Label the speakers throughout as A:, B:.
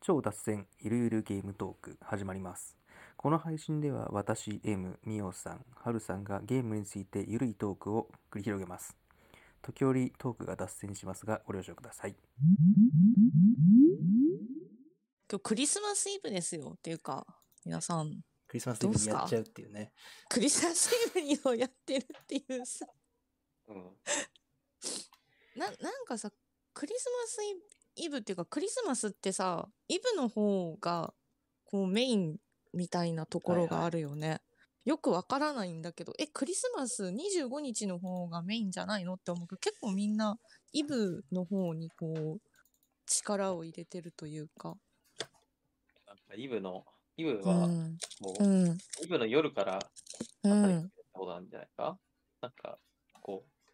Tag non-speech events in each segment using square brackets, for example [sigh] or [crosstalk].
A: 超脱線ゆるゆるゲームトーク始まりますこの配信では私 M みおさんはるさんがゲームについてゆるいトークを繰り広げます時折トークが脱線しますがご了承ください
B: 今日クリスマスイブですよっていうか皆さん
C: クリスマスイブにやっちゃうっていうね。
B: クリスマスイブにをやってるっていうさななんかさクリスマスイブっていうかクリスマスってさイブの方がこうメインみたいなところがあるよね、よくわからないんだけどえクリスマス25日の方がメインじゃないのって思うけど結構みんなイブの方にこう力を入れてるというか、
D: なんかイブの、イブ
B: う
D: は
B: ん
D: もう、
B: うん
D: イブの夜から
B: う
D: 朝にかけ
B: ん
D: たことなんじゃないか、なんか、こう、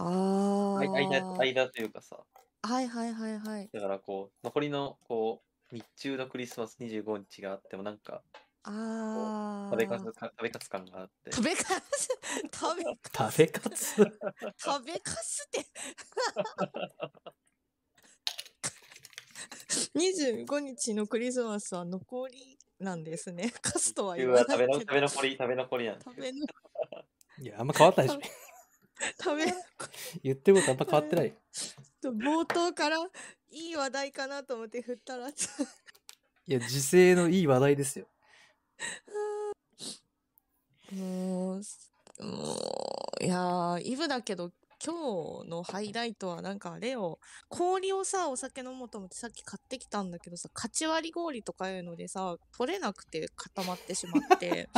B: あ
D: あい間、
B: あ
D: 間というかさ、
B: はいはいはいはい。
D: だからこう、残りの、こう、日中のクリスマス25日があっても、なんか、
B: ああ。
D: 食べかすか、食べかす感があって、
B: 食べかす食べか
C: 食
B: す
C: べかつ
B: 食べかすって25日のクリスマスは残りなんですね。カスとは
D: 日
B: 言
D: 中は
B: わな
D: 食べ
B: い
D: の
B: けど
D: 食べ残り、食べ残りなんです
B: 食
D: け
B: べ
D: ど、
B: の
C: いや、あんま変わったでしょ。
B: 食べの
C: 言ってることあんま変わってない。
B: ちょっと冒頭からいい話題かなと思って振ったら
C: いや、時勢のいい話題ですよ。
B: もうもういやーイブだけど今日のハイライトはなんかあれよ氷をさお酒飲もうと思ってさっき買ってきたんだけどさカチ割り氷とかいうのでさ取れなくて固まってしまって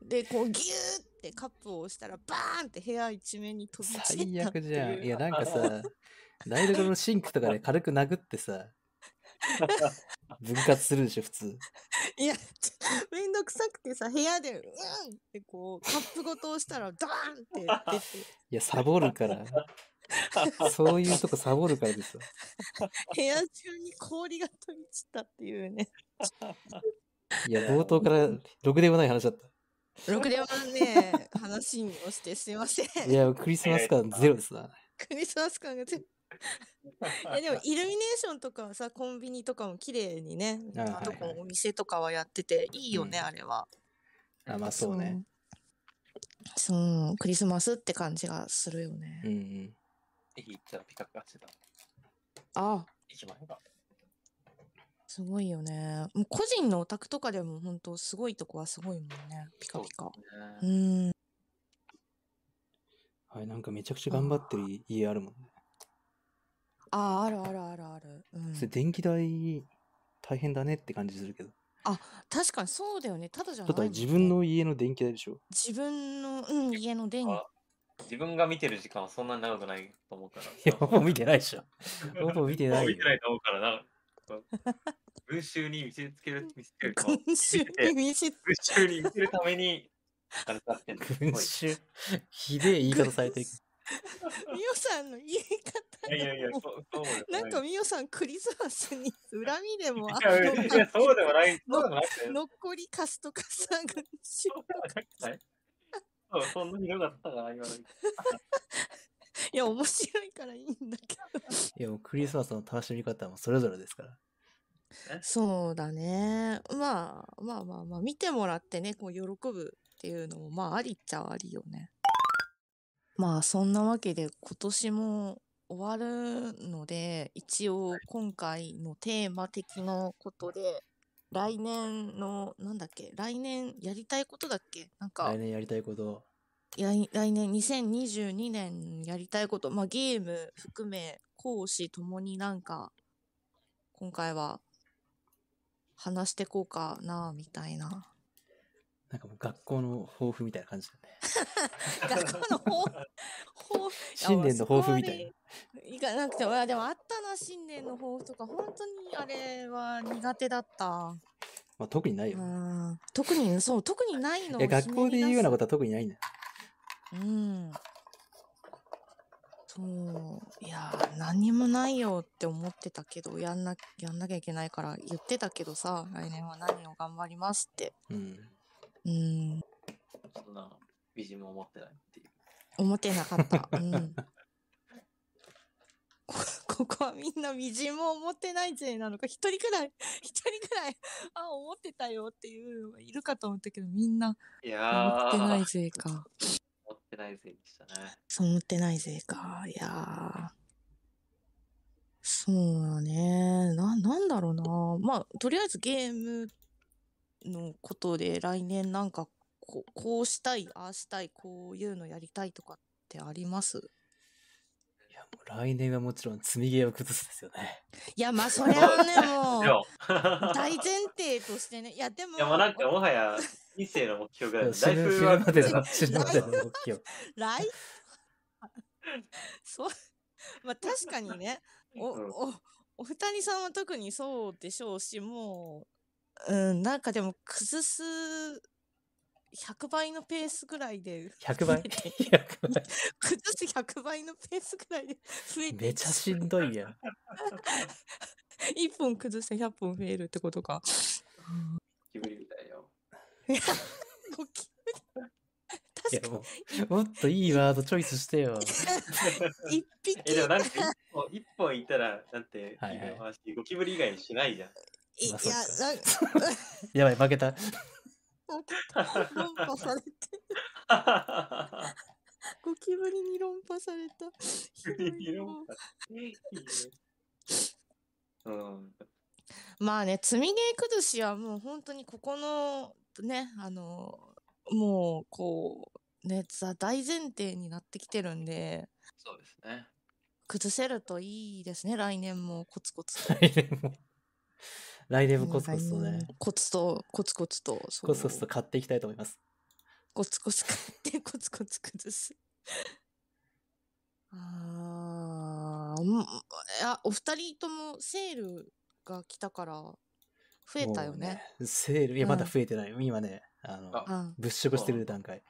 B: でこうギューってカップを押したらバーンって部屋一面に飛び散っ
C: 最
B: た
C: 悪じゃん。いや、なんかさ、台所のシンクとかで軽く殴ってさ、 [laughs] 分割するでしょ、普通。
B: いやちょめんどくさくてさ部屋でうんってこうカップごと押したらドーンって出て
C: いや、サボる [laughs] から。そういうとこサボるからですよ。
B: 部屋中に氷が飛び散ったっていうね
C: いや、冒頭からろくでもない話だった。
B: ろくでもね話をしてすいません
C: いや、クリスマス感ゼロですな。
B: クリスマス感
C: [laughs]
B: が全部いやでもイルミネーションとかはさコンビニとかも綺麗にね
C: はいはいはい
B: どこもお店とかはやってていいよね、
C: うん
B: あれは
C: あ、まあそうね。
B: そうクリスマスって感じがするよね、
C: うんうん。
D: 駅行ったらピカピカしてた。
B: あ
D: 駅前が。
B: すごいよねもう個人のお宅とかでも本当すごいとこはすごいもんねピカピカ
D: そう
B: う
D: ですね
B: ん
C: はい、なんかめちゃくちゃ頑張ってる家あるもんね。
B: ああるあるあるある、うん
C: それ電気代大変だねって感じするけど。
B: 確かにそうだよねただじ
C: だ
B: ゃない
C: って
B: も
C: あれ
B: んね
C: 自分の家の電気代でしょ
B: 自分の、うん、家の電
D: あ自分が見てる時間はそんなに長くないと思うから。
C: [laughs] いや、ほぼ見てないでしょ。ほぼ見てないよ。
D: もう見てないと思うからな。群衆に見せつけ
B: [laughs]
D: る、見せつける
B: 気
D: かも。
B: 群衆に見せ
D: 群衆に見せるために、あれ使ってんの。
C: 群衆。ひでえ言い方されてる。
B: みおさんの言い方
D: いやいやいや、そ
B: も
D: うそうでも
B: なんか
D: い
B: みおさんクリスマスに恨みでもあ
D: やいやいや、そうでもないい、そうでもなくて、
B: [laughs] 残りカスとかさ群衆
D: そうでもなくないそう、そんなに良かったかな、今の。
B: いや面白いからいいんだけど
C: [laughs] いや、もうクリスマスの楽しみ方もそれぞれですから。
B: そうだねまあまあまあまあ見てもらってねこう喜ぶっていうのもまあありっちゃありよねまあそんなわけで今年も終わるので一応今回のテーマ的なことで来年のなんだっけ来年やりたいことだっけなんか
C: 来年やりたいこと。
B: やい来年2022年やりたいこと、まあ、ゲーム含め講師ともになんか今回は話してこうかなみたいな
C: なんかもう学校の抱負みたいな感じだね。
B: 学校の抱抱負
C: 新年の抱負みたいな。
B: いかなくてもいやでもあったな新年の抱負とか本当にあれは苦手だった
C: まあ特にないよ
B: う。ん特にそう特にないの
C: いや、学校で言うようなこととは特にないんだよ。
B: うん。そう。いやー、何もないよって思ってたけど、やんな、やんなきゃいけないから言ってたけどさ、来年は何を頑張りますって。
C: うん。
B: うん。
D: そんな、美人も思ってないっていう。
B: 思ってなかった。うん。こここはみんな微塵も思ってない勢なのか、一人くらい、一人くらい、あ、思ってたよっていうのがいるかと思ったけど、みんない思
D: や
B: ってない
D: ー、
B: 勢か。
D: 持ってないぜでしたね。
B: そう思ってない勢か。いやー。そうだね。な、なんだろうな。まあ、とりあえずゲームのことで来年なんかこう、こうしたい、ああしたい、こういうのやりたいとかってあります
C: いや、もう来年はもちろん積みゲーを崩すですよね。
B: いや、まあ、それは
D: [laughs]
B: ね、
D: で
B: もう、
D: も
B: 大前提としてね。いや、でも、
D: いや、もうなんかもはや人生の目標が
C: 死
D: だい
C: ぬ死
D: ぶ
C: ぬ
D: は
C: までの、 [laughs] 死ぬま
D: [laughs]
C: での動きを。
B: 来 [laughs] そう [laughs] まあ確かにねお
D: うん
B: お [laughs] お二人さんは特にそうでしょうしもう、うん、なんかでも崩す100倍のペースぐらいで [laughs]
C: 100倍
B: 増えて
C: ?100 倍。
B: 崩す100倍のペースぐらいで増えて
C: めちゃしんどいやん。
B: 1本崩して100本増えるってこと
C: [laughs]
B: か
D: 気ぶりみたいよ。
B: ゴキ
C: い
B: ブリ
C: や、もう、もっといいワードチョイスして
B: [laughs]
C: よ。
B: 確かに一匹
D: え、でもなんか一本一本いたら、なんて、
C: はいはい
D: いい話、ゴキブリ以外にしないじゃん。
B: い
C: まあ
B: いや
C: そ
B: なん
C: やばい、負けた。
B: か [laughs] 論破されてゴキブリに論破された。ひど
C: [laughs]
B: いよ
D: [laughs] うん。
B: まあね、積みゲー崩しはもう本当にここのね、あの、もうこう、ね、ザ大前提になってきてるんで、
D: そうですね。
B: 崩せるといいですね、来年もコツコツと。
C: 来年も。来年もコツコツと
B: 来年
C: ね
B: も、コツと、コツコツと、そう
C: コツコツと買っていきたいと思います。
B: コツコツ買って、 [laughs] コツコツ崩す。あーうんいや、お二人ともセールが来たから、増えたよね。
C: もう。セール、いや、まだ
B: うん
C: 増えてない。今ね、あの、
D: あ
B: あ
C: 物色してる段階。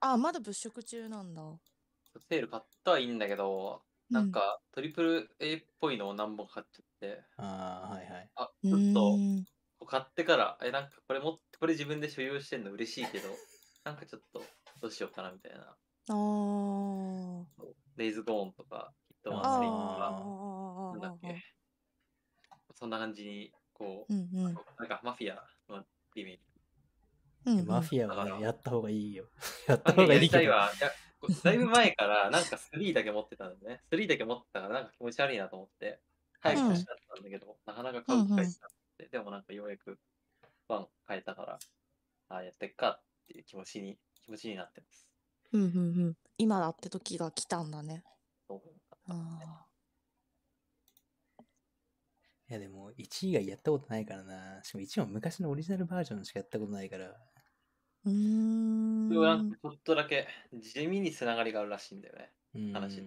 B: あ、まだ物色中なんだ。
D: セール買ったはいいんだけど、なんかトリプル A っぽいのを何本買っちゃって、
C: ああ、はいはい。
D: あ、
B: う
D: ちょ
B: ん、
D: っと
B: うーん
D: こう買ってから、え、なんかこれもこれ自分で所有してんの嬉しいけど、 [laughs] なんかちょっとどうしようかなみたいな。
B: あー
D: レイズゴーンとか、きっと
B: あ
D: ワンスリーとか、
B: ー。
D: なんだっけ。そんな感じに、こ
B: う
D: う、
B: んう
D: な
B: ん
D: んかマフィアのリメイク。
B: うんうん。
C: マフィアは
D: あ
C: ね、
D: の
C: やった方がいいよ。やっ
D: な
C: た
D: んか
C: 方が
D: や
C: い
D: り
C: いけ
D: た
C: ど。
D: いわ。いや、こうだいぶ前から、なんか3だけ持ってたんだよね。3だけ持ってたから、なんか気持ち悪いなと思って、早く欲しかったんだけど、なかなか買う機会がなくて、でもなんかようやく1買えたから、ああ、やってっかっていう気持ちに、気持ちになってます。
B: うんうんうん。今だって時が来たんだね。
D: そう
B: あ
C: いやでも、1以外やったことないからな。しかも1は昔のオリジナルバージョンしかやったことないから。
B: ーうーん。
D: それはなんかちょっとだけ地味につながりがあるらしいんだよね。
C: うん
D: 話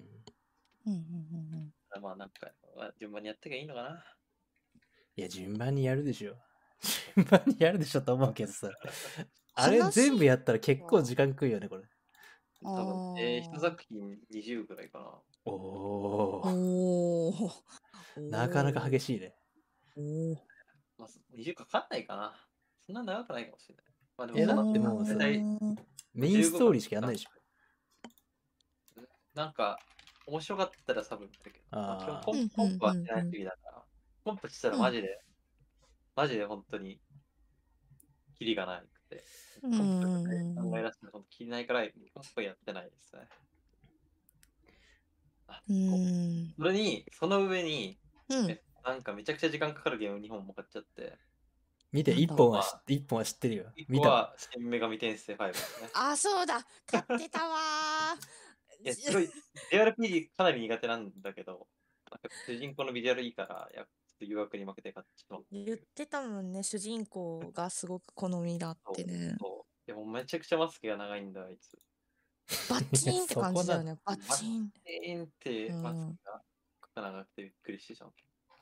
B: うんうんうんうん
D: まあなんか、まあ順番にやってけばいいのかな。
C: いや、順番にやるでしょ。 [laughs] 順番にやるでしょと思うけどさ。あれ
B: 悲しい
C: 全部やったら結構時間食うよね、これ。
D: 多分、えー、
B: あー
D: 一作品20ぐらいかな。
C: おお、
B: おー
C: [laughs] なかなか激しいね。
B: おー
D: まあ、20かかんないかな。そんな長くないかもしれない。まあで
C: え
D: そんな
C: だってもうさ
D: 大体
C: メインストーリーしかやんないでしょ。
D: ょ。なんか、面白かったらサブ見るけど、
C: あー
D: もちろんコ
B: う
D: ンコ
B: ん
D: ンプは
B: うん
D: してない主義だから、コンプしたらマジで、マジで本当に、キリがないくて、コ
B: う
D: ン
B: んうんうん
D: プ考え出しても本当キリないから、コンプやってないですね。あ
B: うーん
D: それに、その上に、
B: うん
D: えなんかめちゃくちゃ時間かかるゲーム2本も買っちゃって、
C: 見て、
B: なんだ
C: 一本は知一本は知ってるよ。
D: 1
C: 見
D: 個
C: た。
D: は新女神転生5ですね。
B: あ、そうだ買ってたわ
D: [laughs] いや、すご
B: ー
D: い、JRPG かなり苦手なんだけど、なんか主人公のビジュアルいいから、いや、ちょっと誘惑に負けて買っちゃった
B: 言ってたもんね、主人公がすごく好みだってね。
D: そうでもめちゃくちゃマスクが長いんだ、あいつ。
B: バッチーンって
C: そこ
B: 感じだよ
C: な
B: [laughs] ね。バッチーン。
D: えーんって
B: うん
D: マスクが長くてびっくりしてしまう。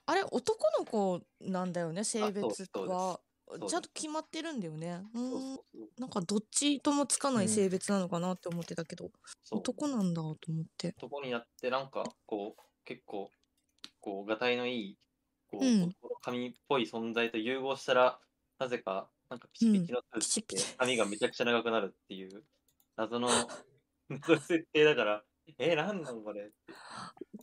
B: あれ、男の子なんだよね、性
D: そう
B: 別
D: そうです
B: は
D: そうで。す
B: ちゃんと決まってるんだよね。う
D: そう
B: ーん。
D: そう
B: なんかどっちともつかな
C: うん
B: い性別なのかなって思ってたけど、
D: そう。
B: 男なんだと思って。
D: とこになって、なんか、こう、結構、こう、がたいのいい、こう、
B: うん
D: 男の髪っぽい存在と融合したら、なぜか、なんかピチピチの
B: ん
D: スーツ
B: ピチ
D: 着
B: ピ
D: て
B: チ
D: 髪がめちゃくちゃ長くなるっていう、
B: [laughs]
D: 謎の、謎の設定だから、え、なんなんこれって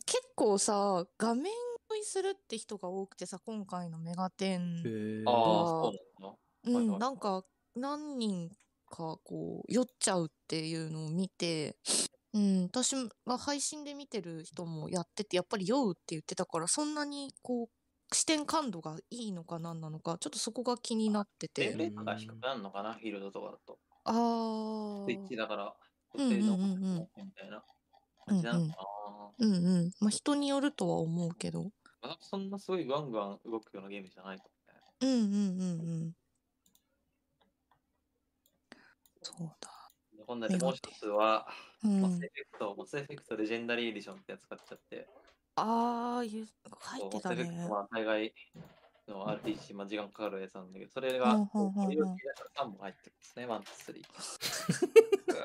B: 結構さ、画面食いするって人が多くてさ、今回のメガテン。
C: へ
D: ああ、
C: ー
D: そうなんだ。はい
B: う
D: は
B: ん、
D: い
B: なんか何人かこう酔っちゃうっていうのを見て、うん、私は配信で見てる人もやっててやっぱり酔うって言ってたからそんなにこう視点感度がいいのか何なのかちょっとそこが気になって
D: で、
B: て
D: レッが低くなるのかな、フィールドとかだと。
B: あ
D: スイッチ
B: ー
D: だから、
B: うんうんうんうん
D: 固定のみたいな感じなのかな。
B: うんうんまあ人によるとは思うけど
D: まあそんなすごいガンガン動くようなゲームじゃないと思うね。
B: うんうんうんうんそうだ
D: でこんなでもう一つは、
B: う
D: モ
B: ん
D: スエフェクト、モスエフェクトレジェンダリーエディションってやつ買っちゃって、
B: ああ入っ
D: モ
B: て
D: スエ
B: た
D: フェク
B: ね
D: トは海外の RPG、まあ、時間かかるやつなんだけど、それ
B: うんう
D: が
B: んうんうん
D: これを切り出したら3本入ってますね、ワンツースリー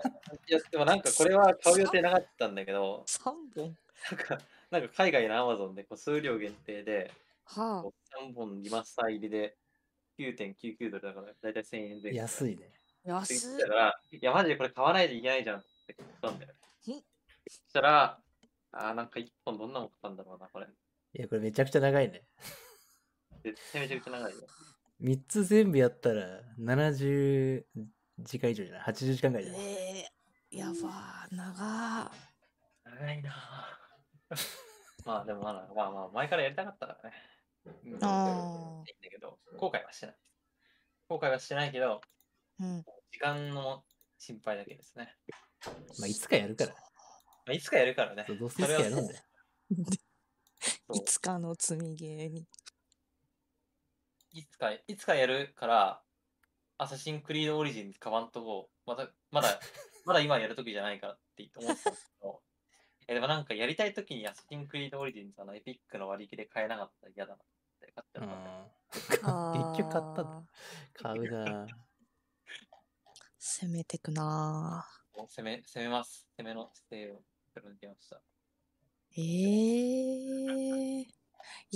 D: いや、でもなんかこれは買う予定なかったんだけど、
B: 3本
D: なんかなんか海外の Amazon でこう数量限定で、
B: はあ
D: こう3本リマスター入りで9.99ドルだから、だいたい1000円前後
C: 安いね。
D: って
B: 安
D: 言
B: い
D: ってたから、いや、マジでこれ買わないといけないじゃんって買ったんだよ。そ
B: え
D: したら、あーなんか1本どんなもん買ったんだろうな、これ。
C: いや、これめちゃくちゃ長いね。
D: 絶対めちゃくちゃ長いよ。
C: 3つ全部やったら70時間以上じゃない ?80 時間ぐらいじゃない
B: えー、やばー長
D: 長いなぁ [laughs] まあでもまあ、まあまあ、前からやりたかったからね。うん、いいん
B: あ
D: だけど、後悔はしてない。後悔はしてないけど、
B: ーうん
D: 時間の心配だけですね。
C: まあ、いつかやるから。
D: まあ、いつかやるからね。
C: そうどうせいつかやるん
D: それは
C: だよ。
D: そう
B: いつかの積みゲーに
D: いつか、いつかやるから、アサシンクリードオリジンズ買わんとこう、また、ま
B: [laughs]
D: だ、まだ今やるときじゃないからって思ってたんですけど、えでもなんかやりたいときにアサシンクリードオリジンズあのエピックの割り切りで買えなかったら嫌だなって買って
C: う
D: なかったね
C: ん [laughs] 結局買ったんだ。買うなぁ。
B: 攻めてくな
D: もう攻め、攻めます。攻めの姿勢を貫きました。
B: ーえー、い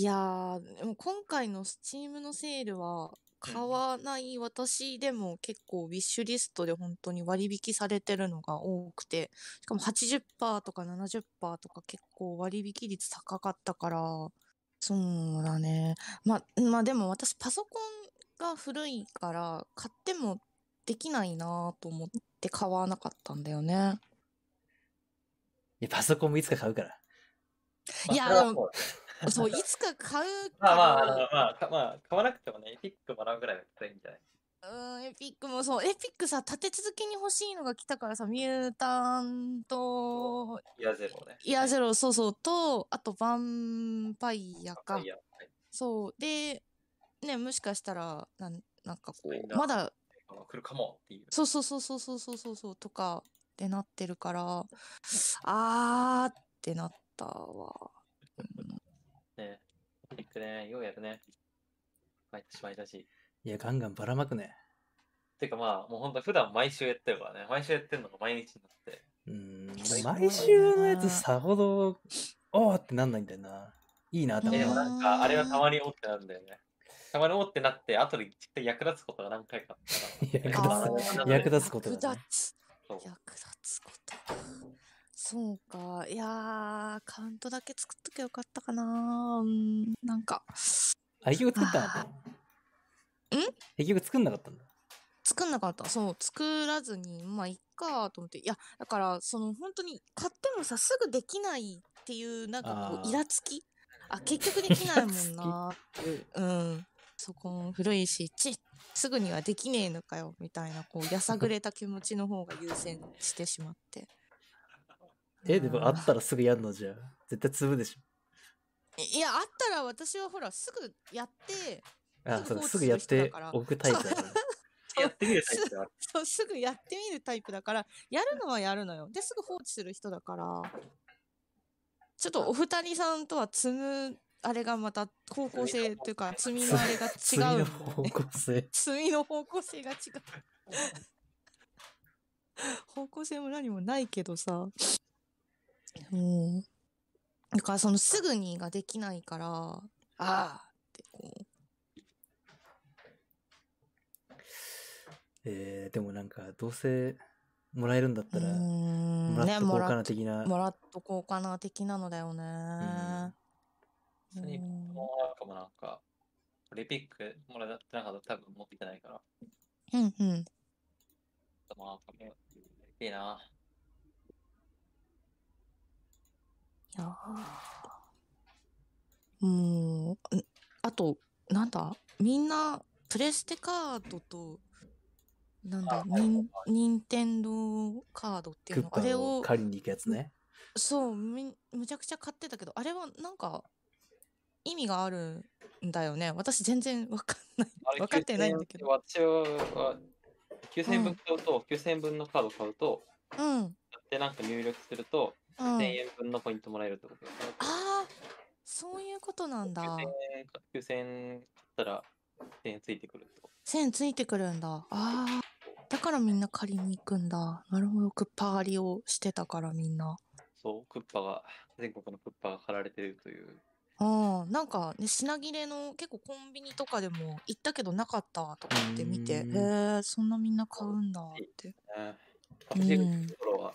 B: やーでも今回のスチームのセールは買わない私でも結構ウィッシュリストで本当に割引されてるのが多くてしかも80%とか70%とか結構割引率高かったからそうだねまあまあでも私パソコンが古いから買ってもできないなと思って買わなかったんだよね
D: [laughs]
C: いや、パソコンもいつか買うから。
D: まあ
B: いや
D: それは
B: で
D: そ
B: も
D: うです
B: そういつか買う
D: まあまあ、あ
B: か
D: の
B: ら
D: まあ、かまあ、買わなくてもね、エピックもらうぐらいは辛いいんじゃない
B: うん、エピックもそう。エピックさ、立て続けに欲しいのが来たからさ、ミュータンと、
D: イヤーゼロね。
B: イヤーゼ
D: ロ
B: ロ、そうそう、と、あと、ヴァンパイアか
D: い。や、はい。
B: そう。で、ね、もしかしたら、なんなんかこ
D: スパイダ
B: う、
D: ー
B: まだ、
D: 来るかもっていう。
B: そうそうそうそうそうそうそうそう、とか、ってなってるから、あーってなったわ。
D: ねエピックね、ようやるね。毎年毎年。
C: いや、ガンガンばらまくね。
D: てかまあ、もう本当普段毎週やってるからね。毎週やってるのが毎日になって。
C: うーん
B: す。ごいな
C: 毎週のやつさほど、おーってなんないんだよな。いいな、
B: う
C: 頭
B: ん
D: えでも
C: が。
D: なんか、あれはたまにおってなるんだよね。たまにおってなって、後で絶対役立つことが何回かあった
C: 役
D: か
C: 立つ
D: ら。
B: あー
C: 役立つことだ
B: 役
C: ね
B: 立つ。
D: そう
B: 役立つことそうかいやーカウントだけ作っときゃよかったかなうんなんか
C: あ、結局作ったのか
B: ん
C: 結局作んなかったんだ。
B: 作んなかったそう作らずにまあいっかと思っていやだからその本当に買ってもさすぐできないっていうなんか
C: あ
B: こ
C: ー
B: うイラつきあ結局できないもんなーっていううんそこも古いしちすぐにはできねえのかよみたいなこうやさぐれた気持ちの方が優先してしまって
C: [laughs] え、でもあ
B: あー
C: ったらすぐやんのじゃあ。絶対粒でしょ。
B: いやあったら私はほらすぐやって
C: あ、
B: す
C: そ
B: ぐ
C: う
B: 放
C: す
B: 置
C: ぐやっ
B: する人
C: て
B: だから
C: おくタイプだから
B: [laughs]
C: ね。
D: やってみるタイプだ
B: そうすぐやってみるタイプだからやるのはやるのよですぐ放置する人だからちょっとお二人さんとは積むあれがまた方向性というか積みのあれが
C: 次
B: 違う
C: の
B: んだ
C: 方
B: よね
C: 向性。
B: 積みの方向性が違う方向性も何もないけどさうんだからそのすぐにができないからああーってこう
C: えー、でもなんか、どうせ、もらえるんだった
B: う
C: ら、
B: ー
C: も
B: ん
C: らっ
B: ね
C: とこ
B: も
C: う
B: ら
C: か
B: っ
C: な的な。
B: もらっとこうかな的なのだよね。
D: スニーカーもなんかもなんか、オリンピックもらってなかったら多分持ってきてないから、
B: うんうん。
D: まあ、なんかねいいな。
B: いやーもう、んあと、なんだみんな、プレステカードと、なんだ
D: あ、はい
B: ニン任天堂カードっていう
C: クッ
B: の、あ
C: パ
B: れ
C: を
B: を、
C: 借りに行くやつね。
B: そう、みむちゃくちゃ買ってたけど、あれはなんか、意味があるんだよね。私全然わかんない。
D: あれ
B: わかってないんだけど
D: 9000私は9000円分買うと、9000円分のカード買うと、
B: うん。うん。
D: で、なんか入力すると、1000
B: あ
D: 円分のポイントもらえるってことですね。
B: あー、そういうことなんだ。
D: 9000円か、9000円買ったら、1000円ついてくるってこ
B: 線ついてくるんだ。ああ。だからみんな借りに行くんだ。なるほど。クッパ狩りをしてたからみんな。
D: と。そう、クッパが、全国のクッパが貼られてるという。
B: うん。なんかね、品切れの結構コンビニとかでも行ったけどなかったとかって見て、へ
C: う
B: え、そんなみんな買うんだって。
D: ね、
B: うん
D: 私が行った頃は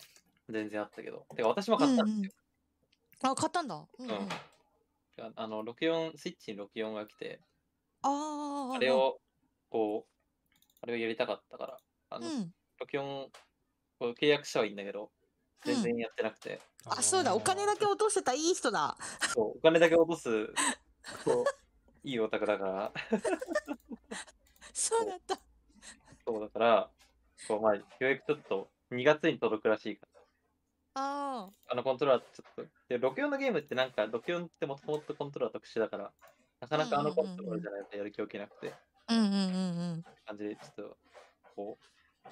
D: 全然あったけど。てか私も買ったんですよ。
B: あ、買ったんだ。うん、うん。
D: うん
B: あ
D: ああの、64、スイッチに64が来て、
B: あ。
D: あれ。を、こう、あれをやりたかったから、あ
B: う
D: の、
B: ん。
D: 64、こう契約したはいいんだけど、全然やってなくて、
B: あ、そうだ。お金だけ落としてたいい人だ。
D: そうお金だけ落とす、こう、いいオタクだから、
B: そうだった。
D: そうだから、こう、まあ、ようやくちょっと2月に届くらしいから、
B: ああ。
D: あのコントローラーちょっと、で、64のゲームってなんか、64ってもともとコントローラー特殊だから、なかなかあのコントローラーじゃないとやる気起きなくて、
B: うんうんうんうん。
D: 感じで、ちょっと、こう、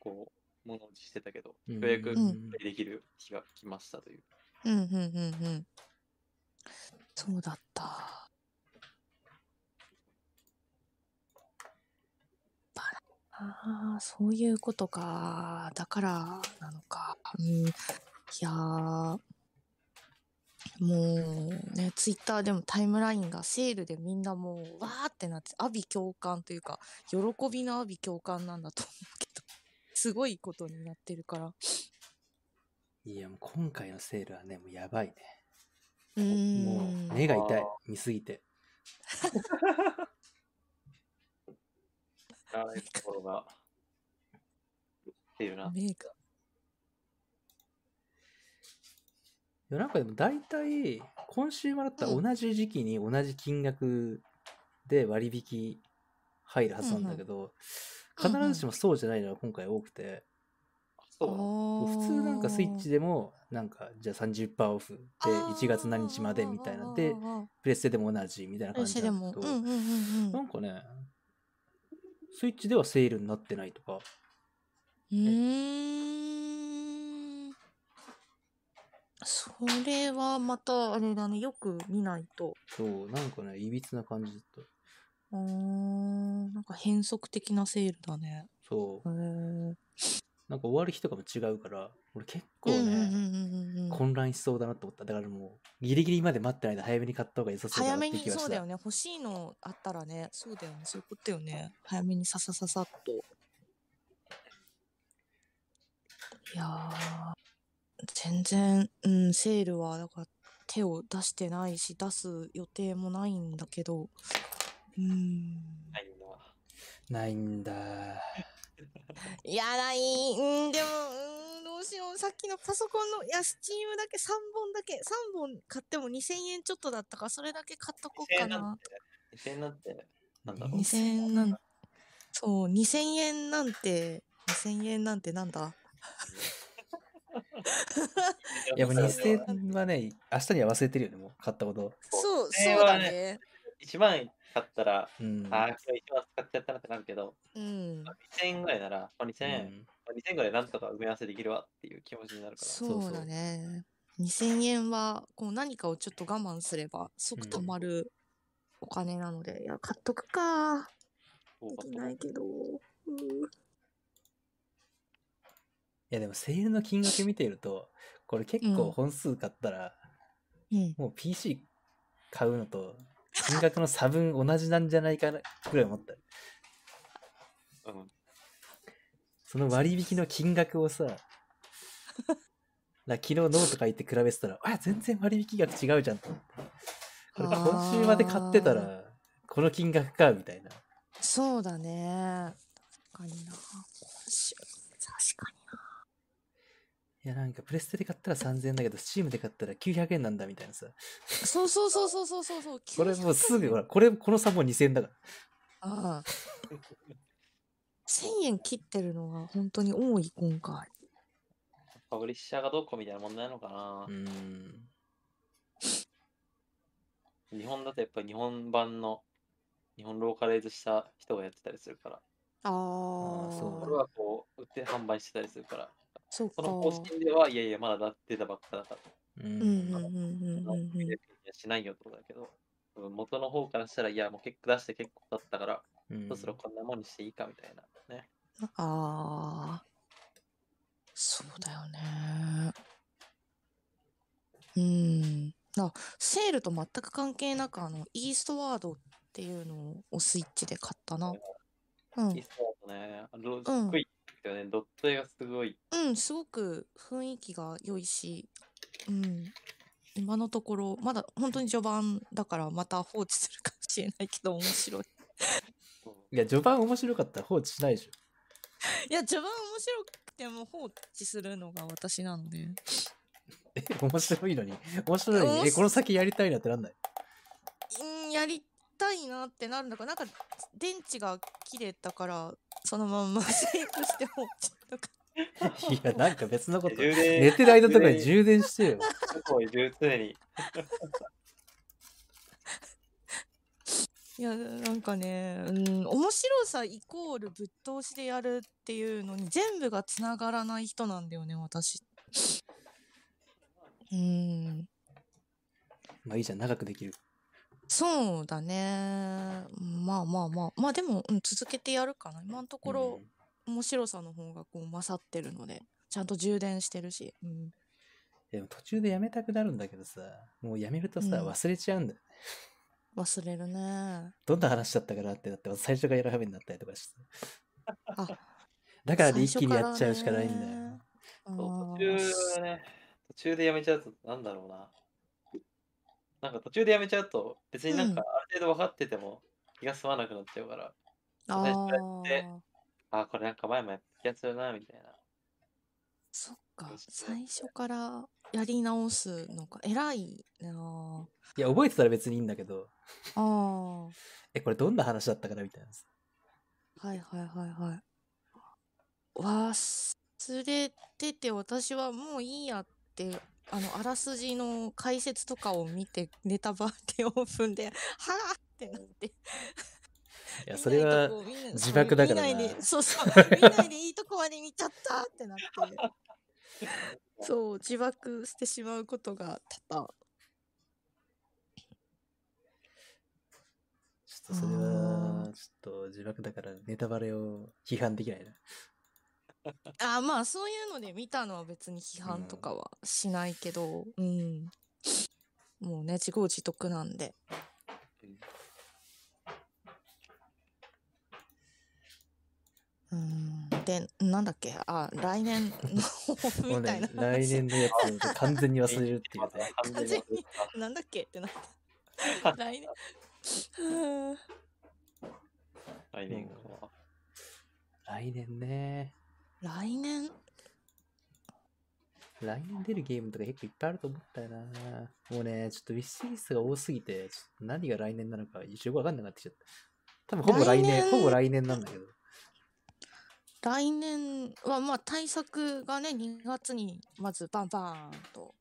D: こう、物落ちしてたけど、
C: う
D: よ
C: ん
D: うやく
B: うん
D: プレイできる日が来ましたという。
B: うんうんうんうん。そうだった。バラああ、そういうことか。だからなのか。うん、いやーもうね、ツイッターでもタイムラインがセールでみんなもう、わーってなって、阿鼻共感というか、喜びの阿鼻共感なんだと思うけど、すごいことになってるから。
C: いや、もう今回のセールはね、もうやばいね。
B: うーん。
C: もう目が痛い
D: あー。
C: 見すぎて。
D: ああいうところが、っていうな。
B: 目が。
C: いやなんかでも大体、今週もだったら
B: うん
C: 同じ時期に同じ金額で割引入るはずなんだけど、
B: うんう
C: 必
B: ん
C: ずしもそうじゃないのが今回多くて、
D: そうなの
C: 普通なんかスイッチで
B: で
C: も、なんかじゃあ30%オフで1月何日までみたいなんで、プレステでも同じみたいな
B: プレ
C: 感
B: ス
C: じ
B: テで
C: なんだ
B: も、
C: け
B: うん
C: ど、
B: うんうんう
C: なんんかね、スイッチではセールになってないとか、
B: うーん。それはまたあれだねよく見ないと
C: そう、なんかね、いびつな感じだった。
B: うーんなんか変則的なセールだね
C: そ
B: へ
C: う
B: ー、うん
C: なんか終わる日とかも違うから、俺結構
B: う
C: ね、
B: んうんうんうん
C: 混乱しそうだなと思った。だからもう、ギリギリまで待ってないで早めに買った方が良さそうだ
B: 早
C: なっ
B: め
C: て
B: に
C: 気がした。
B: そうだよね欲しいのあったらねそうだよねそういうことよね早めにささささっといやー全然、うん、セールはだから手を出してないし出す予定もないんだけどうん
D: ないんだわ。
C: ないんだ。
B: いやないうんでもうんどうしようさっきのパソコンのいやスチームだけ3本だけ3本買っても2000円ちょっとだったからそれだけ買っとこう
D: 2000
B: か
D: 円なん
B: な
D: て、2000円なんて、なんだろう。
B: 2000円なんそう2000円なんて2000円なんてなんだ
C: いやもう
D: 2000
C: 2000はね、明日には忘れてるよね、もう買ったこと。
B: そう
D: 2000
B: そうだ
D: は
B: ね
D: 1万円買ったら、
C: うん。
D: ああ、今日1万使っちゃったなってなるけど、
B: うん
D: まあ2000円ぐらいなら、まあ、2000
C: う
D: 円、
C: ん
D: まあ2000円ぐらいなんとか埋め合わせできるわっていう気持ちになるから。
C: そう
B: そうだね2000円はこう何かをちょっと我慢すれば即止まるお金なので、いや買っとくか
D: そう
B: で
D: か
B: き
D: と
B: ないけどうん
C: いやでもセールの金額見てると、これ結
B: う
C: 構
B: ん
C: 本数買ったら、
B: うん
C: もう PC 買うのと、金額の差分同じなんじゃないかな、ぐらい思った。
D: うん。
C: その割引の金額をさ、な昨日ノート書いて比べてたら、あ、全然割引額違うじゃんと思って。これ今週まで買ってた
B: あー
C: ら、この金額か、みたいな。
B: そうだね。確かにな。今週、確か
C: いや、なんかプレステで買ったら3000円だけど、スチームで買ったら900円なんだ、みたいなさ。
B: に。そうそうそうそうそうそうそう。
C: これもうすぐ、ほら、これ、この差もう2000円だから。
B: ああ。1000円切ってるのが本当に多い今回。
D: パブリッシャーがどうこうみたいな問題なのかな
C: うー、ん。
D: 日本だとやっぱり日本版の日本ローカライズした人がやってたりするから、
B: ああ
C: そう
D: これはこう売って販売してたりするから、
B: そう
D: そ
B: か。
D: の方針ではいやいやまだ出たばっかだから、
C: う
B: うんうん
C: ん。
B: うんうんうんうん。
D: しないよってことだけど、元の方からしたらいやもう結構出して結構だったから、
C: うん
D: そろそろこんなもんにしていいかみたいなね。
B: ああ、そうだよね。うん。あ、セールと全く関係なく、あの、イーストワードっていうのをスイッチで買ったな。う
D: イー
B: ん。
D: ストアートね、あのすっごいよね、ドット絵がすごい。
B: うん、すごく雰囲気が良いし、うん。今のところ、まだ本当に序盤だから、また放置するかもしれないけど、面 [laughs] 白い。
C: いや、序盤面白かったら放置しないでしょ。
B: いや、序盤面白くても放置するのが私なので。
C: え、 [laughs] 面白いのに。面白いの
B: 面
C: に。え、
B: 白
C: この先やりたいなってなん [laughs] ない
B: うんやりたいなってなるんだからなんか電池が切れたからそのまんま [laughs] セーブしてもちょっとか
C: いや、なんか別のこと。
D: 充電
C: 寝てる間と
D: [laughs]
C: かに充電してよ。
D: こういう常に。
B: いやなんかね、うん、面白さイコールぶっ通しでやるっていうのに全部がつながらない人なんだよね私うん
C: まあいいじゃん、長くできる。
B: そうだねまあまあまあまあでも、うん、続けてやるかな今のところ、
C: うん
B: 面白さの方がこう勝ってるのでちゃんと充電してるし、うん、
C: でも途中でやめたくなるんだけどさ、もうやめるとさ、
B: うん
C: 忘れちゃうんだよね。
B: 忘れるね
C: どんな話だったかなってなって、最初からやるはめになったりとかして。
B: あ
C: だからね一気にやっちゃうしかないんだよ。
D: そう途中ね、途中でやめちゃうと、なんだろうな。なんか途中でやめちゃうと、別になんかある程度分かってても気が済まなくなっちゃうから、
B: あ
D: 最
B: ー
D: 初からやって
B: あー
D: ああ、これなんか前もやった気がするな、みたいな。
B: そっか
D: そうそう
B: 最初からやり直すのか偉いなあ
C: いや、覚えてたら別にいいんだけど、 [laughs]
B: あー
C: え、これどんな話だったかなみたいなさ。
B: はいはいはいはい忘れてて私はもういいやってあのあらすじの解説とかを見てネタバレを踏んで [laughs] はあってなって
C: いや、
B: 見
C: それ
B: ない
C: は
B: とこ、見ない
C: 自爆だからな
B: 見ないでそうそう見ないでいいとこまで見ちゃったってなって
C: [laughs]
B: そう自爆してしまうことが多々
C: ちょっとそれは、ちょっと自爆だからネタバレを批判できないな。
B: あまあそういうので見たのは別に批判とかはしないけどうん、もうね自業自得なんでうんでなんだっけあ来年の
C: [laughs] もう
B: みたい
C: ね
B: な、
C: 来年のやつを完全に忘れるっていうね。
D: 完全に
B: なんだっけってなった。来年。 [laughs] うーん
D: 来年か
C: 来年ね。
B: 来年
C: 来年出るゲームとか結構いっぱいあると思ったよな。もうね、ちょっとウィッシュリストが多すぎて、ちょっと何が来年なのかよくわかんなくなってきちゃった。多分ほぼ来年、
B: 来年
C: ほぼ来年なんだけど。
B: 来年はまあ対策がね2月にまずバンバーンと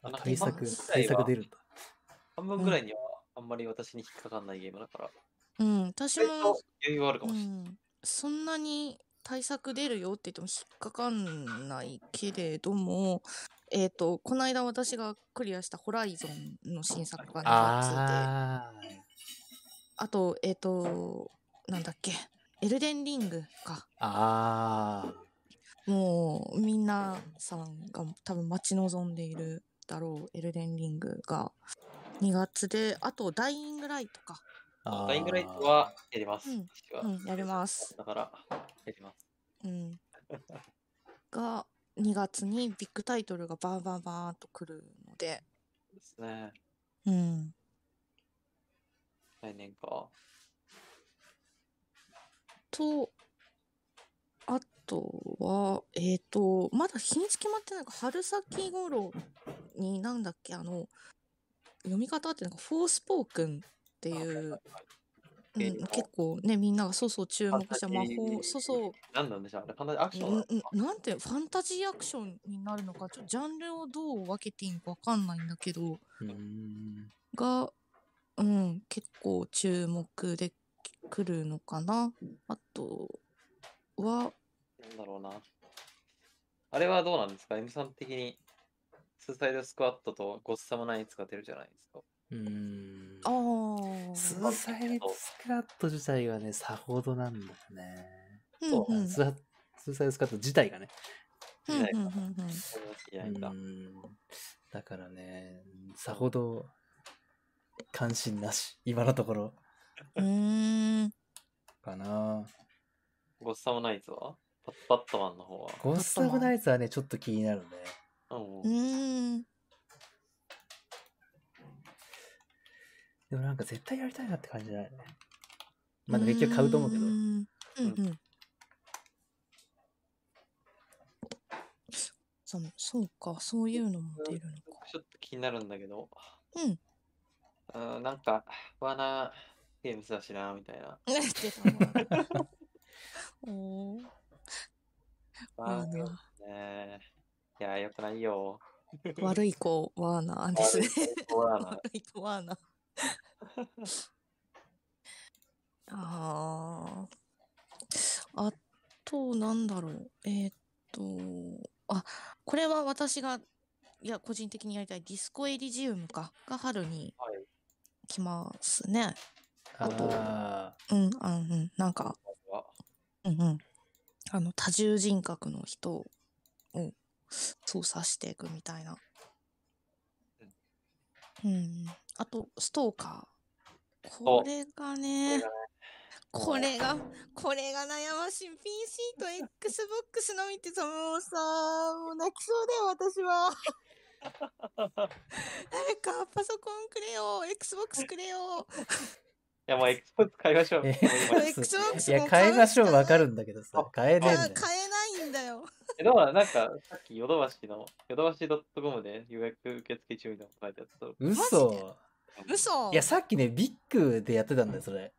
C: あ
D: なんか
C: 対策
B: 今、
C: 対策出るんだ。
D: 半分ぐらいにはあんまり私に引っかかんないゲームだから、
B: うん私
D: 意外と
B: も、
D: 余裕はあるか
B: う
D: もしれない。
B: ん、そんなに対策出るよって言っても引っかかんないけれどもえっ、とこの間私がクリアした「ホライゾン」の新作が2月で
C: ああ。
B: あとえっ、となんだっけ「エルデンリング」か
C: ああ。
B: もうみんなさんが多分待ち望んでいるだろうエルデンリングが2月であとダイイングライトか、
C: あー
D: ライングライトはやります。
B: うん
D: 私は
B: うん、やります
D: だから、やります。
B: うん、が2月にビッグタイトルがバーバーバーンと来るので、
D: ですね。
B: うん、
D: 来年か。
B: と、あとは、えっ、と、まだ日にち決まってないか、春先頃に、なんだっけ、あの、読み方あってなんか、フォースポークンっていう、うん、
D: 映画
B: 結構ね、みんながそうそう注目した魔
D: ファンタジー
B: 法、そうそう、
D: なんなんでしょうあれ、かなりアクションなの
B: うんうんなんてファンタジーアクションになるのかちょっとジャンルをどう分けていいのか分かんないんだけど
C: うーん。
B: が、うん、結構注目でくるのかなあとは
D: なんだろうな。あれはどうなんですか ?M さん的に、スーサイドスクワットとゴッサムナイツが出るじゃないですか。
C: うーん。
B: あ
C: ス
B: ー
C: ーサイドスクワット自体はね、さほどなんだよね。
B: うんうん
C: スースーサイドスクワット自体がね。
B: うんうんうんうん
D: この試
C: う
D: 合
C: ー
D: が。
C: ん。だからね、さほど関心なし、今のところ
B: うーん
C: かな。
D: ゴッサムナイツはパッバットマンの方は。
C: ゴッサムナイツはね、ちょっと気になるね。
D: うん
B: うーん
C: でもなんか絶対やりたいなって感じじゃないね。まあでも結局買うと思うけど
B: ー。んうんうんそうそうかそういうのも出るの
C: [laughs]
B: か [laughs]
D: ちょっと気になるんだけど。
B: うん
D: うん。なんか、ワーナーゲームズだしな、みたいな。
B: ね出たわおー
D: ワ
B: ワーナー
D: ーナーねいや、よくないよ。
B: [laughs] 悪い子ワーナーですね。
D: ワーナー
B: 悪い子ワーナー。 [laughs] ああ。あと、なんだろう。えーっと、あ、これは私が、いや、個人的にやりたいディスコエリジウムか。が春に
D: はい
B: 来ますね。
C: あ
B: と
C: あ
B: うん、あの、うん、なんか、
D: は。
B: うんうん、あの多重人格の人を操作していくみたいな。うん、あとストーカー。これがね、これが、これが悩ましい。PC と Xbox のみってさ、もうさ、もう泣きそうだよ、私は。誰かパソコンくれよ、Xbox くれよ。
D: いや、もう Xbox 買いましょう。
C: え
D: もう今
B: Xbox
C: いや、
B: も
C: 変えましょう、
B: 買
C: わ
B: し
C: か
B: な
C: るんだけどさ、変えねえ
B: い
C: ん
B: や
C: だよ。
B: 買えないんだよ。
D: え、だから、なんか、さっきヨドバシの、ヨドバシ .com で予約受付中みたいなこと書いてあった。
B: マジ
C: 嘘
B: 嘘
C: いや、さっきね、ビッグでやってたんだよ、それ。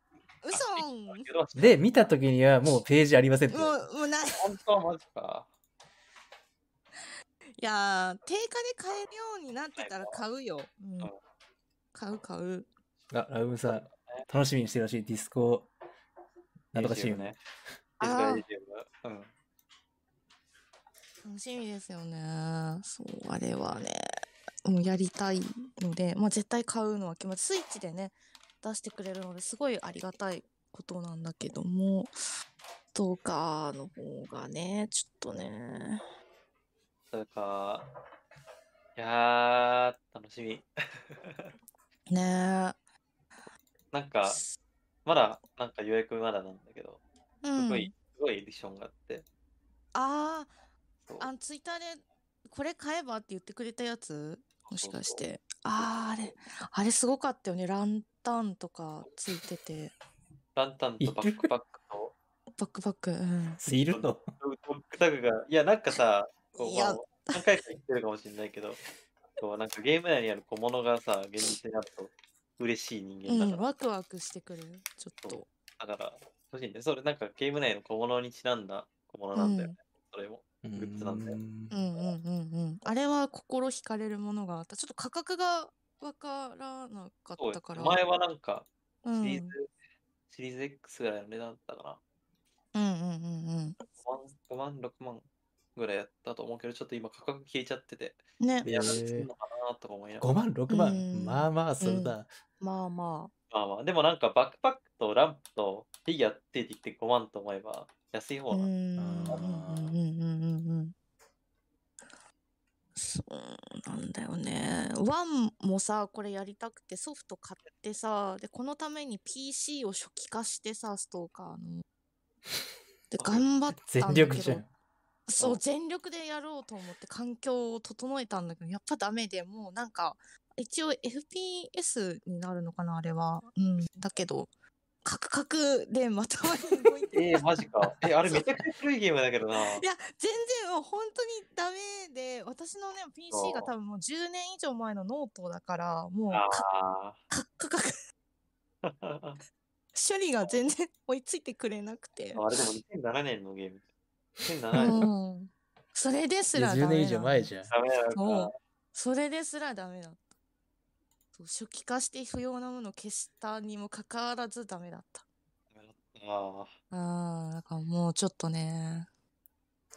B: 嘘
D: ヨドバシ
C: で、見た時にはもうページありませんって言
B: も
C: われた。
B: う、もうない。
D: 本当はマジか。
B: いやー、定価で買えるようになってたら買うよ。うん
D: うん、
B: 買う買う。
C: あ、ラウムさん、楽しみにしてるらしい、ディスコ、なんとかシーンね。。
D: デジタ
B: あ
D: ル BGM
B: ー
D: うん。
B: 楽しみですよね。そう、あれはね。もうやりたいので、まあ絶対買うのは決まって、スイッチでね、出してくれるので、すごいありがたいことなんだけども、どうかの方がね、ちょっとね。
D: それか、いやー、楽しみ。
B: ね
D: なんか、まだ、なんか予約まだなんだけど、
B: う
D: す
B: ん。
D: ごい、すごいエディションがあって。
B: ああ、
D: そう
B: あのツイッターでこれ買えばって言ってくれたやつもしかし
D: そう
B: て。ああ、あれ、あれすごかったよね。ランタンとかついてて。
D: ランタンとバックパックと、
B: バックバック。うん。
C: いるの
D: ドッグタグが、いや、なんかさ、こう
B: いや
D: まあ何回か言ってるかもしれないけど、こうなんかゲーム内にある小物がさ、現実になると嬉しい人間
B: う
D: だ
B: ん、
D: から、
B: ワクワクしてくる。ちょっと。
D: だから、欲しいんで、それなんかゲーム内の小物にちなんだ小物なんだよね、それも。
C: う
D: グッズなんだよ
C: ん
B: うんうんうんうん。あれは心惹かれるものがあった。ちょっと価格がわからなか
D: そう
B: ったから。
D: 前はなんか、
B: う
D: シ
B: ん、うん
D: リーズ、シリーズ X ぐらいの値段だったかな。
B: うんうん
D: 5万、5万、6万ぐらいやったと思うけど、ちょっと今価格消えちゃってて、
B: うん。
C: へ。
B: ね
D: い
C: え
D: や、なんかすんのかなとか思いながら。
C: 5万、6
B: うん
C: 万。まあまあ、それだ。
B: まあま
D: まあまあ、でもなんかバックパックとランプとフィギュアついてきて5万と思えば安い
B: あ。う
D: 方
B: ん。
D: な
B: うんん
D: だ
B: うんうんうんうんうん。そうなんだよね。ワンもさ、これやりたくてソフト買ってさ、で、このために PC を初期化してさ、ストーカーの。で頑張ったんだ
C: 全
B: けど
C: 力じゃん。
B: そううん全力でやろうと思って環境を整えたんだけどやっぱダメでもうなんか一応 FPS になるのかなあれは、うん、だけどカクカクでまとまり動いて
D: えー、マジか。え、あれめちゃくちゃ古いゲームだけ
B: [laughs]
D: どな。
B: いや全然もう本当にダメで私のね PC が多分もう10年以上前のノートだからもうカ
D: あ
B: クカクカク
D: あ。
B: 処理が全然追いついてくれなくて、
D: あれでも2007年のゲーム。2007
B: う
D: 年
B: ん、それです
C: いや
B: らダ
C: 10
B: メなの
C: 年以上前じゃん。
D: ダメなのか。
B: そう。それですらダメだった。そう初期化して不要なものを消したにもかかわらずダメだった。
D: ああ。
B: ああ、だからもうちょっとね、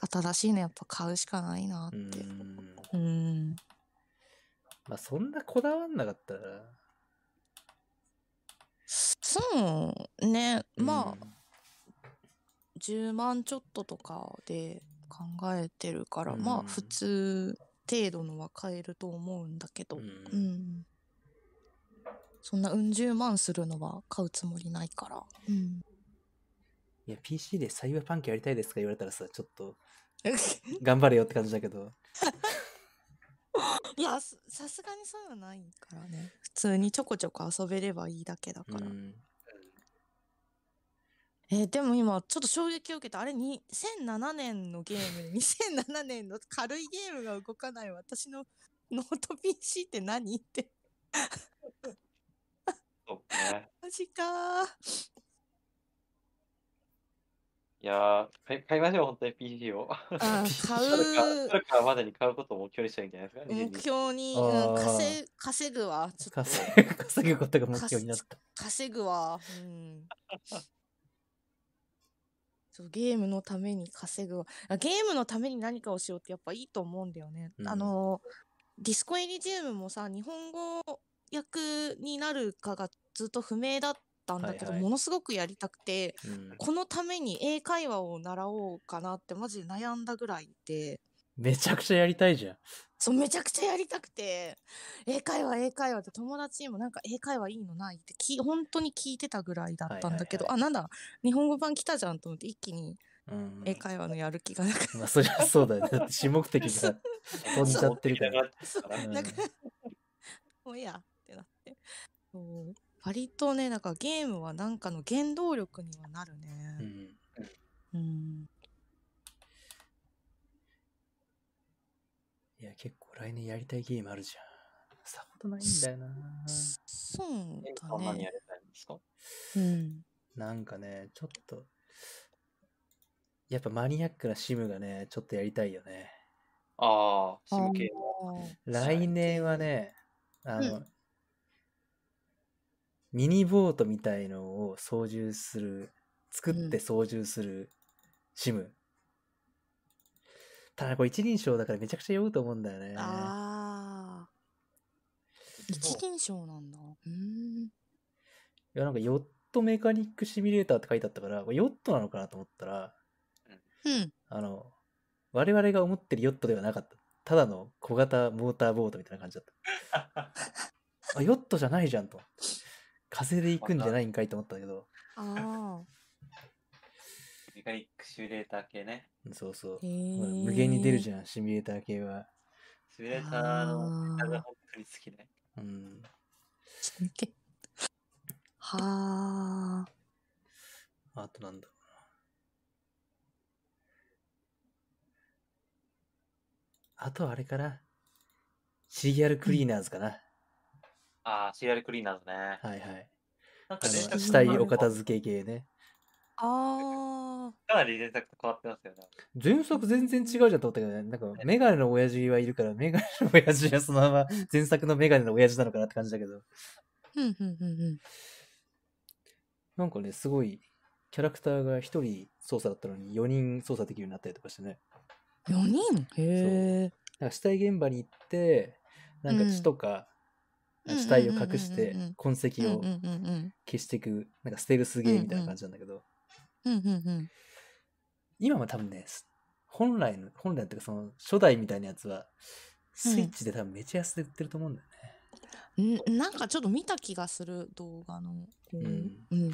B: 新しいのやっぱ買うしかないなっ
C: う。
B: て。うんーん。
C: まあそんなこだわんなかったら。
B: そうね、まあ、
C: あ。
B: 10万ちょっととかで考えてるから、
C: うん
B: まあ普通程度のは買えると思うんだけど、
C: う。
B: うんん。そんなうん十万するのは買うつもりないから。うん。 [laughs]
C: いや、PC でサイバーパンクやりたいですか言われたらさ、ちょっと頑張れよって感じだけど。
B: いやすさすがにそういうのないからね普通にちょこちょこ遊べればいいだけだ
C: う
B: から、
C: ん。
B: えーでも今ちょっと衝撃を受けたあれに2007年のゲームに2007年の軽いゲームが動かない私のノート PC って何って
D: そうね。
B: マジかー
D: いやー、買い買いましょう、本当に PC を。
B: あ
C: [laughs]
D: 誰か
B: 買う
D: 誰かまでに買うことを目標にしたらいいんじゃないですか。
B: 目標に、
C: あー
B: うん、稼ぐ稼ぐわちょっと
C: 稼ぐ稼ぐことが目標になった。
B: 稼ぐわうんそうゲームのために稼ぐわあゲームのために何かをしようってやっぱいいと思うんだよね、
C: うん
B: あのディスコエリジウムもさ日本語訳になるかがずっと不明だったんだけど、
C: はいはい
B: ものすごくやりたくて
C: うん
B: このために英会話を習おうかなってマジで悩んだぐらいで
C: めちゃくちゃやりたいじゃん。
B: そうめちゃくちゃやりたくて英会話英会話って友達にもなんか英会話いいのないってき本当に聞いてたぐらいだったんだけど、
C: はい
B: あなんだ日本語版来たじゃんと思って一気に
C: うん
B: 英会話のやる気がなく、
C: まあそりゃそうだよね。だって主目的
B: [laughs]
C: が飛んじゃってるから
D: 目的なくなっちゃ
C: うん
B: なんか [laughs] もういいやってなってそう割とねなんかゲームはなんかの原動力にはなる
C: う
B: ね
C: ん
B: うん、
C: いや、結構来年やりたいゲームあるじゃん。さほどないんだよな。
B: そう
D: そんな
B: だ
D: にや
B: ね
D: りたいんですか
B: うん
C: なんかね、ちょっと、やっぱマニアックなシムがね、ちょっとやりたいよね。
D: ああ、シム系
B: あ
D: の。
B: ー
C: 来年はね、あの、ミニボートみたいのを操縦する、作って操縦するシム。ただこれ一人称だからめちゃくちゃ酔うと思うんだよね。
B: あー一人称なんだうん
C: いや、なんかヨットメカニックシミュレーターって書いてあったから、これヨットなのかなと思ったら、
B: うん
C: あの、我々が思ってるヨットではなかった。ただの小型モーターボートみたいな感じだった。あ、ヨットじゃないじゃんと思って。風で行くんじゃないんかいと思ったんだけど、
B: ああ
D: メカニックシミュレーター系ね。
C: そうそう。ほら
B: 無
C: 無限に出る
B: ゃ
C: じゃん、シミュレーター系は。
D: シミュレーターの、あれが
B: は
D: 本当に好きね。
C: うん。
B: あ。
C: あとなんだろうな。あとはあれかな。シリアルクリーナーズかな。
D: ああ、シリアルクリーナーズね。
C: はいはい。
D: なんか
C: あ
D: ね
B: 私
C: の、
B: たち
C: 死体お
B: を
C: 片付け系ね。
B: ああ。
D: かなり連作と変わってますよね。
C: 前作全然違うじゃんと思ったけどね。なんか、メガネの親父はいるから、メガネの親父はそのまま前作のメガネの親父なのかなって感じだけど。
B: うんうんうんうん。
C: なんかね、すごい、キャラクターが1人操作だったのに4人操作できるようになったりとかしてね。
B: 四人へえ。
C: なんか死体現場に行って、なんか血とか、
B: うん
C: 死体を隠して
B: うんうんうんうんうん
C: 痕
B: う
C: 跡
B: んうん
C: を
B: うんうん。
C: 消していく、なんかステルスゲーみたいな感じなんだけど、
B: うんうんうん。
C: 今は多分ね、す本来の、本来っていうかその初代みたいなやつは、スイッチで多分めちゃ安で売ってると思うんだよね。
B: んなんかちょっと見た気がする動画の。こう
C: うん
B: うん。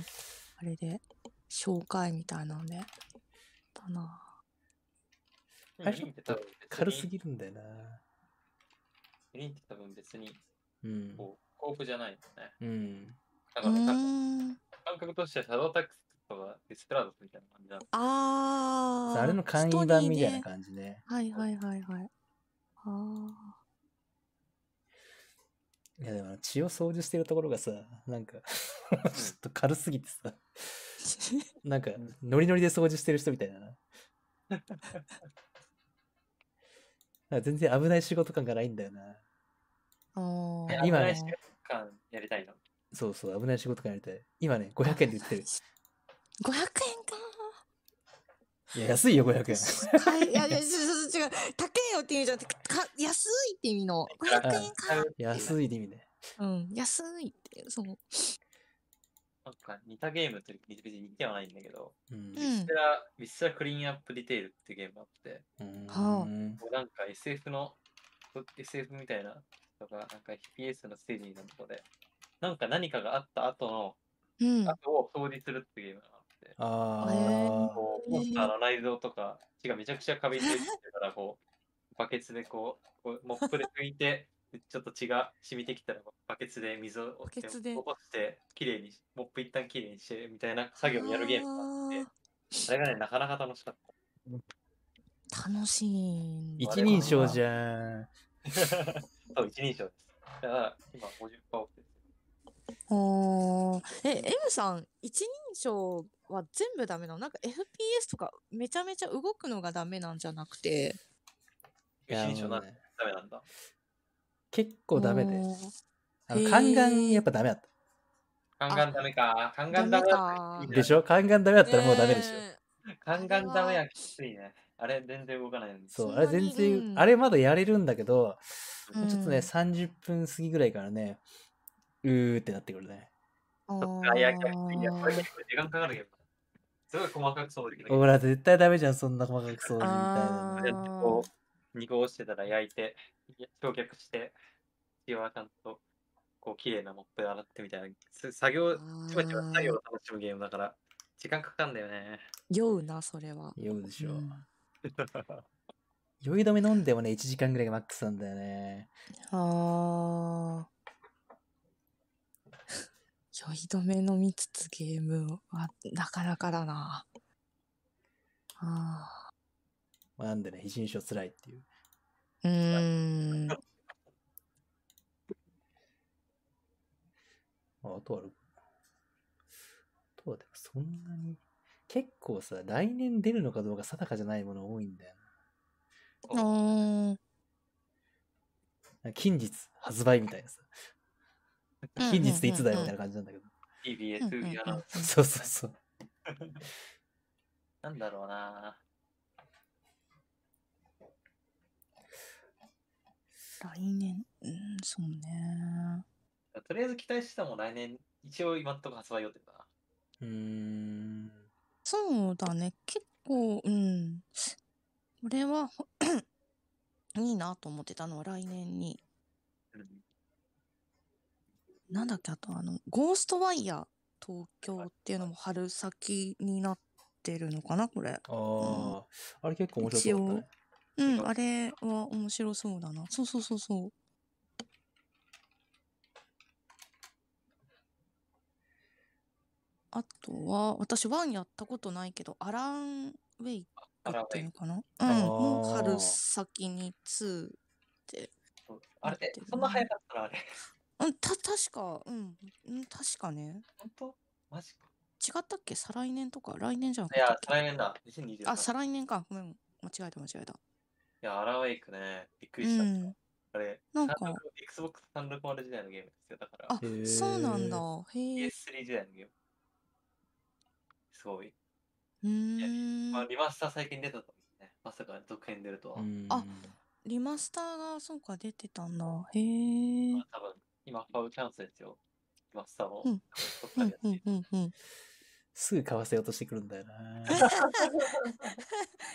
B: あれで。紹介みたいなのね。かな。
C: あれちょっと軽す
D: ぎ。
C: ぎるんだよな。
D: グリーンって多分別に、
C: うん。
D: こう、甲府じゃないよね。
C: うん。
D: だか
B: う
D: ら、
B: ー
D: 感
B: ん。
D: 覚としてはシャドータックスとかディスクラードスみたいな感じなの。
B: ああ。
C: あれの簡易版みたいな
B: 人にね
C: 感じね。
B: はいはいはいはい。ああ。
C: いやでも血を掃除してるところがさ、なんか、ちょっと軽すぎてさ、なんかノリノリで掃除してる人みたいだな。なんか全然危ない仕事感がないんだよな。
B: あ
D: え
C: [laughs] 今
B: あ。
D: 危な
C: ね
D: い仕事感やりたいの。
C: そうそう、危ない仕事感やりたい。今ね、500円で売 [laughs] ってる。
B: 500円か。
C: いや、安いよ、500円。
D: [laughs]
B: はい、いや、いや、ちょちょちょ違う、高いよっていう意味じゃなくて、か、安いって意味の。500円か。
C: 安いって意味ね。
B: うん、安いっていう、そう。
D: なんか似たゲームと別に似てはないんだけど、
C: うん
B: う
D: ビ
B: ん
D: ス。ラ、ビスラクリーンアップディテールっていうゲームあって、
C: うん
B: は
D: もうなんか SF の、SF みたいなとか、なんか FPS のステージのとこで、なんか何かがあった後の、
B: うん。
D: 後を掃除するっていうゲームがあって、
C: ああ、
D: こう、
B: へー
D: モンスターの内臓とか、血がめちゃくちゃ壁についてるから、こう、バケツでこう、こうモップで拭いて、でちょっと血が染みてきたら、バケツで水を
B: バケツで
D: 起こして、綺麗に、モップ一旦綺麗にして、みたいな作業をやるゲームがあって、あれがね、なかなか楽しかった。
B: あー楽しいんだ。
C: 一人称じゃん。
D: そう、一人称です。だから、今50%オフです。
B: おーえ、M さん、一人称は全部ダメなのなんか FPS とかめちゃめちゃ動くのがダメなんじゃなくて。
C: い
D: 一
C: や
D: 人称なん
C: もう
D: で
C: ね
D: ダメなんだ。
C: 結構ダメで
B: お。ー
C: あの宦
B: へ
C: 官
B: ー
C: やっぱダメだっ
D: カンガンダメか。カンガンダ
B: ダ
D: メ
B: メ
D: だ
B: か
D: った
C: た。でしょ宦官ダメだったらもうダメでしょ。
B: ね
D: カンガンダメはきついね。あれ全然動かないんです。
C: そう、
B: そん
C: あ
B: なに
C: れ全然、
B: うん
C: あれまだやれるんだけど、
B: うん
C: ちょっとね、30分過ぎぐらいからね、うーってなってくるね。
B: え
D: そっかいやいやきついやこれ
B: あー
D: 結構時間かかるけど。すごい細かくそうできるけど。
C: ほら、絶対ダメじゃん、そんな細かく掃除みたいな
D: こう
B: あー
C: の。
D: やってこう、煮こしてたら焼いて、いや焼却して、塩はちゃんと、こう、綺麗なモップで洗ってみたいな。す作業、ちまちま作業を楽しむゲームだから、時間かかるんだよね。
B: 酔うな、それは。
C: 酔うでしょ
B: う。ん
C: 酔い止め飲んでもね、1時間ぐらいがマックスなんだよね。
B: あー。酔い止め飲みつつゲームはなかなかだな。あ
C: まあなんでね、一人称辛いっていう。
B: ーうーん。
C: まあ、あとはある、あとはでもそんなに、結構さ、来年出るのかどうか定かじゃないもの多いんだよ
B: あー
C: な。近日発売みたいなさ。
B: うん
C: 近日っていつだよ
B: うん
C: みたいな感じなんだけど。
D: TBS
B: うんうんうん
D: アナウンス
C: [laughs] そうそうそう。
D: なんだろうな。
B: 来年、うん、そうね。
D: とりあえず期待してたもん来年、一応今んとこ発売予定だな。
C: うーん。
B: そうだね、結構、うん。俺は、ほいいなと思ってたのは来年に、
D: うん
B: なんだっけ、あとあの、ゴーストワイヤー東京っていうのも春先になってるのかな、これ。
C: ああ、あれ結構面白そうだったね。
B: うん、あれは面白そうだな。そうそうそうそう。あとは、私、ワンやったことないけど、アラン・ウェイ
D: あ
B: ク
D: ら
B: っていうのかな
C: あ
B: うん、
C: ー
B: もう春先に2。
D: そうあれ、え
B: 待って
D: そんな早かったらあれ。
B: うん、た、確か、うん、うん、確かね。
D: 本当マジか。
B: 違ったっけ再来年とか来年じゃん。
D: いや、再来年だ。2023
B: あ、再来年か。ごめん、間違えた間違えた。
D: いや、アランウェイクね。びっく
B: う
D: りした。
B: ん。
D: あれ、
B: なんか
D: 単独 Xbox 360時代のゲームですよ。だから
B: あ、、そうなんだ
C: へ。
B: へえ。
D: PS3 時代のゲーム。すごい。
B: うーん
D: まあ、。リマスター最近出たと思うね。まさか続編出るとは。
C: うん
B: あリマスターがそうか出てたんだ。へえ。
D: まあ、多分今買うチャンスですよ。リマスターを。
B: うん
D: 多
B: う
D: 分取っ
B: ん
D: た
B: う
D: や
B: んうんうん。
C: すぐ買わせようとしてくるんだよな。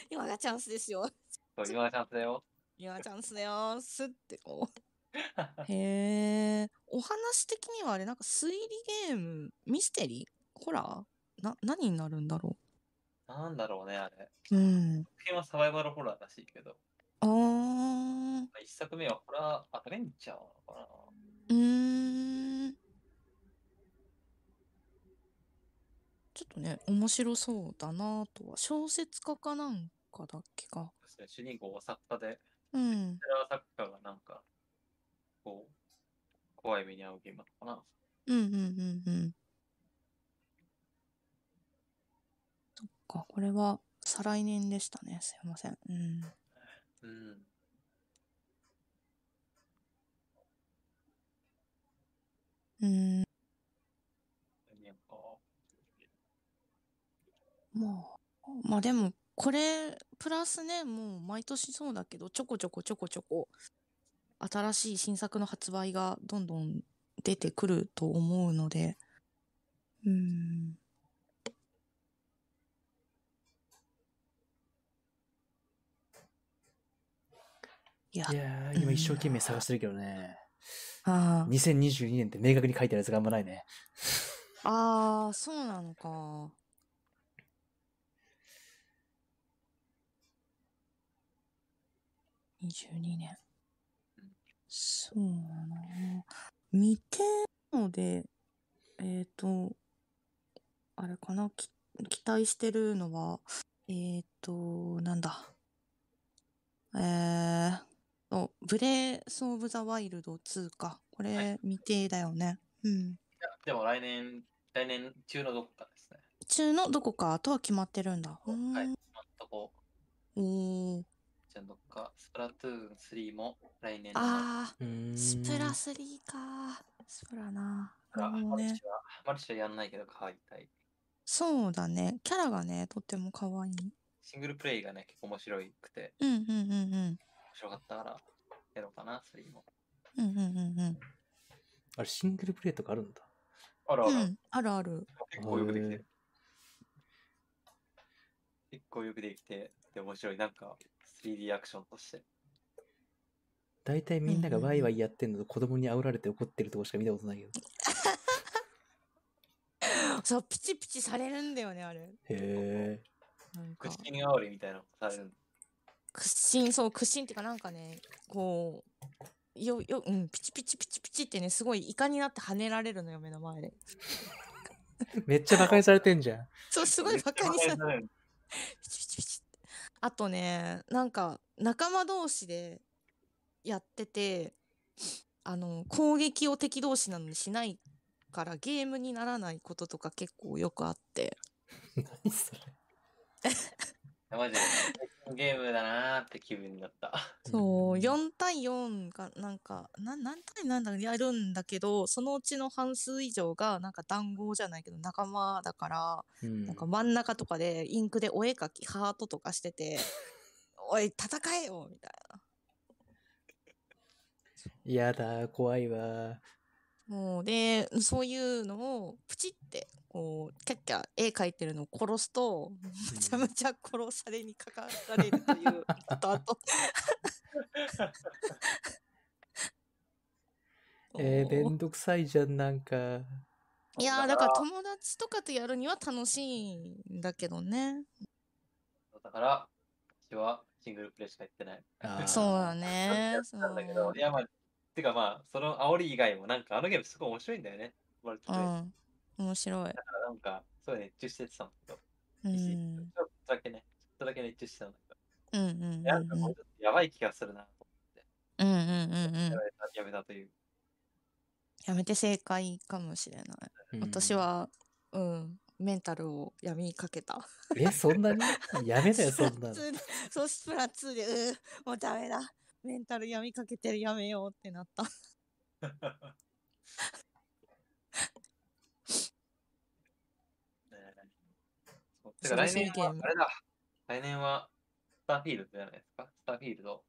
B: 今がチャンスです [laughs] よ。
D: つそう今がチャンスだ
B: [laughs]
D: よ。
B: 今がチャンスだよ。すってこう。へえ。お話的にはあれなんか推理ゲーム、ミステリー、ホラーな何になるんだろ
D: なんだろうね、あれ。
B: うん。
D: 作品はサバイバルホラーらしいけど、
B: あー
D: まあ一作目はホラーアドベンチャーなのかな。
B: うーん。ちょっとね、面白そうだなとは。小説家かなんかだっけか。
D: そうですね、主人公は作家で、
B: うん。
D: それは作家がなんか、こう、怖い目に遭うゲームかな。
B: うんうんうんうん。そっか、これは再来年でしたね。すいません。うん。
D: うん。
B: うん、
D: なんか、
B: まあ、まあでも、これ、プラスね、もう毎年そうだけど、ちょこちょこちょこちょこ、新しい新作の発売がどんどん出てくると思うので、うん。いや
C: い、やー、今一生懸命探してるけどね。
B: あー
C: 2022年って明確に書いてあるやつがあんまないね。
B: あー、そうなのか。22年
D: うん。
B: そうなの。未定なので、えっ、と、あれかな、き期待してるのは、えっ、と、なんだ。えー、おブレース・オブ・ザ・ワイルド2か。こ
D: は
B: れ
D: い、
B: 未定だよね。うん。
D: いやでも来年、来年中のどこかですね。
B: 中のどこかとは決まってるんだ。
D: はい。
B: う
D: 今
B: ー
D: ん
B: ん
D: とこ、
B: おー
D: じゃあどっか、スプラトゥーン3も来年の
B: あ
C: うー
B: ー、
C: ん
B: スプラ3か。スプラな。
D: あ
B: も
D: マ
B: う
D: ル
B: ね
D: シ、は、マルシはやんないけど、可愛いたい。
B: そうだね。キャラがね、とっても可愛い。
D: シングルプレイがね、結構面白くて、
B: うんうんうんうん。
D: 面白かったから、やろうかな、3も。
B: うんうんうんうん。
C: あれ、シングルプレイとかあるんだ。
D: あらあ
B: う
D: ら、
B: ん、あるある。
D: 結構よくできて
C: へー
D: る。結構よくできて、で、面白い。なんか、3D アクションとして。
C: 大体みんながワイワイやってんのと子供に煽られて怒ってるとこしか見たことないけど。
B: そう、ピチピチされるんだよね、あれ。
C: へ
B: なんか
D: 口。にあおりみたいなことされるの
B: 屈伸、そう、屈伸っていうかなんかね、こう、よ、よ、うん、ピチピチピチピチってね、すごいイカになって跳ねられるのよ、目の前で。
C: え。めっちゃ馬鹿にされてん
B: [laughs]
C: じゃん。
B: そう、すごいバカにさ
D: めっ
B: れ
D: ちゃ馬鹿れる
B: ピチピチピチって [laughs] あとねなんか仲間同士でやっててあの攻撃を敵同士なのにしないからゲームにならないこととか結構よくあって
C: 何それ。
D: いやマジで、ゲームだなーって気分になった。
B: そう
C: うん
B: 4対4がなんかな何対何だろうやるんだけどそのうちの半数以上がなんか談合じゃないけど仲間だから
C: うん
B: なんか真ん中とかでインクでお絵描きハートとかしてて「おい戦えよ」みたいな。
C: やだ、怖いわ。
B: もうでそういうのをプチってこうキャッキャ絵描いてるのを殺すとむちゃむちゃ殺されにかかられるというあとあと。
C: え
B: お
C: ー、
B: [laughs]
C: め
B: ー
C: んどくさいじゃん、なんか。
B: いやーだから友達とかとやるには楽しいんだけどね。
D: だから、私はシングルプレイしかやってない。
C: あー
B: そうだね
D: やっ。
B: そ
D: たんだけど、
B: う
D: いやまあ、てかまあ、その煽り以外も、なんかあのゲームすごい面白いんだよね。マルチプ
B: う
D: レイだか
B: ん。面白い。
D: らなんか、そう熱中してたんだけど、
B: う
D: 一時
B: ん。
D: ちょっとだけね、ちょっとだけ熱中してたんだけ
B: うんうんうん
D: ど、なんかもうちょっとやばい気がするな、と
B: うん。うんうんうんう
D: や。め
B: ん
D: たやめたと
B: [laughs]
D: いう。
B: やめて正解かもしれない。
C: うん
B: 私。は、うん、メンタルを闇にかけた。
C: え、そんなにやめなよ、
B: スプ
C: そ
B: ラ
C: んなの。
B: 2でそう、スプラ2で、うーもうダメだ。メンタル闇かけてる、やめようってなった。
D: ねえそうてか来年
B: 恐ろしいゲー
D: は
B: ム
D: あれだ。来年はスターフィールドじゃないですか。スターフィールド。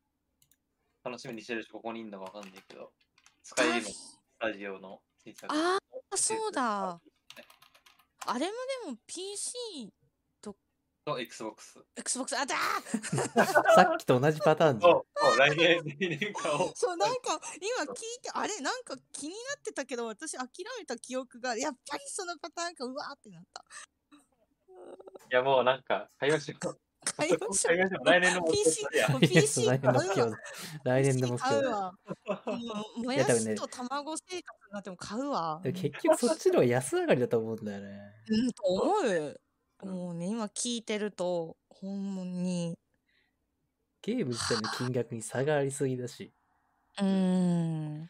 D: 楽しみにしてる人ここにいるのかわかんないけど。スカイリムスタジオの新作。
B: ああ、そうだ。
D: 新
B: あれもでも PC、
D: 作。と Xbox。
B: Xbox、あだー [laughs]
C: さっきと同じパターンじゃん。
D: そう、そう来年、来年かを。
B: そう、なんか今聞いて、あれなんか気になってたけど、私諦めた記憶が、やっぱりそのパターンか、うわーってなった。
D: いや、もうなんか、会話しよう。
B: 買いましょ
D: 買いましょう来年の目標
B: PC
D: それや。
B: う。
C: PC [laughs]
B: PC
C: 来年の目標
B: 買うわ。
C: 来年の目
B: PC 買
C: 標
B: う。わ。 [laughs] もうも
C: いや
B: や
C: 多分ね
B: しと卵生活になっても買うわ。
C: でも結局そっちの方が安上がりだと思うんだよね。
B: うん、と思う。
D: うん
B: もうね、今聞いてると、ほんまに、
C: ゲーム自体の金額に差がありすぎだし、
B: うーん。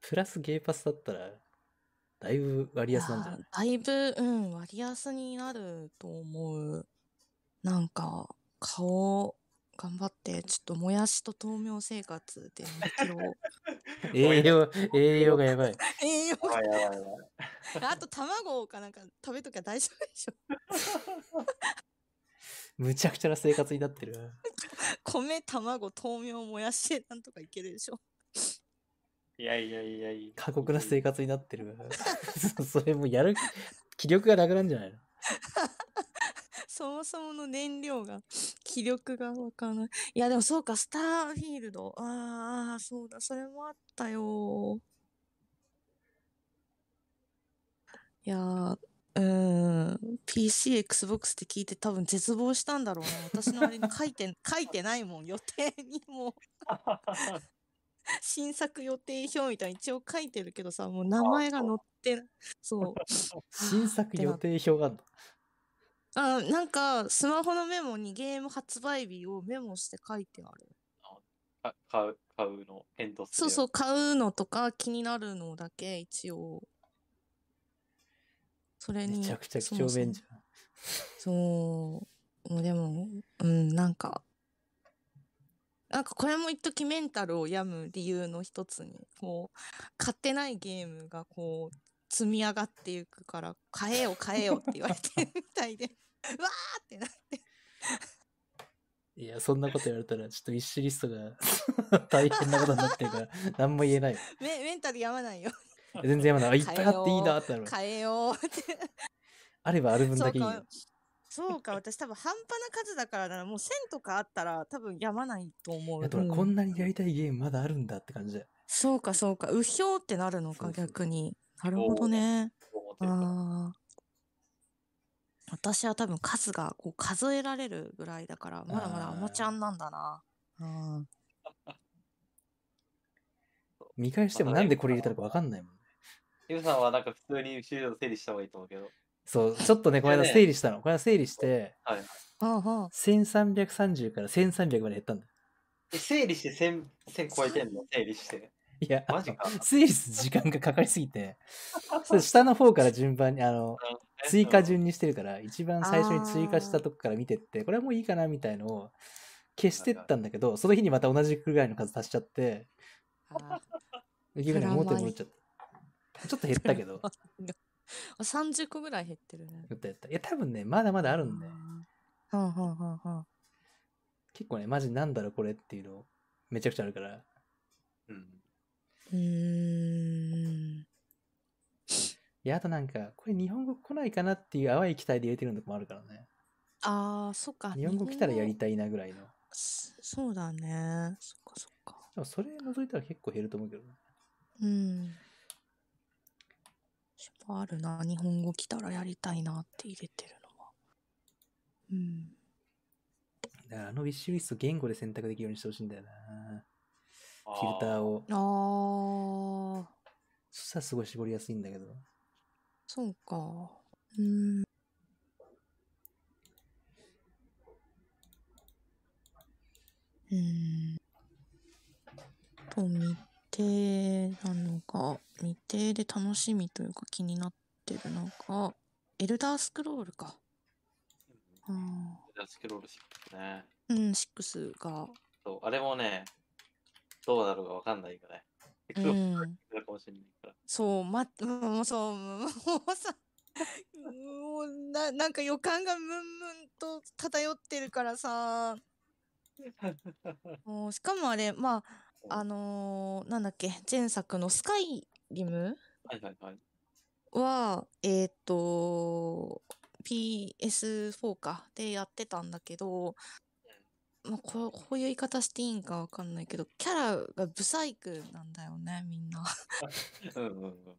C: プラスゲーパスだったら、だいぶ割安なんじゃない
B: いやだいぶ、うん、割安になると思う。なんか、顔、頑張って、ちょっともやしと豆苗生活で目標。
C: 栄養、栄養がやばい。
B: [laughs] 栄養
D: やばいやばいやばい
B: あと卵かなんか食べときゃ大丈夫でしょ。 [laughs]
C: むちゃくちゃな生活になってるわ。
B: 米、卵、豆苗、もやし、なんとかいけるでしょ。
D: いやいやいやいや。
C: 過酷な
D: [laughs]
C: 生活になってるわ。 [laughs] そそれもうやる気力がなくなるんじゃないの
B: そもそもの燃料が、気力がわからない。いや、でもそうか、スターフィールド。ああ、そうだ、それもあったよ。いやー、うーん、PC、Xbox って聞いて多分絶望したんだろうな。私のあれに書いて、 [laughs] 書いてないもん、予定にもう。新作予定表みたいに一応書いてるけどさ、もう名前が載ってない。そう。
C: 新作予定表があるの。
B: あなんかスマホのメモにゲーム発売日をメモして書いてある。
D: あ買う、買うの、返答する。
B: そうそう、買うのとか気になるのだけ一応。それに。
C: めちゃくちゃ貴重面じゃん。
B: そうそう。もうでも、うん、なんか、なんかこれも一時メンタルを病む理由の一つに、こう、買ってないゲームがこう、積み上がっていくから、買えよ買えよって言われてるみたいで、うわーってなって
C: いや、そんなこと言われたら、ちょっとウィッシュリストが大変なことになってるから、何も言えない。
B: メメンタルやまないよ。
C: 全然やまない。あいっぱいあっていいなってなる。
B: 変えようって。
C: あればある分
B: そ
C: だ
B: う
C: けいいよ
B: か。。そうか、私多分半端な数だからな、もう1000とかあったら多分やまないと思う。
C: だから
B: うん
C: こんなにやりたいゲームまだあるんだって感じだよ。
B: そうか、そうか。うひょうってなるの
C: そ
B: か、
C: うそう
B: 逆に。なるほどね。
D: 思ってるから。
B: ああ。私は多分数がこう数えられるぐらいだから、まだまだ
C: あー
B: あもちゃんなんだな。うん。
C: 見返してもなんでこれ入れたのかわかんないもんね。
D: ゆうさんはなんか普通に資料整理した方がいいと思うけど。
C: そう、ちょっとね、この間整理したの。この間整理して、
D: はい。
B: はあはあ。
C: 1330から1300まで減ったんだよ。
D: え整理して1000、1000超えてんの整理
C: [laughs]
D: して。
C: いや、あの
D: マジか
C: 整理する時間がかかりすぎ [laughs] て、それ下の方から順番に、あ [laughs] の、追加順にしてるから、一番最初に追加したとこから見てって、これはもういいかなみたいのを消してったんだけど、その日にまた同じくらいの数足しちゃって、
B: あ
C: 結局ね、
B: プラマイ
C: 元に戻っちゃった。ちょっと減ったけ [laughs] ど、
B: ー30個ぐらい減ってるね。
C: やったやった。いや、多分ね、まだまだあるんで、
B: あーはあはあはあはあ。
C: 結構ね、マジなんだろこれっていうの、めちゃくちゃあるから、
D: うん。
B: うーん。
C: いや、あとなんか、これ日本語来ないかなっていう淡い期待で入れてるのとこもあるからね。
B: ああ、そっか。
C: 日本語来たらやり
B: 語
C: たいなぐらいの。です
B: そうだね。そっかそっか。
C: もそれ除いたら結構減ると思うけどね。
B: うん。やっぱあるな。日本語来たらやりたいなって入れてるのは。うん。
C: だからあのウィッシュリスト言語で選択できるようにしてほしいんだよな。
D: フ
C: フィルター
D: を。
C: を。
B: ああ、
C: そしたらすごい絞りやすいんだけど。
B: そうか。うん。うん。と未定なのか、未定で楽しみというか気になってるのか、エルダースクロールか。あー
D: じゃあスクロールしていくね。
B: うん、6が。
D: そう、あれもね、どうなるかわかんないからね。で
B: う
D: 黒く [laughs] なる
B: ん。
D: かもしれないから。
B: そう、ま、 [laughs] もうそう、もうさ、 [laughs] もうな、なんか予感がムンムンと漂ってるからさ、もうしかもあれ、まあ、あのーなんだっけ、前作のスカイリム
D: はいはいはい。
B: は、えっ、と、PS4 か、でやってたんだけど、まあ、こうこういう言い方していいんかわかんないけどキャラがブサイクなんだよねみん [laughs] な
D: うんうんうん。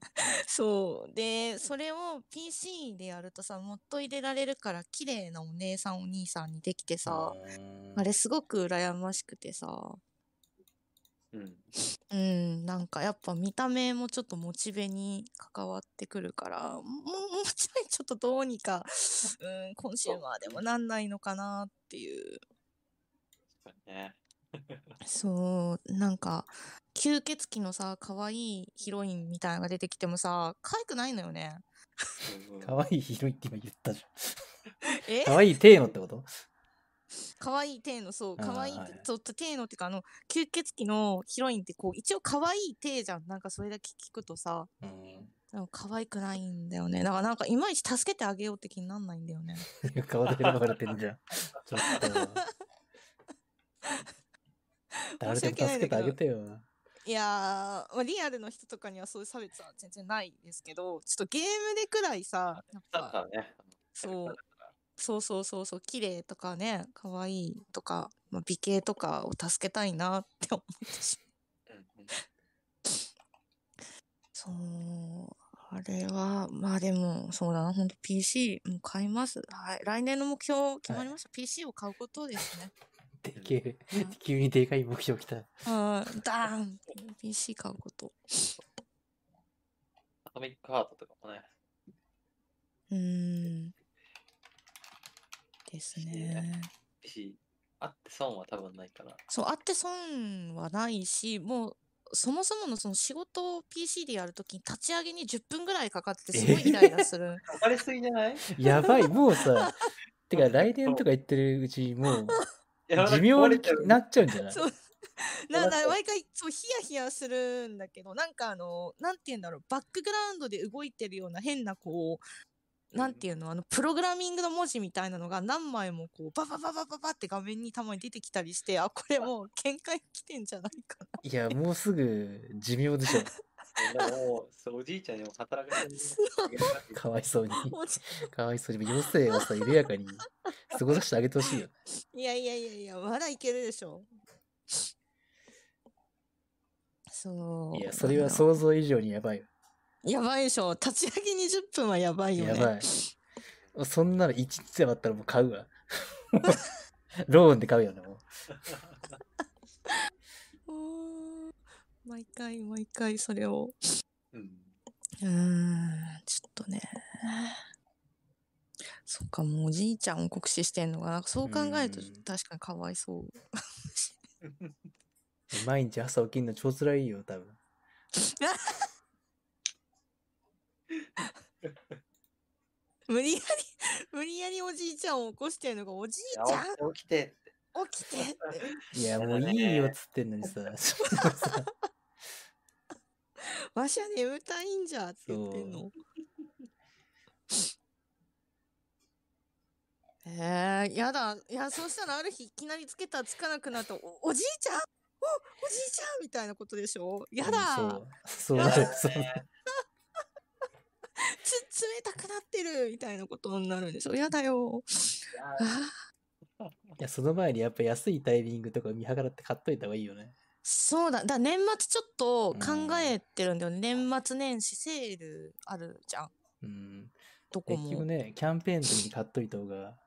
B: そうでそれを PC でやるとさもっと入れられるから綺麗なお姉さんお兄さんにできてさ、あれすごく羨ましくてさ
D: うん。
B: うんなんかやっぱ見た目もちょっとモチベに関わってくるからもうもうちょいちょっとどう
C: [laughs]
B: にか、うん、コンシューマーでもなんないのかなっていう
D: 確かにね。
B: そう、なんか、吸血鬼のさ、可愛いヒロインみたいなのが出てきてもさ、可愛くないのよ
C: [laughs]
B: ね。
D: うんうん
C: かわいい広いって今言ったじ
B: え
C: ゃん。かわいい体のってこと
B: 可愛い体の、そう、
C: あー
B: 可愛い
C: はい
B: ちょっと体のってか、あの、吸血鬼のヒロインってこう、一応可愛い体じゃん。なんかそれだけ聞くとさ、
C: うん。
B: でも可愛くないんだよね。だからなんか、いまいち助けてあげようって気になんないんだよね。
C: 顔で選ばれてるじ [laughs] ゃん。ちょっと。誰でも助けてあげてよ。
B: いやー、まあ、リアルの人とかにはそういう差別は全然ないですけど、ちょっとゲームでくらいさ、やっ
D: サッ
B: ぱ、
D: カーね。
B: そう。そうそうそうそう綺麗とかね可愛いとか、まあ、美形とかを助けたいなって思ってしま
D: うんうん
B: うそうあれはまあでもそうだな本当 PC もう買いますはい来年の目標決まりました、PC を買うことです [laughs] ね
C: でけえ、急にでかい目標来た。
B: うんダーン PC 買うこと
D: アトミックハートとかもね。
B: うーんです
D: いいね
B: ね
D: し、あって損は多分ないから。
B: そうあって損はないしもうそもそものその仕事を PC でやるときに立ち上げに10分ぐらいかかっててすごいイライラする。
D: かかりすぎじゃない
C: やばい、もう [laughs] さ、てか来年とか言ってるうち、もう寿命になっちゃうんじゃない
B: そうなん
D: そう
B: だ毎回そうヒヤヒヤするんだけどなんかあのなんて言うんだろうバックグラウンドで動いてるような変なこうなんていうのあのプログラミングの文字みたいなのが何枚もこうババババババって画面にたまに出てきたりしてあこれもう限界来てんじゃないか
C: [laughs]
B: な
C: いや、もうすぐ寿命でしょ。
D: でもそうおじいちゃんにも働かせて
C: [laughs] かわいそうに。
B: もうちょ
C: かわいそうに。余生をさ、緩やかに過ごさせてあげてほしいよ。
B: いやいやいやいやまだいけるでしょ [laughs] そう
C: い
B: い
C: や、それは想像以上にやばいよ。
B: やばいでしょ立ち上げ20分はやばいよね
C: やばい。そんなの1日だったらもう買うわ。 [laughs] ローンで買うよね、もう。
B: うーん毎回毎回それを
D: うん。
B: うーんちょっとねそっかもうおじいちゃんを酷使してんのかなそう考えると
C: うーん
B: 確かにかわいそう
C: 毎日朝起きるの超辛いよ、多分。
B: 無理やり無理やりおじいちゃんを起こしてんのがおじいちゃん
D: 起きて
B: 起きてって
C: いや、もういいよっつってんのに
B: [laughs]
C: さ、さ
B: わしは眠たいんじゃって言ってん
C: そ
B: の [laughs] えー、やだいやそうしたらある日いきなりつけたらつかなくなったおおじいちゃんおおじいちゃんみたいなことでしょやだ
C: そう、そうなる。 [laughs] そう
B: つ冷たくなってるみたいなことになるんでしょやだよあー
C: いや、その前にやっぱ安いタイミングとか見計らって買っといた方がいいよね。
B: そうだだ年末ちょっと
C: うん
B: 考えてるんだよね、年末年始セールあるじゃん
C: うん。
B: どこ
C: 結
B: も、
C: 局ね、キャンペーンの時に買っといた方が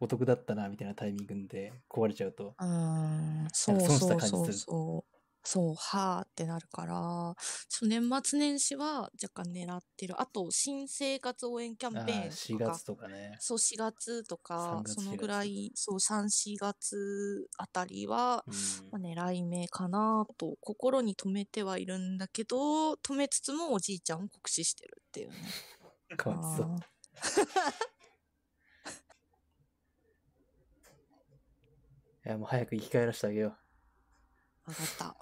C: お得だったな、みたいなタイミングで壊れちゃうと。
B: うーんそう
C: なんか損し
B: そ
C: た
B: う
C: 感じする
B: そうそうそうはーってなるからちょ年末年始は若干狙ってるあと新生活応援キャ
C: ああ
B: ンペーン
C: 4
B: とか
C: 月とかね。
B: そう4月とか
C: 3月
B: その
C: 4
B: ぐら
C: 月
B: いそう34月あたりは
C: うん
B: まあ、狙い目かなと心に留めてはいるんだけど止めつつもおじいちゃんを酷使してるって
C: [laughs]
B: いうね。
C: かわいそう。いや、もう早く生き返らせてあげよ
B: 分かった。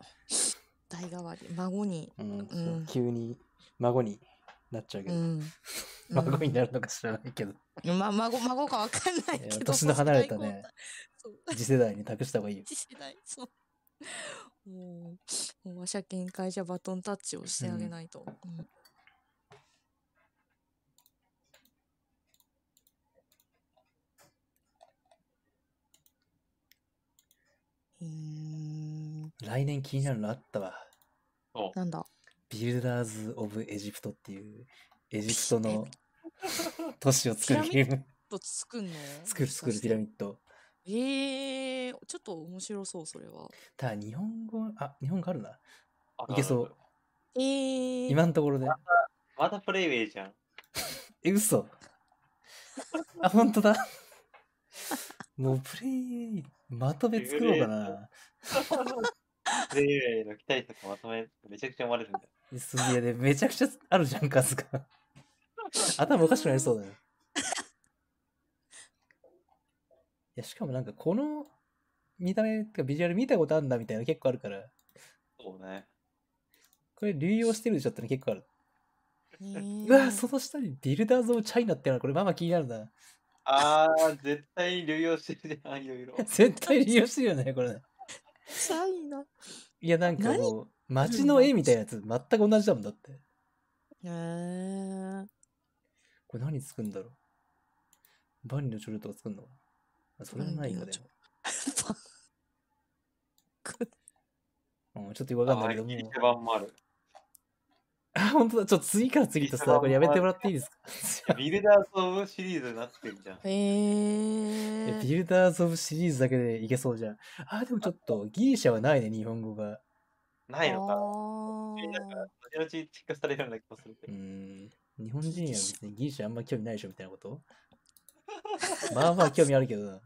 B: 代替わり
C: [laughs]
B: 孫に。
C: う。うん、
B: うん
C: そう急に孫になっちゃうけ
B: う
C: ど。
B: ん。
C: 孫
B: うん
C: になるのか知らない
B: [laughs]
C: けど、
B: ま孫孫かわかんない
C: い
B: け
C: や
B: ど。
C: [laughs] 年の離れたね
B: そう。
C: 次世代に託した方がいいよ。
B: 次世代そう。もう、もう車検会社バトンタッチをしてあげ
C: うん
B: ないと。うん
C: 来年気になるのあったわ。
B: なんだ。
C: ビルダーズ・オブ・エジプトっていう、エジプトの都市を作るゲーム。
B: と作んの
C: 作る作るピラミッド。
B: ええちょっと面白そう、それは。
C: ただ日本語、あ、日本語あるな。
D: あ
C: いけそ
D: なる
C: う。
B: ええ
C: 今のところで。
D: ほどまたプレイウェイじゃん。
C: え、嘘。あ、本当だ。もうプレイ、まとめ作ろうかな。
D: プレイウェイの期待とかまとめ、めちゃくちゃ生まれるんだよ。
C: すげえね、めちゃくちゃあるじゃん、数が。頭おかしくなりそうだよ。いや、しかもなんかこの見た目とかビジュアル見たことあるんだみたいなの結構あるから、
D: そうね。
C: これ流用してるでしょっての結構ある。
B: ー
C: うわ、その下にビルダーズ・オブ・チャイナってのはこれママ気になるな。
D: ああ、絶対流用してるじゃん、いろいろ。
C: 絶対流用してるよね、これね。
B: チャイナ。
C: いや、なんかもう、街の絵みたいなやつ、全く同じだもんだって。
B: えー、
C: これ何作るんだろう万里の長城とか作るのかなあそれはないよ
B: 万
C: ね
B: 里。バック
C: うん、ちょっとよくわかんないけどもう。
D: 手版もある。
C: あ、 [laughs] 本当だ。ちょっと次から次と
D: 一番
C: さ、これやめてもらっていいですか [laughs]
D: ビルダーズ・オブ・シリーズになってるじゃん。
B: え
C: いや
B: ー、
C: ビルダーズ・オブ・シリーズだけでいけそうじゃん。あ、でもちょっとギリシャはないね、日本語が。
D: ないのか。みんな
B: あ
D: が後々チェックされるような気もする
C: う
D: けど。
C: ん。日本人は別にギリシャあんま興味ないでしょみたいなこと [laughs] まあまあ興味あるけどな。
B: ー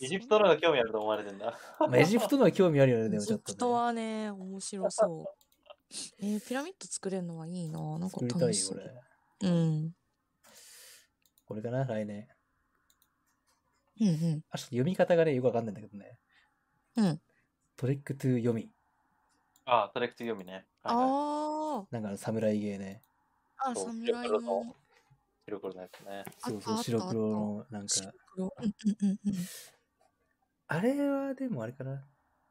D: エジプトの方が興味あると思われてんだ。
C: まあ、エジプトのは興味あるよね、でもちょっ
B: エジ
C: と、
B: プト
C: ね。
B: はね、面白そう。えー、ピラミッド作れるのはいいな。なんか
C: 作りた
B: 楽
C: い
B: し
C: よ、
B: そ
C: こ
B: う
C: れ。。
B: うん。
C: これかな、来年。
B: うんうん。
C: あ、ちょっと読み方がね、よくわかんないんだけどね。
B: うん。
C: トリック・トゥ・読み。
D: ああ、トレクティ読みね。はいはい
B: あ
C: なんかあの、侍芸ね。
B: あ。あ、
D: そう
B: 侍
D: 白黒の
B: の。
D: 白黒のやつね。
B: あった
C: そうそ
B: あっ
C: う、
B: た
C: 白黒
B: あ
C: の、なん
B: 白
C: か。
B: 黒。うんうんうんうん。
C: あれはでもあれかな。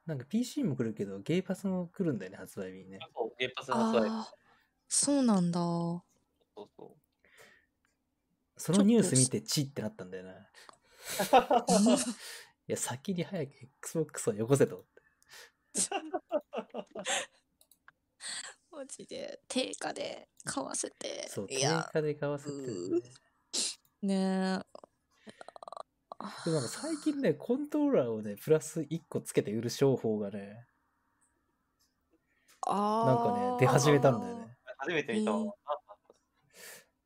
C: なんか PC も来るけど、ゲイパスも来るんだよね、発売日にね。
D: そう、原発の発売。
B: ああ。そうなんだ。
D: そうそ
C: そのニュース見てチってなったんだよな。いうや、先に早く Xbox をよこせと。
B: んマジで。定価で買わせて
C: そう、。
B: い
C: 定
B: や、
C: 価で買わせてるんだよね。
B: ねえ。
C: でもなんか最近ね、コントローラーをね、プラス1個つけて売る商法がね、なんかね、
B: あ
C: 出始めたんだよね。。
D: う。初めて見たわ。
B: へえ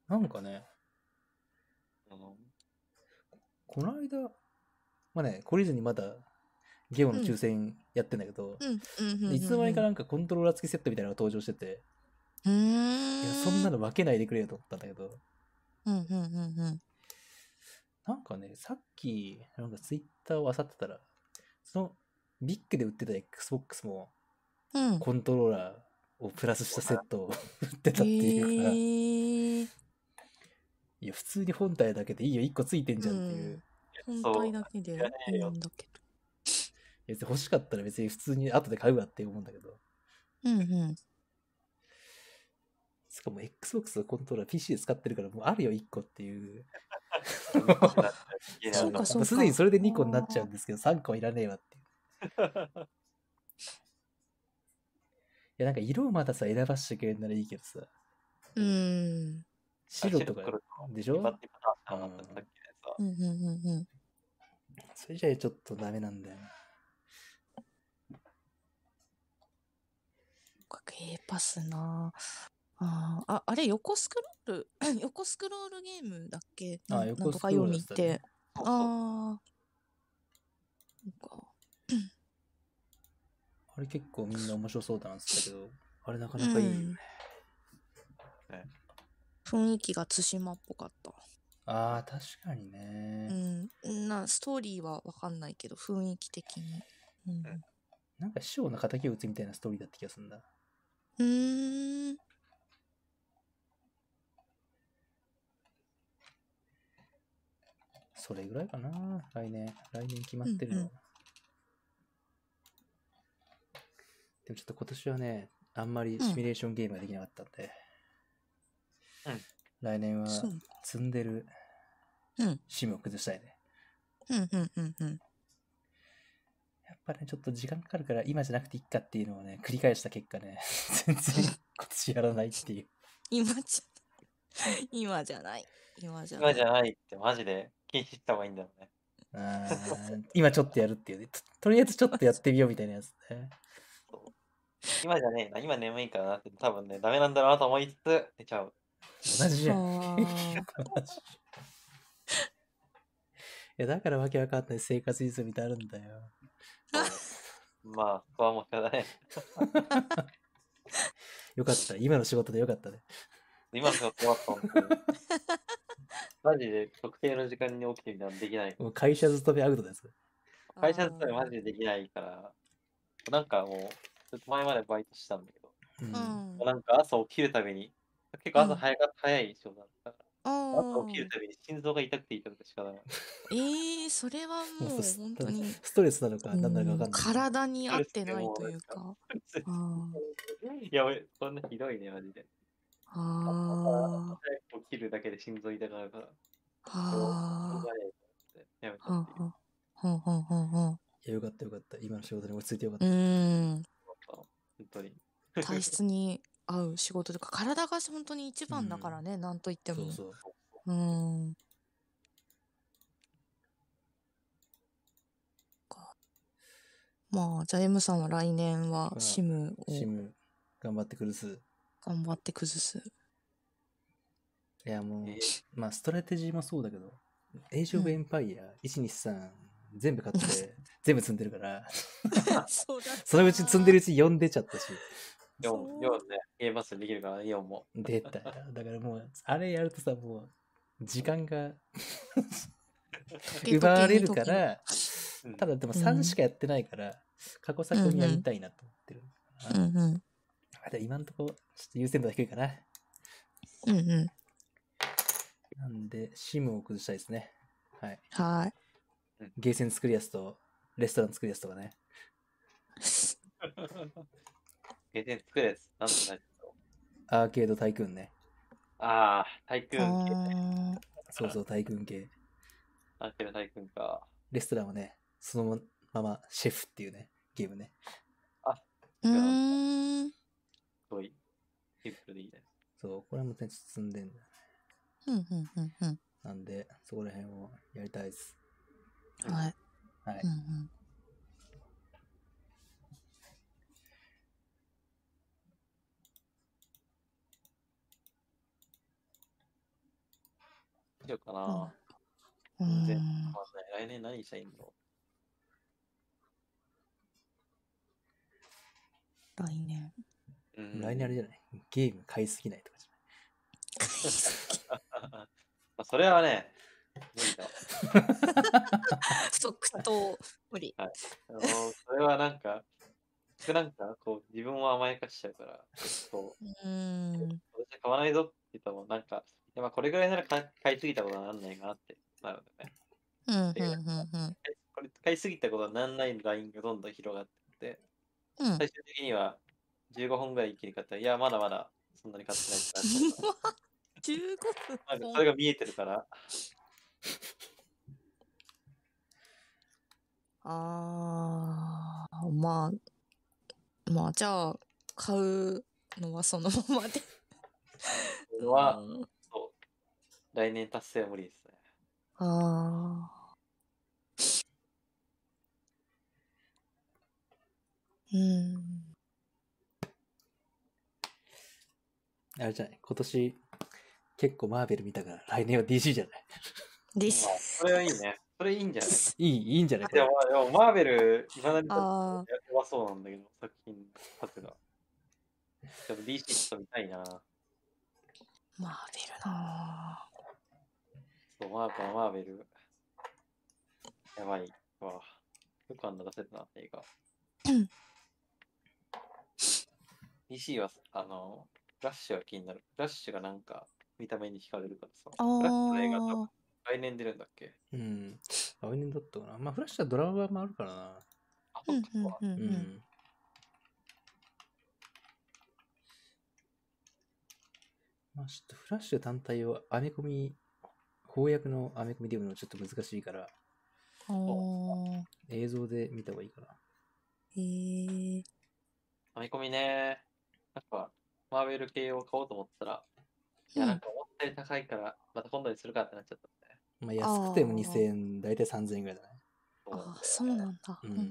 C: なんかね、
D: あの
C: この間、まあね、懲りずにまだゲオの抽選やってんだけど、
B: うんうんうん。
C: いつの間にかなんかコントローラー付きセットみたいなのが登場してて、
B: うん。う
C: いや
B: ーん。
C: そんなの分けないでくれよと思ったんだけど、
B: うんうんうんうん。
C: なんかね、さっき、なんかツイッターを漁ってたら、そのビッグで売ってた Xbox も
B: うん。
C: コントローラーをプラスしたセットを [laughs] 売ってたっていうから、い
B: へー
C: や、普通に本体だけでいいよ、1個ついてんじゃんっていう。
B: うん
C: いや
B: 本体だけで
D: そう
B: いいんだけ
C: 別に欲しかったら別に普通に後で買うわって思うんだけど、
B: ど。うんうん。
C: しかも Xbox のコントローラー PC で使ってるからもうあるよ、1個っていう。
D: 家にあ
B: そ
D: る
B: う
D: の
B: かそうか
C: すでにそれで2個になっちゃうんですけど、3個はいらねえわっていう。いや、なんか色をまたさ、選ばしてくれるならいいけどさ、
B: うん。うん
C: 白とか
D: 白黒
C: でしょ
D: 今ってパターンしかなかったんだっけさ
B: うんうんうん。
C: それじゃちょっとダメなんだよな。
B: ゲーパスなあーああれ横スクロール [coughs] 横スクロールゲームだっけ
C: あ
B: な
C: 横
B: なんとか
C: スクロール
B: 読み
C: で
B: っ
C: したね
B: て、
D: そうそう
B: ああなんか
C: あれ結構みんな面白そうだなって言ったけど、あれなかなかいいよね。
B: 雰囲気が対馬っぽかった、
C: ああ、確かに
B: う
C: ね。
B: ん、なストーリーはわかんないけど雰囲気的にうん
D: ん
C: なんか師匠の敵を打つみたいなストーリーだった気がするんだ。
B: うーん
C: それぐらいかな。来年、来年決まってるの。
B: うんうん
C: でもちょっと今年はね、あんまりシミュレーションゲームができなかったんで。
D: うん
C: 来年は
B: そう
C: 積んでる
B: うん
C: シムを崩したいね。
B: うんうんうんうん
C: やっぱぱね、ちょっと時間かかるから今じゃなくていいかっていうのをね、繰り返した結果ね、 [laughs] 全然今年やらないっていう。
B: 今じゃ、今じゃない。今じゃな
D: 今
B: い
D: じ。ゃないって、マジで禁止した方がいいんだよね。
C: うーん今ちょっとやるっていうねと。とりあえずちょっとやってみようみたいなやつね。
D: 今じゃねえな、今眠いからなって、多分ね、ダメなんだろうなと思いつつ、寝ちゃう。
C: 同じじゃん。
B: あ
C: い
B: ー
C: やだからわけわかんない生活リズムってあるんだよ。
D: そうまあ、そこはもう仕方ない。
C: よかった。今の仕事でよかったね。
D: 今の仕事終わった、本当に
B: [laughs]
D: マジで特定の時間に起きてみたらできない。
C: もう会社勤めアウトです。
D: 会社だったらマジでできないから、なんかもう、ちょっと前までバイトしてたんだけど、
C: う。
B: うんん。
D: なんか朝起きるたびに、結構
B: うん
D: 朝早か、早い仕事だったか
B: あ
D: ら、朝起きるたびに心臓が痛くて痛くて仕方ない。
B: えー、それはもう
C: もうス
B: 本当に。
C: ストレスなのか何なのか
B: う
C: わ
B: ん
C: かんない。
B: 体に合ってないというか。あ
D: [laughs] やべ、そんなひどいね、マジで。
B: ああ
D: 朝起きるだけで心臓痛くなるから、
B: あ
D: し
B: あ
D: ょうがねえと思ってやめた
B: あ。は
D: っていう
B: あはあはあはあ。
C: いやよかったよかった。今の仕事に落ち着いてよかっ
B: う
C: た。
B: ん。
D: 本当に。
B: 体質に合う仕事とか体が本当に一番だからね、なんと言って
C: そ
B: も
C: うそう。
B: うんかまあじゃあ M さんは来年は
C: うん
B: シムを
C: シム、頑張ってくるす。
B: 頑張って崩
C: [laughs]
B: す
C: いやもう、
D: えー
C: まあストラテジーもそうだけど、エイジオブエンパイア、1、2、3、全部買
B: [laughs]
C: って、全部積んでるから、
B: そ
C: そのうち積んでるうち4出ちゃったし、
D: 4、
B: そう
D: 4ね、ゲームマスターできるから、4も。
C: 出たよ。だからもう、あれやるとさ、もう、時間が奪われるから、
D: うん [laughs]
C: ただでも
B: うん
C: 3しかやってないから、過去作には見たいなと思ってる。
B: うんうん
C: あでも今んとこ、ちょっと優先度が低いかな。
B: うんうん
C: なんで、シムを崩したいですね。はい。
B: はい
C: ゲーセン作りやすと、レストラン作りやすとかね。
D: ゲテン作れです。なんとない
C: アーケードタイクーンね。
D: ああ、タイク
B: あ
D: ーン系。
B: ー
C: そうそう、タイクーン系。
D: アンケルタイクーンか。
C: レストランはね、そのままシェフっていうね、ゲームね。
B: うーん
D: すごい。シンプルでいいね。
C: そう、これもね、進んでんだよね。
B: うんうんうんう
C: なんで、そこら辺をやりたいです。
B: んはい
C: はい。
B: うんうん
D: 以上かな。
B: う
D: 全然
B: ーん
D: わかんない来年何したいんだろ
B: 来
C: [laughs]
B: 年
D: う。うん
C: 来年あれじゃないゲーム買いすぎないとかじ
D: まあそれはね、無理だわ。
B: 即答無理
D: あのーそれはなんか、なんかこう自分を甘やかしちゃうから、こう
B: うーん
D: 私は買わないぞって言ったもん、なんか、いやまあこれぐらいなら買い買いすぎたことはなんないかなってなるんだよね。
B: うんうんうん
D: これ買いすぎたことはなんないラインがどんどん広がってって、
B: うんうん
D: 最終的には15本ぐらい一気に買ったら、いや、まだまだそんなに買ってないからっていうか。
B: 15
C: [laughs]
D: なんか
B: 分
D: それが見えてるから、
B: ああまあまあじゃあ買うのはそのままで
D: それはそう来年達成は無理ですね。
B: あーうん
C: ゃないあれじゃない今年、結構マーベル見たから、来年は DC じゃない
B: です
D: まあそれはいいね。それいいんじゃない
C: いい、いいんじゃないこ
D: で
C: れ
D: もまあでもマーベル、いまだにちょっ
B: あ
D: と弱そうなんだけど、作品数が。でも DC ちょっと見たいな。
B: マーベルな
D: そう、マーベル、マーベル。やばいわ。よくあんな出せたな、映画
B: うん。
D: DC は、あの、フラッシュが気になる。フラッシュがなんか、見た目に惹かれるからさ。
B: あ
D: フラッシュの映画多
B: ー
D: 分来年出るんだっけ
C: うん。来年だったかな。まあ、フラッシュはドラマもあるからな。
D: あ、
B: う
D: そっ
B: ん
D: か
B: う
D: そっ
B: ん
D: か。
B: うん
C: う
B: うん
C: ん。まあ、ちょっとフラッシュ単体をアメコミ、翻訳のアメコミで読むのはちょっと難しいから、
B: あー
C: 映像で見た方がいいかな。
B: へえ。
D: ファミコミね、なんか、マーベル系を買おうと思ったら、いや、
B: うん
D: なんか思ったより高いから、また今度にするかってなっちゃったね。
C: まあ、安くても
B: あー
C: 2000円、大体3000円ぐらいだね。
D: そうなんだよ
B: あ
D: ね
B: あ、そうなんだ。
C: う
B: うんーん。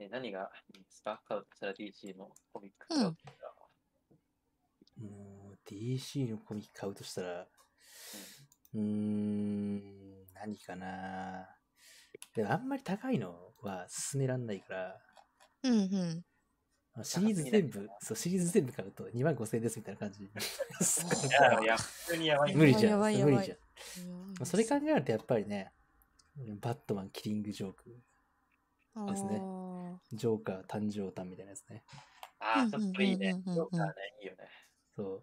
D: え何がいいですか買うとしたら DC のコミックス買うとしたら
C: もう DC のコミック買うとしたら、うーん、何かなでもあんまり高いのは勧めらんないから、
B: うんうん。
C: あのシリーズ全部、そう、シリーズ全部買うと2万5000円ですみたいな感じになりますから
D: いや、いや、普通にやばいね。
C: 無理じゃ
B: や
C: ん、無
B: ば
C: 理
B: い
C: じゃ
B: や
C: ん。
B: ばい
C: まあそれ考えるとやっぱりね、バットマン、キリングジョーク、ですね
B: あー
C: ジョーカー、誕生誕みたいなやつね。
D: ああ、ちょっといいね。
B: うんうんうんう
D: ジョー
B: んうん
D: カーね、いいよね。
C: そう。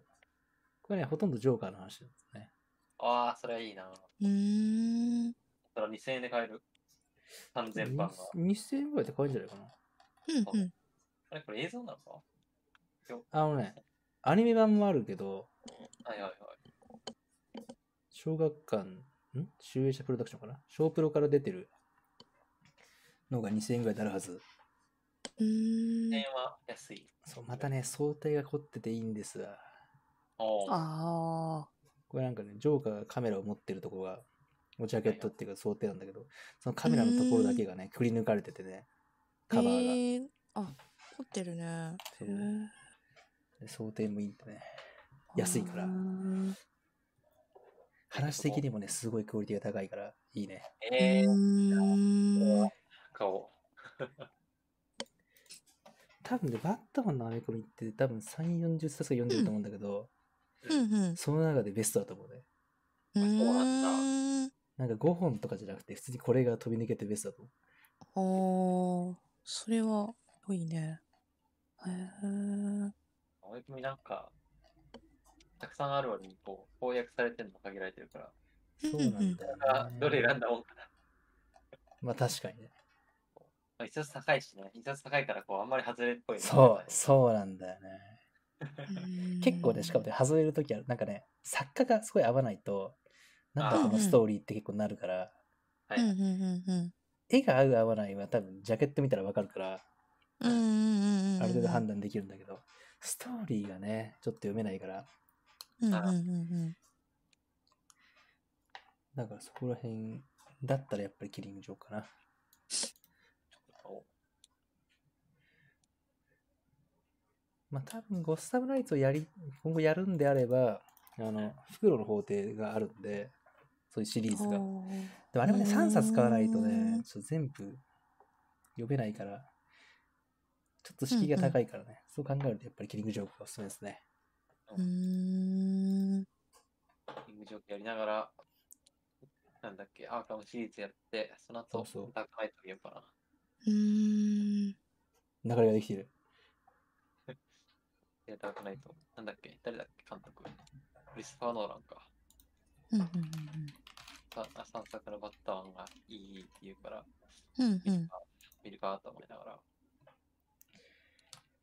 C: これね、ほとんどジョーカーの話なんですね。
D: ああ、それはいいな。
B: うーん。
D: だから2000円で買える。3000番が。
C: 2000円ぐらいで買えるんじゃないかな。
B: うんうん。
D: あれ、これ映像なのか
C: あのね、アニメ版もあるけど、
D: はいはいはい。
C: 小学館、ん集英社プロダクションかな小プロから出てるのが2000円ぐらいになるはず。
B: うーん
D: 2000円は安い。
C: そう、またね、想定が凝ってていいんですわ。
D: おー
B: ああ。
C: これなんかね、ジョーカーがカメラを持ってるとこが、もうジャケットっていうか想定なんだけど、そのカメラのところだけがね、くり抜かれててね、カバーが。
B: えーあ、凝ってるね。
C: そう
B: へー
C: 想定もいいんでね。安いから
B: うーん
C: 話的にもね、すごいクオリティが高いから、いいね。
D: えー、
B: うーん
D: 買おう。
C: 多分ね、バットマンのアメコミって多分3、40冊か読んでると思うんだけど、
B: うんうん。
C: その中でベストだと思うね。
B: う
D: そうなんだ
B: ーん。
C: なんか5本とかじゃなくて、普通にこれが飛び抜けてベストだと思う。
B: おー、それは、多いね。へー
D: 青い組なんか、たくさんある割にこう、公約されてるの限られてるから、
C: そうなんだよ、ね
D: あ。どれ選んだもんかな。
C: まあ確かにね。
D: まあ一冊高いしね、一冊高いからこう、あんまり外れっぽいのは
C: そう、
D: ない
C: そうなんだよね。[laughs]
B: う
C: 結構ね、しかもね、外れるときは、なんかね、作家がすごい合わないと、なんだ
D: あー
C: このストーリーって結構なるから、
D: は
B: う
D: い
B: んうんうんうん。
C: 絵が合う合わないは多分ジャケット見たらわかるから、
B: うんうんうんうん。
C: ある程度判断できるんだけど、ストーリーがね、ちょっと読めないから、
B: うんうんうん
C: だからそこら辺だったらやっぱりキリングジョーかな。
D: お
C: まあ多分ゴッサムナイツをやり、今後やるんであれば、あの、袋の法廷があるんで、そういうシリ
B: う
C: ー
B: ん。
C: ズが。
B: おー
C: でもあれもね、
B: うーん
C: 3冊買わないとね、ちょっと全部読めないから、ちょっと敷居が高いからね、そう考えるとやっぱりキリングジョークがおすすめですね。
B: うーん。
D: キングジョークやりながら、なんだっけ、アーカムシリーズやって、その後、
C: そうそう
D: ダークナイト見ようかな。
B: うーん。
C: 流れができてる。
D: いや、ダークナイト。なんだっけ、誰だっけ、監督。クリスパー・ノーランか。
B: うんうん
D: さあ三作のバッターマンがいいって言うから、
B: うんうん。うんうん。
D: 見るかと思いながら。
C: い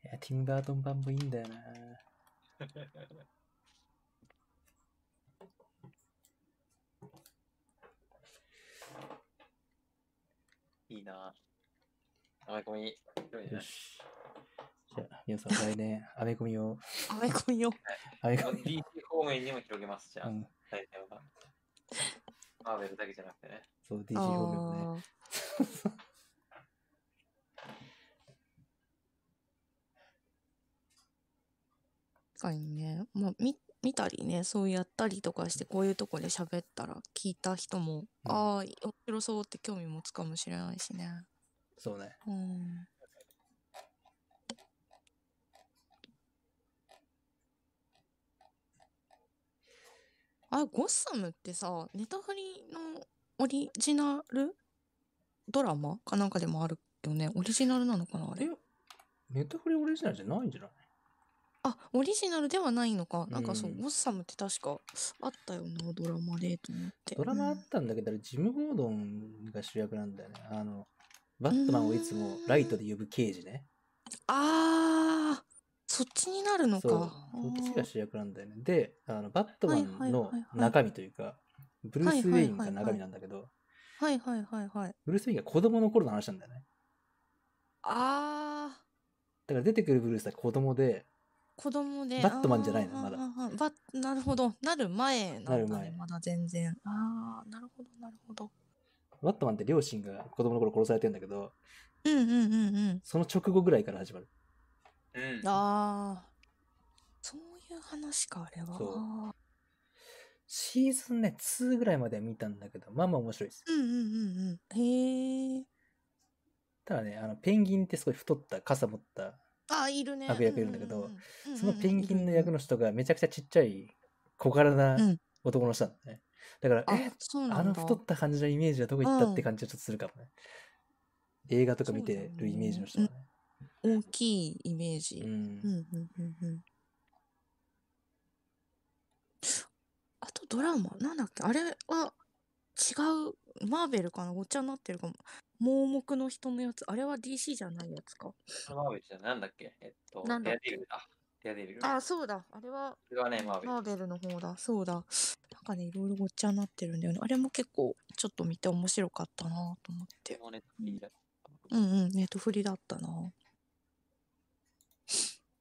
C: や、ティム・バートン版もいいんだよな。
D: いいなぁ。アメコミ、良いね
C: よ。し。じゃあ、皆さん来
B: [laughs]
C: 年、アメコミを、
B: アメコミよ。
C: アメコミ
D: DC 方面にも広げますじゃ、
C: うんん、
D: 大体は。マーベルだけじゃなくてね。
C: そう、DC 方面もね。
B: あー確かにね、まあ、み見たりねそうやったりとかしてこういうとこで喋ったら聞いた人も、
C: うん
B: ああ面白そうって興味持つかもしれないしね。
C: そうね。
B: うん、あれゴッサムってさネタフリのオリジナルドラマかなんかでもあるよねオリジナルなのかなあれ
C: えネットフリオリジナルじゃないんじゃない
B: あオリジナルではないのかなんかそう、
C: うん
B: ゴッサムって確かあったよなドラマでと思って
C: ドラマあ
B: う
C: ったんだけど、あれジム・ゴードンが主役なんだよね。あの、バットマンをいつもライトで呼ぶ刑事ね。
B: あーそっちになるのか
C: そう、そっちが
B: あー
C: 主役なんだよね。で、あのバットマンの
B: はいはいはいはい
C: 中身というか、ブルース・ウェイン
B: は
C: が
B: いはいはいはい
C: 中身なんだけど、
B: はいはいはいはい。
C: ブルース・ウィンが子供の頃の話なんだよね。
B: ああ、
C: だから出てくるブルースは子供で、
B: 子供で。
C: バットマンじゃないの
B: あー
C: まだ
B: あーあーバッなるほど。なる前な
C: なる
B: んだ
C: 前
B: ね。まだ全然。ああ、なるほどなるほど。
C: バットマンって両親が子供の頃殺されてんだけど、
B: うんうんうんうん。
C: その直後ぐらいから始まる。
D: うん。
B: ああ、そういう話か、あれは。
C: そうシーズンね、2ぐらいまでは見たんだけど、まあまあ面白いです。
B: うんうんうんうん。へえ。
C: ただね、あの、ペンギンってすごい太った、傘持った、
B: あ、いるね。
C: 悪役いるんだけど
B: ううううん
C: そのペンギンの役
B: の。
C: の人がめちゃくちゃちっちゃい、小柄な
B: うん
C: 男の人なんだね。だから、
B: あ
C: え、
B: そうな
C: あ
B: んだ。
C: の太った感じのイメージはどこ行ったって
B: うん
C: 感じはちょっとするかもね。映画とか見てるイメージの人はね。
B: 大きいイメージ。
C: う
B: うん
C: ん。
B: うんうんうん。あとドラマ、なんだっけあれは違う、マーベルかなごっちゃになってるかも。盲目の人のやつ。あれは DC じゃないやつか。
D: マーベルじゃなんだっけえっと、
B: なんだっけ
D: デアデビルだ。デアデビル。
B: あ、そうだ。あれは
D: それはね、マーベル。
B: マーベルの方だ。そうだ。なんかね、いろいろごっちゃになってるんだよね。あれも結構、ちょっと見て面白かったなと思って。
D: もうね、いいだ。
B: うんうん、ネットフリだったな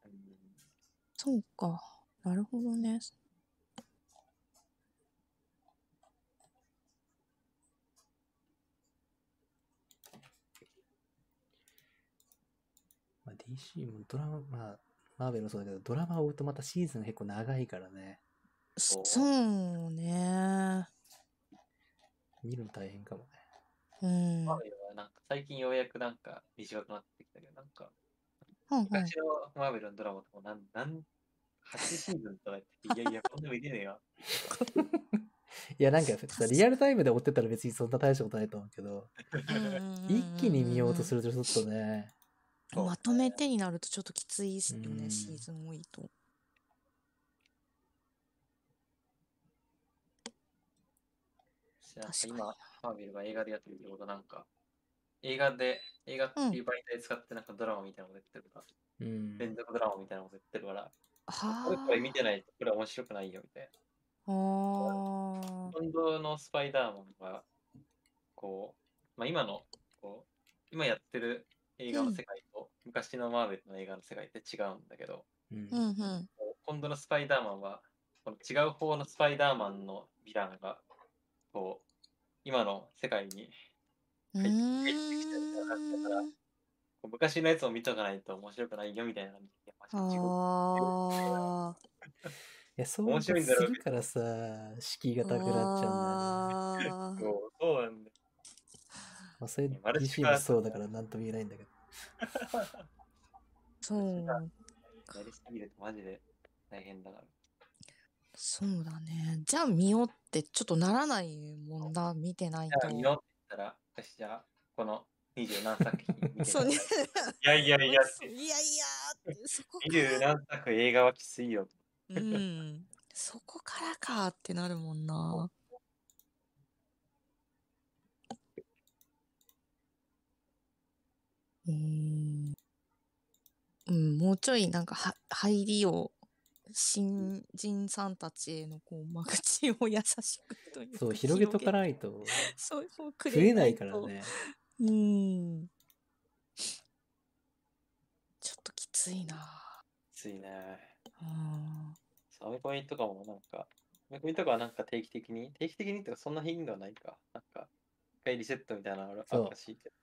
D: うん
B: そうか。なるほどね。
C: まあ、DC もドラマ、まあ、マーベルもそうだけど、ドラマを追うとまたシーズンが結構長いからね、
D: そう
B: そうね。
C: 見るの大変かもね。
B: うん。
D: マ
B: は
D: ーベルはなんか最近ようやくなんか短くなってきたけど、なんか
B: んはん
D: 昔のマーベルのドラマとかもなん、なん、8シーズンとかやってて、いやいや、こんな見れねえよ。
C: いや、なんかさ、リアルタイムで追ってったら別にそんな大したことないと思うけど、一気に見ようとす
B: る。
C: るとちょっとね、
D: そう
B: まとめてになるとちょっときついですよ
C: う
B: ね、
C: ん
B: シーズン多いと。
D: なんか
B: 確かに
D: 今、マーベルが映画でやってるってことなんか、映画で、映画っていう媒体使ってなんかドラマみたいなのが出てるから、
C: うん。
D: 連続ドラマみたいなのが出てるから、
B: は
D: これこれ見てないとこれ面白くないよみたい
B: あー
D: な。。今度のスパイダーマンは、こう、まあ、今の、こう、今やってる映画の世界と、昔のマーベルの映画の世界って違うんだけど、
C: うん
B: うんうん。
D: こう今度のスパイダーマンは、この違う方のスパイダーマンのヴィランが、こう、今の世界にい
B: うー
D: 入ってきたみたいな感じだから
B: ん。
D: こう昔のやつを見とかないと面白くないよみたいな感じでマジで地獄
B: あ
C: いや、そういうことするからさ、敷居が
B: ー。
C: 高くなっちゃうんだよね。
B: あー
D: そうそうなんだよ。
C: まあ、それ
D: マル
C: DC
D: チバー
C: も
D: ス
C: そうだからなんとも言えないんだけど。
B: そう。
D: やりすぎるとマジで大変だから。
B: そうだね。じゃあ見ようってちょっとならないもんな、見てない
D: じゃ
B: と。
D: あ見ようって言ったら、私じゃあこの二十何作品見て
B: そう [laughs] ね。
D: いやいやいやって、
B: いやいやーってそこか
D: 二十
B: ら、
D: 何作映画はきついよ。
B: うん、そこからかってなるもんな。うーん、うん、もうちょいなんかは入りを新人さんたちへのこう間口を優しくという
C: そう、広げとか
B: い
C: ないと
B: そうこ [laughs] うく
C: 増
B: れ
C: えないから
B: と
C: ね。
B: うんちょっときついな
D: きついね。
B: うん
D: サメコミとかもなんか、サメコミとかはなんか定期的に、定期的にってかそんな頻度はないか。なんか、一回リセットみたいなのあるあ
C: そう
D: るらしいけど。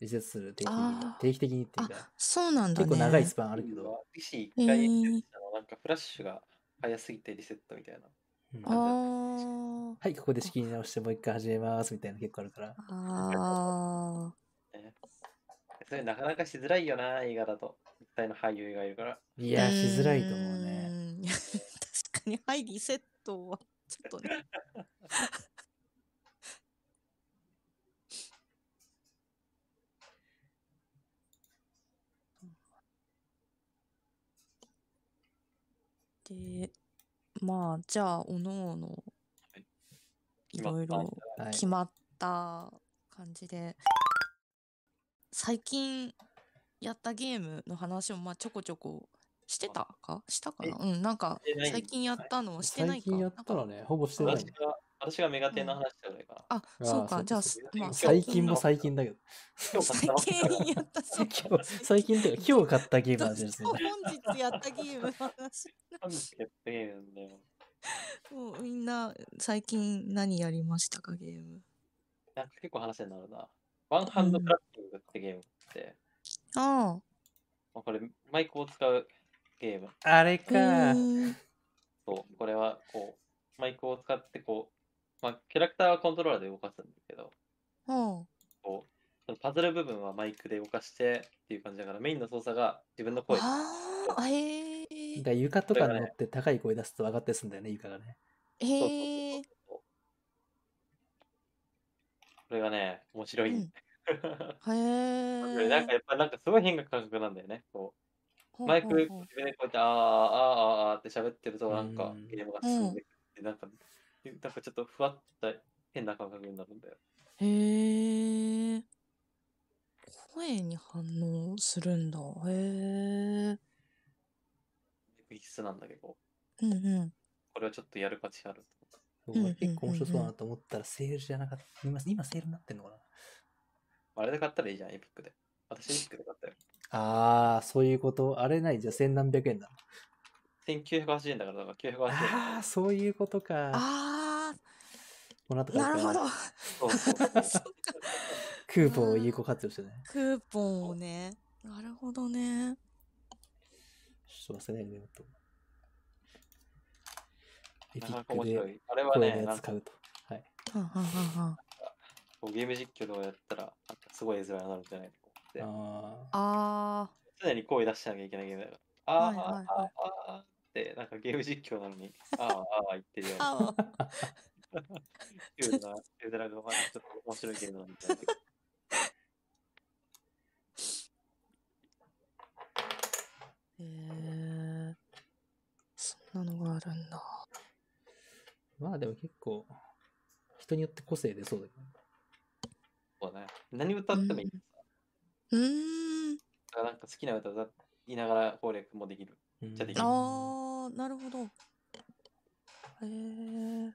C: リセットする定期的に
B: あ。ー
C: 定期的にっていう
B: あ
C: か、
B: そうなんだね
C: 結構長いスパンあ
D: あ
C: るけど。。
D: DC 一回
B: へ
D: リ
B: ー
D: セットしたの、なんかフラッシュが早すぎてリセットみたいな。
C: うん
B: あー
C: はい、ここで仕切り直してもう一回始めますみたいなの結構あるから。
B: あ
D: それなかなかしづらいよな、映画だと。一体の俳優がいるから。
C: い
B: い
C: や、しづらいと思うね。
B: [laughs] 確かにはいリセットはちょっとね [laughs] でまあじゃあおのおのいろいろ
C: はい。
B: 決まった感じで最近やったゲームの話をまあちょこちょこしてたかしたかなうんなんか
D: してない
B: 最近やったのをしてない
C: 最近
B: かな
C: や
B: ん
C: った
B: から
C: ね、ほぼしてない
D: 私。が私がメガテンの話じゃないかな。
B: あ、そう
C: あ
B: か。
C: ー
B: じゃあ
D: そう、
B: まあ、
C: 最近も最近だけど。
D: 今日買
B: 最
D: ったばっか
B: 近やった、そうか
C: 今日、最近っていうか、今日買ったゲームの話ですね
B: そう。本日やったゲームの話。
D: なんですけどゲームだよ
B: もうみんな、最近何やりましたか、ゲーム。
D: なんか結構話になるな。ワンハンドクラッピングってゲームって、
B: あ
D: まあこれマイクを使うゲーム
C: あれ
B: あ。
C: か
B: う。ーん
D: と、これはこう、マイクを使ってこう、まあ、キャラクターはコントローラーで動かすんだけど、
B: うん。
D: こう、そのパズル部分はマイクで動かしてっていう感じだから、メインの操作が自分の声。
B: ああ、へ
C: だ
B: え
C: か。ら床とかに乗って高い声出すと上がってすんだよね、床がね。
D: そうそう
B: へえ。
D: そうそうこれがね、面白い。 [laughs]
B: うんへえ。
D: なんかやっぱなんかすごい変な感覚なんだよね。こう
B: ほう
D: マイク
B: ほう
D: 自
B: ほう
D: 分でこうやってあーあーあーあーって喋ってるとなん
C: う
D: か
C: ん
D: ゲームが進んでくって、なんかなんかちょっとふわっと変な感覚になるんだよ。
B: へえ。声に反応するんだ。へえ。
D: 必須なんだけど、
B: うんうん。
D: これはちょっとやる価値ある。
C: そう
B: うんうん
C: 結構面白そうだなと思ったら、セールじゃなかった。今、今セールになってんのかな
D: あれで買ったらいいじゃん、エピックで。私エピックで買ったよ。
C: ああ、そういうこと。あれない、じゃあ千何百円だ。
D: 1980円だから、だから980円。
C: ああ、そういうことか。
B: あ
C: この後
B: あ、なるほど。
D: そうそうそう
C: [laughs]
B: そっか。
C: クーポンを有効活用してね。
B: クーポンをね。なるほどね。
C: ちょっと忘れないでよと。エ
D: な
C: ピッ
D: かなか面
C: ク
D: 白
C: で
D: い。あれは
C: こう
D: ね、
C: いう
D: な
C: や
D: ん
C: つ
D: か
C: 買うと。はい。
B: はんはんはんはん
D: こうゲーム実況とかやったら、なんかすごい絵面になるんじゃないかって。
C: ああ。
B: あ
D: 常に声出してなきゃいけないゲームだから。あー、
B: はいはい
D: あーあーあーって、なんかゲーム実況なのに、あーあー言ってるよ
B: ーあー。
D: うな、いうな、がまだちょっと面白いゲームなんだよね。
B: へえ。そんなのがあるんだ。
C: まあでも結構、人によって個性出そうだけど。
D: そうね。何歌ってもいい。
B: うーん。
D: だからなんか好きな歌歌いながら攻略もできる。
C: うん
D: じゃあできる
B: ああ、なるほど。へえ。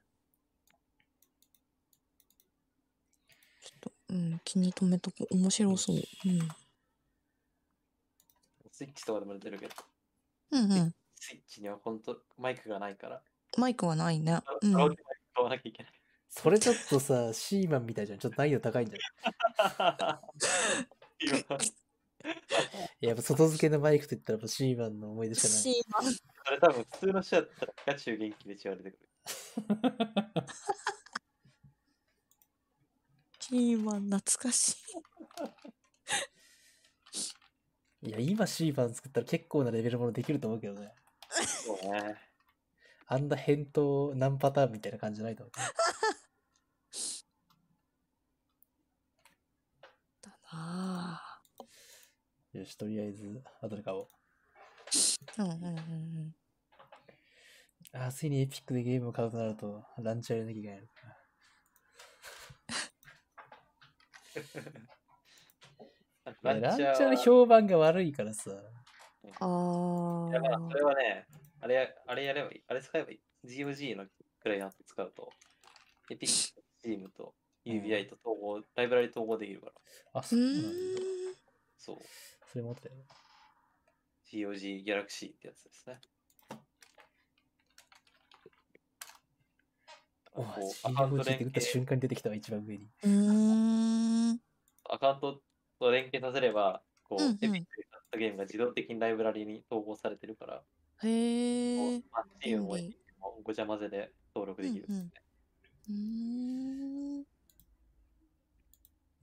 B: ちょっと、うん、気に留めとこう。面白そう。う
D: スイッチとかでも出てるけど、
B: ん。うんうん。
D: スイッチには本当マイクがないから、
B: マイクはないね。う
D: カラオ
B: ん
D: ケ。マイク買わなきゃいけない。
C: それちょっとさ、シーマンみたいじゃん。ちょっと難易度高いんじゃない
D: 今
C: いややっぱ外付けのマイクと言ったらやっぱシーマンの思い出しかない。
B: シーマン
D: それ多分普通の人だったらガチュウ元気で血は出てくる。
B: シーマン、懐かしい。
C: いや、今シーマン作ったら結構なレベルものできると思うけどね。
D: そうね。
C: あんな返答何パターンみたいな感じじゃないと思う。
B: だな
C: よし、とりあえず、後で買おう。
B: ぁ。うんうんうんうん。
C: あー、ついにエピックでゲームを買うとなると、ランチャーやらなきゃいけないのか。
D: ラン
C: いやラン
D: チ
C: チ
D: ャ
C: ャ
D: ー
C: ー
D: は
C: の評判が悪いからさ。
B: あ
D: いやまあ
B: ー
D: そ。れはね、あれや、あれやればいい。あれ使えばいい。GOG のクライアント使うと、エピック、チームと UBI と統合、ライブラリ統合できるから。
C: あ、
B: う
C: そうなんだ。
B: ーん。
D: そう。
C: それ持ってたよ。
D: GOG ギャラクシーってやつですね。
C: お
D: こうアカウン
C: GOG
D: ト
C: って打
D: 連
C: った
D: 携
C: 瞬間に出てきたわ、一番上に。
B: うーん。
D: アカウントと連携させれば、こう、
B: うんうん
D: エピックで買ったゲームが自動的にライブラリに統合されてるから、
B: へえ。
D: まあ、チームも
B: 便利
D: ごちゃ混ぜで登録
B: うん
D: で
B: う
D: きる。
B: ん。うーん。
C: よ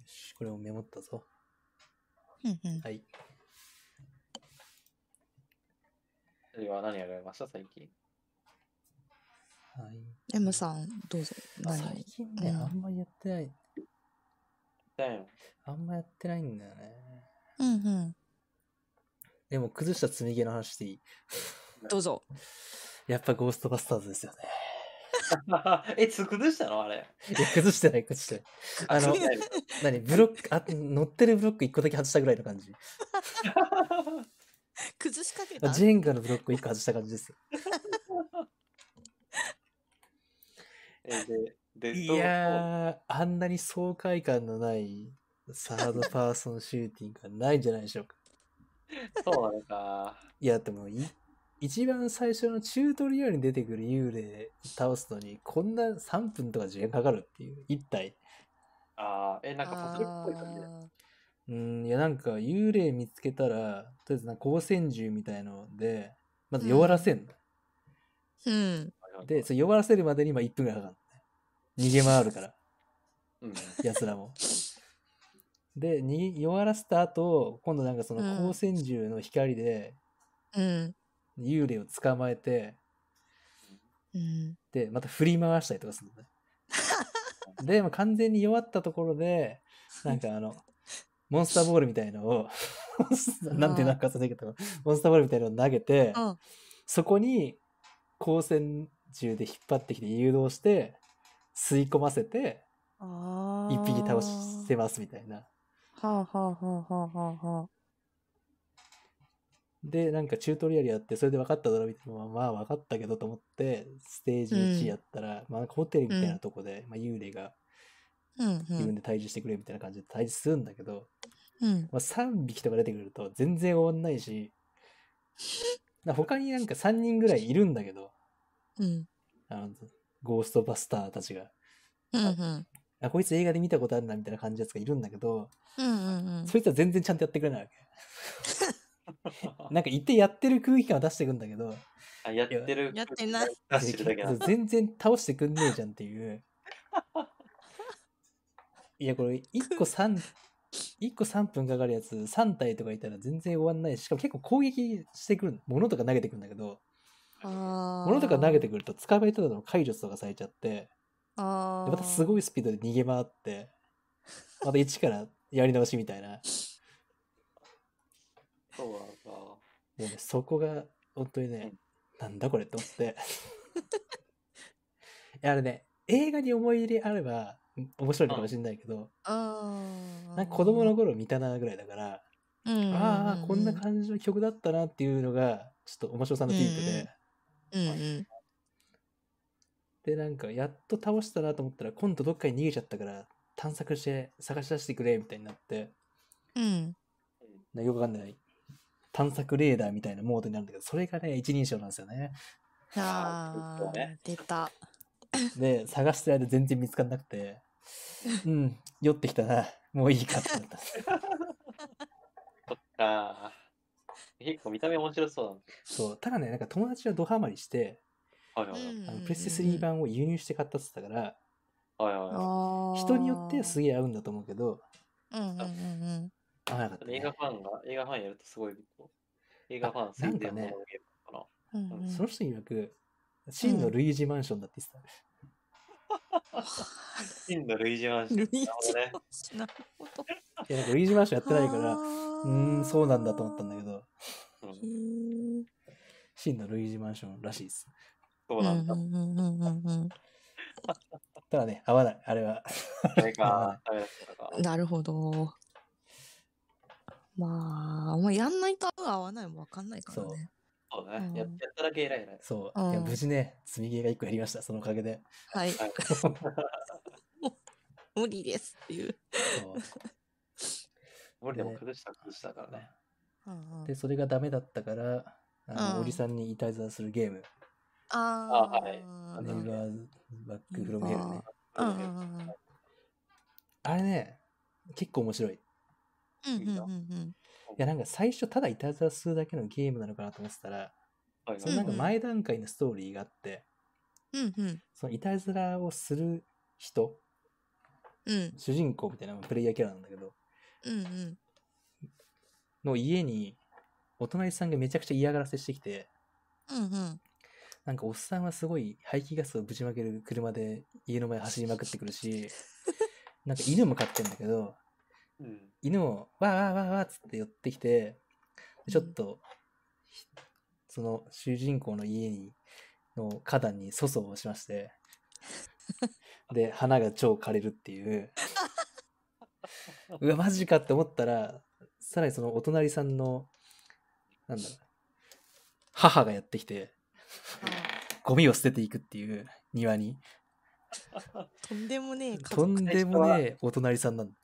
C: し、これもメモったぞ。
B: うんうん。
C: はい。
D: それは何やられました最近。 [laughs]
C: はい
B: M さん、どうぞ。何
C: 最近ね、
B: うん
C: あんまりやってない。
D: だよ。
C: あんまやってないんだよね。
B: うんうん。
C: でも、崩した積み毛の話でいい。
B: ど
C: [laughs]
B: うぞ。
C: やっぱゴーストバスターズですよね。
D: え、つ崩したのあ
B: [laughs]
D: れ。
C: いや、崩してない、崩してない。あの
D: そうだよ
C: 何ブロック、あ、乗ってるブロック1個だけ外したぐらいの感じ。
B: 崩しかけ
C: あ
B: た。
C: ジェンガのブロック1個外した感じですよ。
D: えで、で、
C: い
D: どう
C: やー、あんなに爽快感のないサードパーソンシューティングはないんじゃないでしょうか。
D: そうなのか。
C: いや、でもい、一番最初のチュートリアルに出てくる幽霊倒すのに、こんな3分とか時間かかるっていう、一体。
D: ああ、え、なんかパズルっぽい感じで。
B: あ
C: うん、いや、なんか幽霊見つけたら、とりあえずなんか光線銃みたいので、まず弱らせんの。
B: ーうん。
C: で、それ弱らせるまでに今1分ぐらいかかる、ね。逃げ回るから。
D: うん、
C: やつらも。でに弱らせた後今度なんかその
B: うん
C: 光線銃の光で
B: うん。
C: 幽霊を捕まえて、
B: うん。
C: でまた振り回したりとかする
B: [laughs]
C: のね。でもう完全に弱ったところでなんかあのモンスターボールみたいのをなんていうのか忘れたけどモンスターボールみたいのを投げて、
B: うん
C: そこに光線銃で引っ張ってきて誘導して吸い込ませて
B: ああ。
C: 一匹倒して。ますみたいな。
B: はあはあはあはあはあはあ。
C: で、なんかチュートリアルやって、それで分かっただろうみたいな、まあ、まあ分かったけどと思って、ステージ
B: うん
C: 1やったら、まあなんかホテルみたいなとこで、まあ幽霊が
B: うんう
C: 自分
B: ん。
C: で退治してくれみたいな感じで退治するんだけど、
B: うん。
C: まあ3匹とか出てくると全然終わんないし、な他になんか3人ぐらいいるんだけど、
B: うん。
C: あの、ゴーストバスターたちが。
B: うんうん。
C: あ、こいつ映画で見たことあるなみたいな感じのやつがいるんだけど、
B: うんうんうん。
C: そいつは全然ちゃんとやってくれない
B: [laughs]
C: わけ。なんか言ってやってる空気感は出してくんだけど、
D: あやってる。
B: やってない。
D: 出してるだけなんだ。
C: 全然倒してくんねえじゃんって
D: [laughs]
C: いう。いや、これ、1個3、一個3分かかるやつ、3体とかいたら全然終わんないし、しかも結構攻撃してくる、物とか投げてくるんだけど、
B: ああ。
C: 物とか投げてくると、捕まえてたのを解除とかされちゃって、で
B: ああ。
C: またすごいスピードで逃げ回って、また一からやり直しみたいな。
D: そうなの
C: もうね、そこが本当にね、なんだこれって思って。 [laughs] いや、あれね、映画に思い入れあればん面白いのかもしれないけど、
B: ああ。
C: なんか子供の頃見たなぐらいだから、
B: うんうんうんうん、
C: ああ、こんな感じの曲だったなっていうのが、ちょっと面白さのピークで、
B: うんうん。
C: で、なんか、やっと倒したなと思ったら、今度どっかに逃げちゃったから、探索して探し出してくれ、みたいになって、
B: うん。
C: なよくわかんない。探索レーダーみたいなモードになるんだけど、それがね、一人称なんですよね。
B: あ
D: そう
B: あ、
D: ね
B: 出た。
C: で、探してる間全然見つかんなくて、うん、酔ってきたな、もういいかってなった。
D: か。ああ。結構見た目面白そう
C: そう、ただね、なんか友達はドハマりして、
D: だなの。はいはい
C: あのプレステ3版を輸入して買ったって言ってたから、
D: はい。はいは
B: ああ。
C: 人によってす
B: げ
C: げえ合うんだと思うけど、
B: うんうんうん
C: 合わなかった、
D: い。映
C: ね
D: 画。ファンが、映画ファンやるとすごい。映画ファン
C: あなん
D: 推
C: か
D: 薦の
C: ね
D: ゲーム
C: [laughs]
D: かな。
B: うんうんうん。
C: その人曰く、真の類似マンションだって言って
D: 真の類似マンション。
B: ルイージ
D: なるほどね。
B: マンションなるほど。や
C: た。いや、なんか類似マンションやってないから、う
B: う
C: ーん、そうなんだと思ったんだけ。ど、
D: うん
B: へー
C: 真の類似マンションらしいです。
D: そうなん
C: [laughs]
D: だ
B: う。んうんうんうん
C: ただね、合わない、あれは。
D: あれか。ダメだったか
B: うん。なるほど。まあ、もうやんないと合わないもわかんないからね。
D: そう
B: う
D: ね
B: ん。
D: ややっただけ偉いね。
C: そう。
B: うん
C: いや無事ね、積みゲーが1個やりました、そのおかげで。
B: はい、
C: [laughs]
D: はい
B: 無理ですっていう。
C: そう
D: 俺でも崩した崩したからね。
B: うんうん
C: で、それがダメだったから、あの
B: うん
C: おじさんにいたずらするゲーム、
B: あー
D: あはい
C: ネ
B: あ
C: イ
B: ー
C: バーズバックフロムヘルね。
B: うんうんうんうん
C: あれね、結構面白い。い
B: うんうんうん
C: や、なんか最初ただいたずらするだけのゲームなのかなと思ってたら、
D: はい
C: そのなんか
B: うんうん
C: 前段階のストーリーがあって、
B: うんうん
C: そのいたずらをする人、
B: うん
C: 主人公みたいなプレイヤーキャラなんだけど、
B: うんうん
C: の家にお隣さんがめちゃくちゃ嫌がらせしてきて、
B: うんうん
C: なんかおっさんはすごい排気ガスをぶちまける車で家の前走りまくってくる
B: [laughs]
C: し、なんか犬も飼ってんだけど、
D: うん
C: 犬もわーわーわーわーっつって寄ってきて、
B: うん
C: ちょっと、その主人公の家に、の花壇に粗相をしま
B: [laughs]
C: して、で、花が超枯れるっていう。うわ、マジかって思ったら、さらにそのお隣さんの、なんだろう、母がやってきて、ゴミを捨てていくっていう庭に。
B: とんでもねえ家
C: と
B: 族
C: んでもねえお隣さんなんだ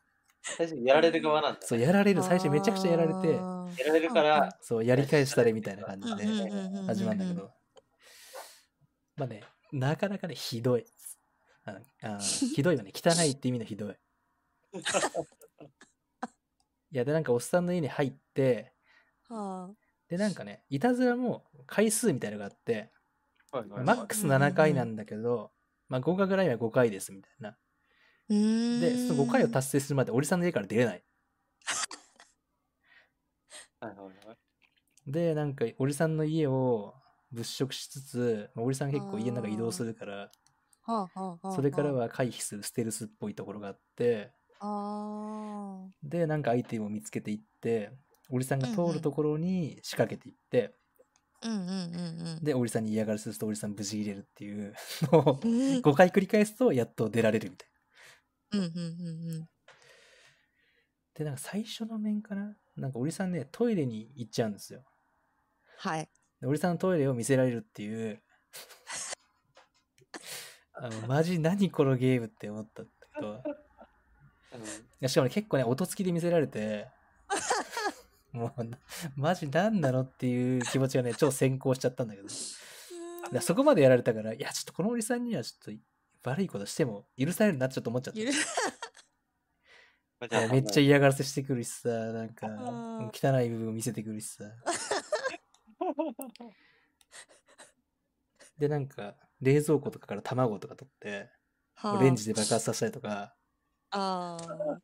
D: 最初にやられる側なんだ、ね。
C: そうやられる最初めちゃくちゃやられて
B: あー
D: やられるから、
C: そうやり返したれみたいな感じで
B: うんうんうんうんうん
C: 始まるんだけどまあねなかなかねひどいあのあ
B: [laughs]
C: ーひどいよね汚いって意味のひどいいやでなんかおっさんの家に入って
B: は
C: でなんかねいたずらも回数みたいなのがあって
D: [laughs] はいはいはい
C: マックス7回なんだけど、まあ、合格ラインは5回ですみたいな
B: あ、
C: で
B: で
C: その5回を達成するまでおじさんの家から出れない
D: はいはいはい
C: でなんかおじさんの家を物色しつつ、まあ、おじさん結構家の中移動するから
B: はあはあはあ
C: それからは回避するステルスっぽいところがあって
B: あー
C: でなんかアイテムを見つけていっておじさんが通るところに仕掛けていって、
B: うんうんうん
C: でおじさんに嫌がらせするとおじさん無事入れるっていうのを [laughs]
B: うんうん
C: 5回繰り返すとやっと出られるみたいな。
B: うんうんうん
C: でなんか最初の面かななんかおじさんねトイレに行っちゃうんですよ。
B: はい
C: でおじさんのトイレを見せられるっていうあのマジ何このゲームって思ったんだけど。
D: うん
C: いやしかもね結構ね音付きで見せられ [laughs] てもうマジ何なのっていう気持ちがね超先行しちゃったんだけどいやそこまでやられたからいやちょっとこのおじさんにはちょっと悪いことしても許されるなってちょっと思っちゃった
B: ゆる
D: まあじ
C: い
D: ゃあ
C: やめっちゃ嫌がらせしてくるしさなんか
B: ん
C: 汚い部分を見せてくるしさでなんか冷蔵庫とかから卵とか取って
B: はあ
C: レンジで爆発させたりとか
B: あー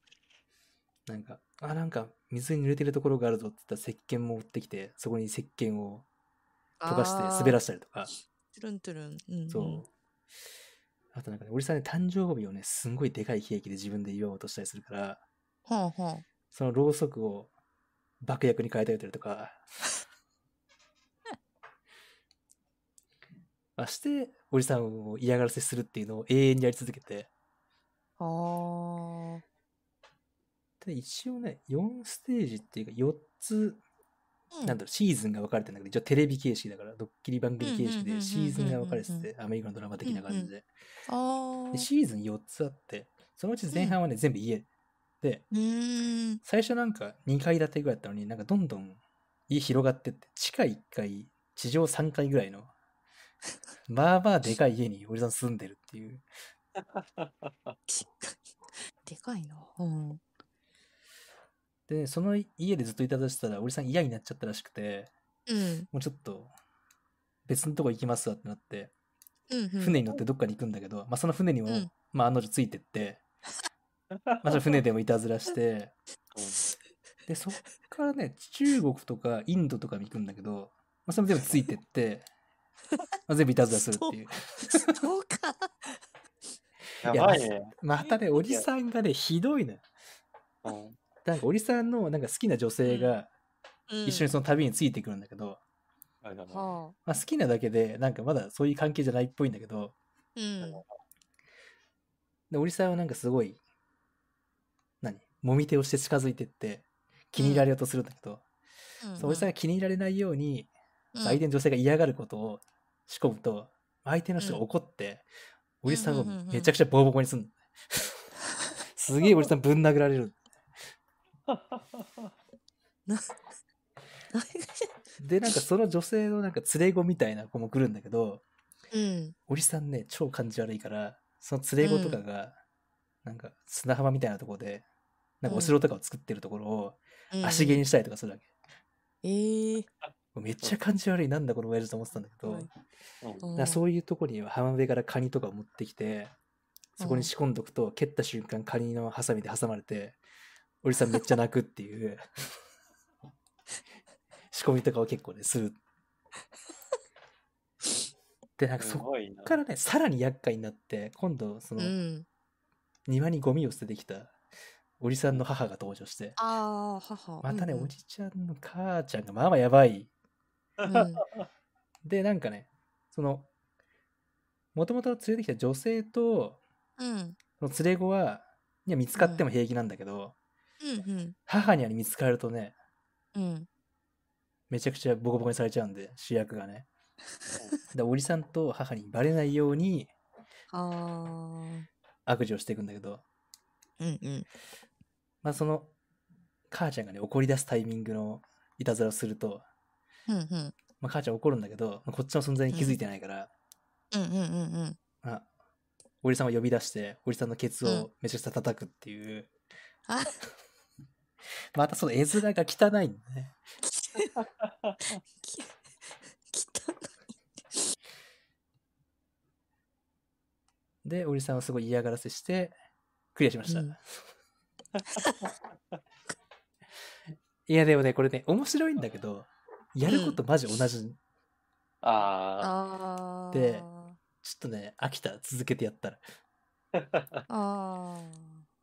C: なんか、あ、なんか、水に濡れてるところがあるぞって言ったら、石鹸も持ってきて、そこに石鹸を溶かして滑ら
B: し
C: したりとか、
B: トゥルントゥルン、うんうん、
C: そう。あとなんかね、おじさんね、誕生日をね、すんごいでかいケーキで自分で祝おうとしたりするから、
B: はあはあ
C: そのろうそくを爆薬に変えてあげたりと
B: [laughs]
C: か。あして、おじさんを嫌がらせするっていうのを永遠にやり続けて、
B: あー
C: で一応ね、4ステージっていうか、4つ
B: うん
C: なんだろうシーズンが分かれてんだけど、一応テレビ形式だから、ドッキリ番組形式
B: うんうんうんうんうんうんう
C: で
B: ん
C: シーズンが分かれてて、アメリカのドラマ的な感じで。
B: あー
C: で、シーズン4つあって、そのうち前半はね、全部家で、
B: うーん
C: 最初なんか2階建てぐらいだったのに、なんかどんどん家広がってって、地下1階、地上3階ぐらい
B: [laughs]
C: の、まあまあでかい家におじさん住んでるっていう。
B: きっかけでかいな、うん、
C: でね、その家でずっといたとしたら、おじさん嫌になっちゃったらしくて、
B: うん
C: もうちょっと別のとこ行きますわってなって、
B: うんうん
C: 船に乗ってどっかに行くんだけど、まあ、その船にも、
B: うん
C: まあ、案の定ついて
B: [laughs]
C: って、まあ、その船でもいたずらしてでそっからね中国とかインドとかに行くんだけど、まあ、それも全部ついて [laughs] って、まあ、全部いたずらするっていう
B: そうか
D: うんやばいね。
C: またねおじさんがねひどいのよ
D: うん
C: なんかおじさんのなんか好きな女性が一緒にその旅についてくるんだけど、
D: はいはいはい
B: は
C: まあ、好きなだけでなんかまだそういう関係じゃないっぽいんだけど
B: あ、うん、
C: でおじさんはなんかすごい何もみ手をして近づいてって気に入られようとするんだけど、そうおじさんが気に入られないように、
B: うん
C: 相手の女性が嫌がることを仕込むと相手の人が怒って、
B: うん
C: おじさんを
B: うんうんうんうん
C: めちゃくちゃボコボコにす
B: [laughs]
C: んのすげえおじさんぶん殴られる
B: [laughs]
C: でなんかその女性のなんか連れ子みたいな子も来るんだけど
B: うん
C: おじさんね超感じ悪いからその連れ子とかが、なんか砂浜みたいなところでなんかお城とかを作ってるところを
B: うん
C: 足毛にしたりとかするわけ、
B: ええ
C: めっちゃ感じ悪いなんだこの親父と思ってたんだけど、
B: はい
D: うん
C: だからそういうとこには浜辺からカニとかを持ってきてそこに仕込んどくと、蹴った瞬間カニのハサミで挟まれておじさんめっちゃ泣くっていう仕込みとかを結構ねする。でなんか
D: す
C: そっ
D: ごいな。
C: からねさらに厄介になって今度その
B: うん
C: 庭にゴミを捨ててきたおじさんの母が登場して
B: ああ母
C: またね
B: うんうん
C: おじちゃんの母ちゃんがまあまあやばい
B: うん
C: でなんかねそのもともと連れてきた女性と
B: うん
C: その連れ子はいや見つかっても平気なんだけど、
B: うん
C: 母には見つかるとね
B: うん
C: めちゃくちゃボコボ
B: [laughs]
C: コにされちゃうんで主役がねでおじさんと母にバレないように
B: あー
C: 悪事をしていくんだけど、
B: うんうん。
C: まあその、母ちゃんがね、怒り出すタイミングのいたずらをすると、
B: うんうん。
C: まあ母ちゃん怒るんだけど、まあこっちの存在に気づいてないから、
B: うんうんうんうん。
C: まあ、おじさんを呼び出して、おじさんのケツをめちゃくちゃ叩くっていう、
B: あ
C: [laughs] またその絵面が汚いんだね。
B: き汚
C: で、おじさんをすごい嫌がらせして、クリアしました。
B: うん
C: いや、でもね、これね、面白いんだけど、やることマジ同じ。
D: あ
B: ああ。
C: でちょっとね、飽きた、続けてやったら。
B: あ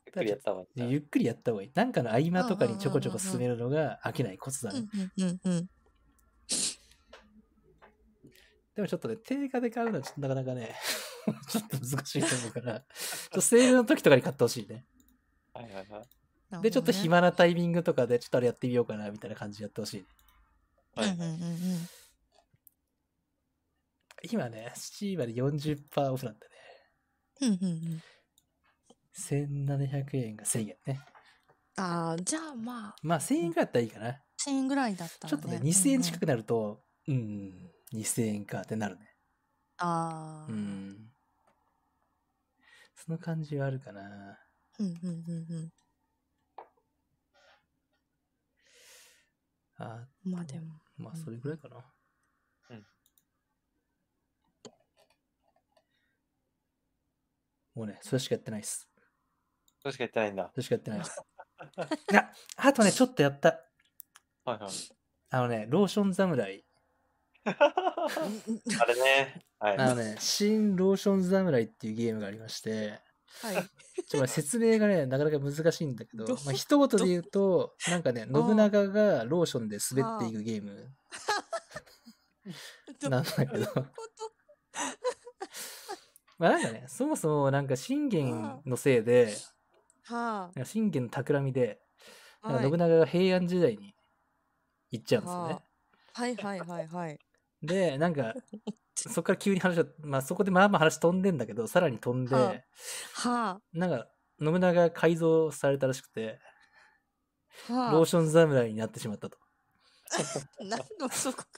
D: ー、ゆっくりやった方がいいな。
C: ゆっくりやった方がいい。なんかの合間とかにちょこちょこ進めるのが飽きないコツ
B: あ。
C: だ
B: う
C: ね。
B: んうんうんうん。
C: でもちょっとね、定価で買うのはちょっとなかなか
B: [laughs]
C: ね、ちょっと難しいと思うから、ちょっとセールの時とかに買ってほしいね。
D: はいはいはい。
B: なるほど
C: で、ちょっと
B: ね。
C: 暇なタイミングとかで、ちょっとあれやってみようかな、みたいな感じでやってほしいね。
B: うん
D: は
B: う
D: い
B: んうんうん。
C: 今ね、7割40%オフなんだね。
B: うんうんうん。
C: 1700円が1000円ね。
B: ああ、じゃあまあ、
C: まあ1000円くらいだったらいいかな。
B: 1000円ぐらいだったら、ね。
C: ちょっとね、2000円近
B: く。
C: くなると、うん、2000円かってなるね。
B: ああ。
C: う
B: うん
C: ん。その感じはあるかな。
B: うんうん
C: あ
B: うん。まあでも。
C: [laughs] まあそれぐらいかな。
D: うん
C: もうね、それしかやってないっす。
D: それしか言ってないんだ。
C: それしかやってないっ
B: [laughs]
C: す。あ、あとね、ちょっとやった。
D: はいはい。
C: あのね、ローション侍。
D: [laughs]
B: うんうん
D: あれね。はい。
C: あの
B: [laughs]
C: ね、新ローション侍っていうゲームがありまして、
B: はい。
C: ちょっとまあ説明がね、なかなか難しいんだけど、
B: ど
C: まあ、一言で言うと、なんかね、
B: あー
C: 信長がローションで滑っていくゲーム
B: ど
C: なんだけど、
B: こと
C: [laughs] まあなんかね、そもそもなんか信玄のせいで、
B: は
C: なんか信玄の企みで、
B: あ。
C: なんか
B: はい
C: 信長が平安時代に行っちゃうんですよね
B: は。はいはいはいはい。
C: で、なん [laughs] か、そこから急に話を、まあそこでまあまあ話飛んでんだけど、さらに飛んで、
B: はは
C: なんか、信長が改造されたらしくて、
B: あ。はあ。
C: ローション侍になってしまったと。
B: 何のそこか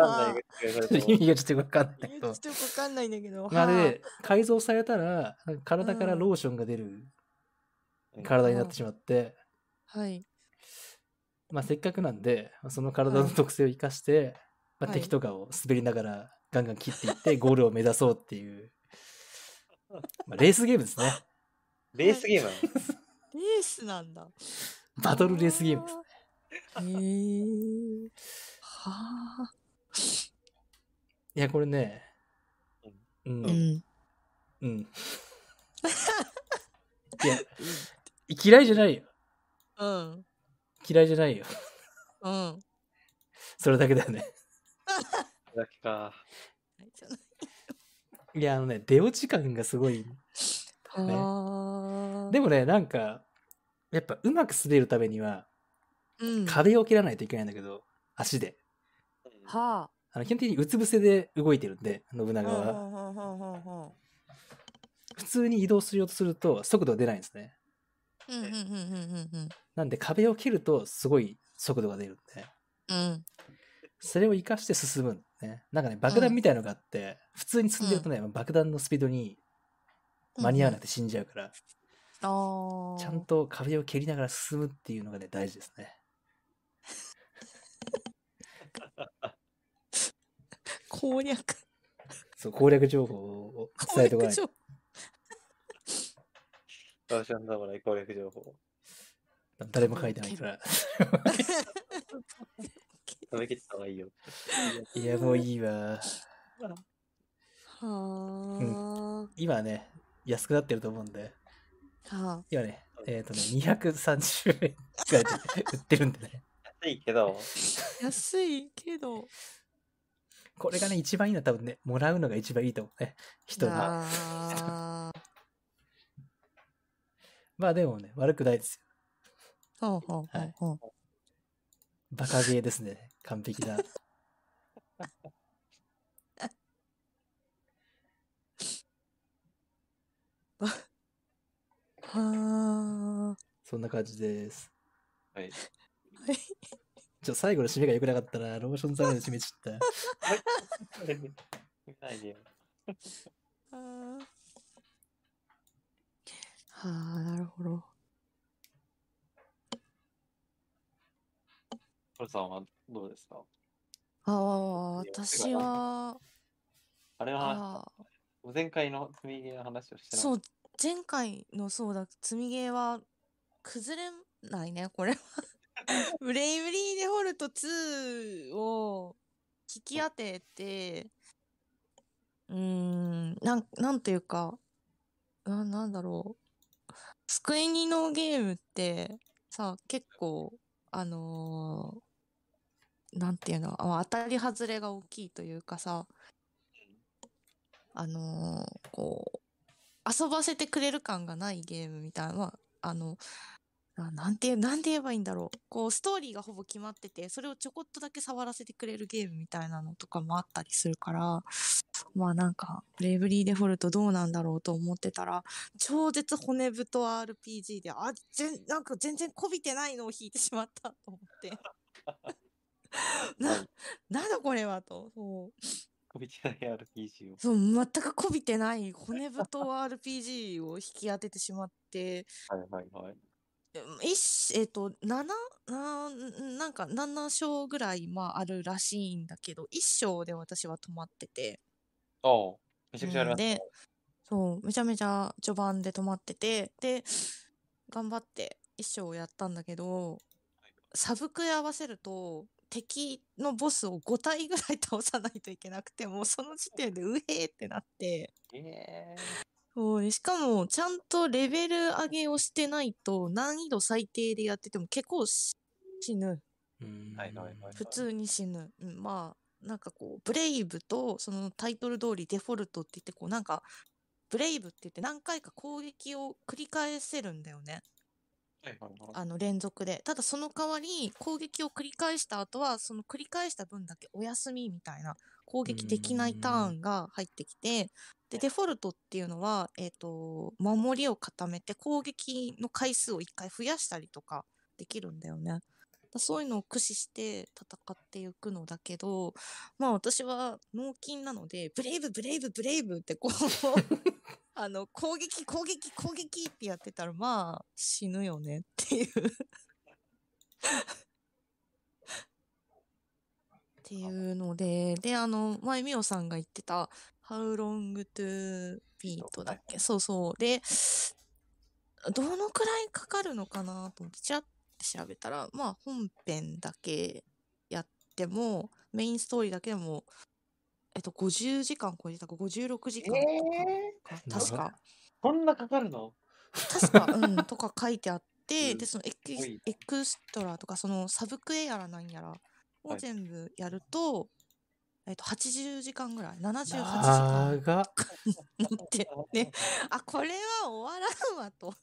D: わかんないけど。それと
C: [laughs] 意
D: も
C: 味がちょっとよくわかんないんだけ
B: ちょ
C: ど
B: っ。とよくわかんないんだけど。
C: まあ
B: は
C: で、改造されたら、なんか体から
B: うん
C: ローションが出る
D: うん
C: 体になってしまって、
B: あはい。
C: まあせっかくなんで、その体の特性を生かして、まあ
B: はい
C: 敵とかを滑りながらガンガン切っていって、 [laughs] ゴールを目指そうっていう、 [laughs] まあレースゲームですね。
D: レースゲームなの
B: レースなんだ。
C: バトルレースゲームです。
B: へえ。はあ。
C: いや、これね、うん、
B: う
C: うん。
B: ん。
C: [laughs] いや、嫌いじゃないよ。
B: うん。
C: 嫌いじゃないよ。
B: うん。
C: それだけだよね。
D: だけか。
C: いや、あのね、出落ち感がすごい。
B: はあ。
C: でもね、なんか、やっぱうまく滑るためには、
B: うん、は
C: 壁を切らないといけないんだけど、足で。
B: あ。
C: あの基本的にうつ伏せで動いてるんで、信長
B: はあ
C: は。
B: はあはあはあはあ
C: 普通に移動しようとすると、速度が出ないんですね。
B: うんうんうんうんうん
C: なんで、壁を切ると、すごい速度が出るんで、
B: うん。
C: それを活かして進むんだね。なんかね、爆弾みたいのがあって、普通に積んでるとね、爆弾のスピードに間に合わなくて
B: い。
C: 死んじゃうから、
B: ああ。
C: ちゃんと壁を蹴りながら進むっていうのがね、大事ですね。
B: 攻略。
C: そう、攻略情報を伝
B: 攻
C: えてこな
B: 略
C: い
B: 上。
D: ローション侍攻略情報。
C: と。誰も書いてないから。
D: 食べきった方がいい [laughs] よ。
C: いや、もういいわ。
B: は
C: 今ね、安くなってると思うんで。
B: あ。は
C: 今ね、えっ、とね、230円ぐらいで売ってるんでね。 [laughs]
D: 安いけど、
B: あ。安いけど。
C: これがね、一番いいのは多分ね、もらうのが一番いいと思うね。人に。
B: ああ。
C: まあでもね、悪くないですよ。
B: ほうほうほうほう。
C: バカゲーですね。完璧
D: [laughs]
C: な。
B: はあ。
C: そんな感じです。
D: はい。
C: ちょ、最後の締めが良くなかったな。ローションザムで締めちゃった。
D: 見ないでよ
B: あーはあ、なるほど。
D: ハルさんはどうですか
B: ああ、
D: いいよ
B: 私は、
D: あれは
B: ああ、
D: 前回の積み木の話をしてなか
B: そ
D: っ
B: う、前回のそうだ、積みゲーは、崩れないね、こ
D: [laughs]
B: れは。ブレイブリーデフォルト2を聞き当てて、うーん、なん、なんというか、な、なんだろう。スクエニのゲームって、さ、結構、あのーなんていうの、あ当たり外れが大きいというかさ、あのーこう、遊ばせてくれる感がないゲームみたいな、まあ、あの、ななんて、なんて言えばいいんだろう。こう、ストーリーがほぼ決まってて、それをちょこっとだけ触らせてくれるゲームみたいなのとかもあったりするから、まあなんか、ブレイブリーデフォルトどうなんだろうと思ってたら、超絶骨太 RPG で、あ、全、なんか全然こびてないのを引いてしまったと思って。
D: た。
B: な、 [laughs] なんだこれはと。そう
D: コビティア RPG を。
B: そう、全くこびてない骨太 RPG を引き当ててしまって、
D: はいはいはい。
B: 一、えっと、7、なんなんか7章ぐらい、まあ、あるらしいんだけど、1章で私は止まってて、
D: おうめちゃくちゃあり
B: う
D: ま
B: ん
D: すね
B: で、そう、めちゃめちゃ序盤で止まってて、で、頑張って一章をやったんだけど、サブクエ合わせると、敵のボスを5体ぐらい倒さないといけなくて、もうその時点でうへーってなって、
D: え
B: そうねしかも、ちゃんとレベル上げをしてないと、難易度最低でやってても結構し死ぬ。
C: うん
D: はいはいはい
B: 普通に死ぬ。うん、まあ、なんかこう、ブレイブと、そのタイトル通りデフォルトって言って、こう、なんか、ブレイブって言って何回か攻撃を繰り返せるんだよね。
D: ーはいはいはい。
B: あの、連続で。ただ、その代わり、攻撃を繰り返した後は、その繰り返した分だけお休みみたいな、攻撃できないターンが入ってきて、で、デフォルトっていうのは、えっ、と、守りを固めて、攻撃の回数を一回増やしたりとかできるんだよね。だそういうのを駆使して戦っていくのだけど、まあ私は脳筋なので、ブレイブ、ブレイブ、ブレイブってこう、あの、攻撃、攻撃、攻撃ってやってたら、まあ死ぬよねっていう。っていうので、で、あの、前、みおさんが言ってた、How long to beat だっけそうそう。で、どのくらいかかるのかなと思って、ちらっと調べたら、まあ、本編だけやっても、メインストーリーだけでも、えっと、50時間超えてたか、56時間とか、
C: えー
B: 確か。
D: こんなかかるの
B: 確か、
D: [laughs]
B: うん、とか書いてあって、
D: うん
B: で、そのエク
D: すごい
B: エクストラとか、そのサブクエやらなんやら
D: は
B: を
D: い
B: 全部やると、えっと、80時間ぐらい、78時間
C: 長っ。
B: 持って、ね、あ、これは終わらんわと。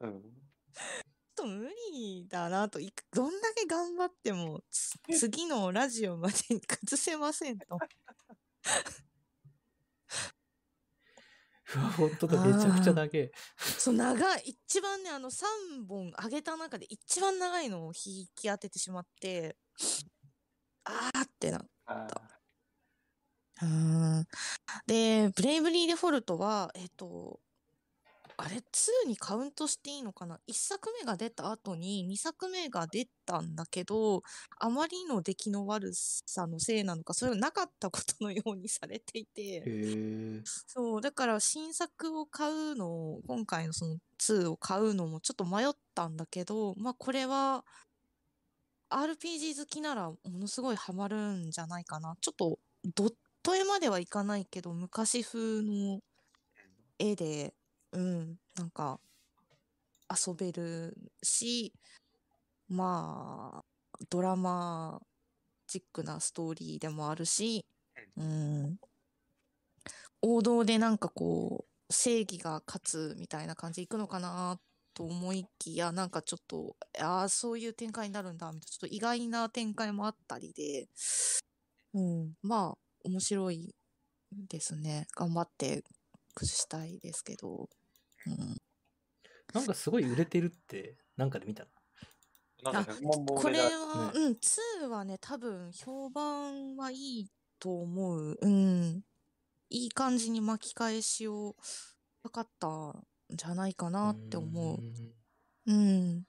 D: うん。
B: ちょっと無理だなと、いくどんだけ頑張っても、つ次のラジオまでに崩せませんと。
C: ふわほっととめちゃくちゃ長え。
B: そう、長い、一番ね、あの、3本上げた中で一番長いのを引き当ててしまって、あーってな
D: あー
B: うーんで、ブレイブリーデフォルトは、えっと、あれ、2にカウントしていいのかな ?1 作目が出た後に2作目が出たんだけど、あまりの出来の悪さのせいなのか、それがなかったことのようにされていて。
C: へえ。
B: そう、だから新作を買うのを、今回のその2を買うのもちょっと迷ったんだけど、まあこれは RPG 好きならものすごいハマるんじゃないかな。ちょっとドット絵まではいかないけど、昔風の絵で、うん、なんか遊べるし、まあ、ドラマチックなストーリーでもあるし、うん、王道でなんかこう正義が勝つみたいな感じでいくのかなと思いきやなんかちょっとああそういう展開になるんだみたいなちょっと意外な展開もあったりで、うん、まあ面白いですね頑張って崩したいですけど、うん、
C: なんかすごい売れてるって、なんかで見たな。
D: なんか100万本
B: こ
D: 売れだ
B: れは、うん、2はね、多分評判はいいと思う。うん。いい感じに巻き返しを図ったんじゃないかなって思う。
C: ーん
B: うん。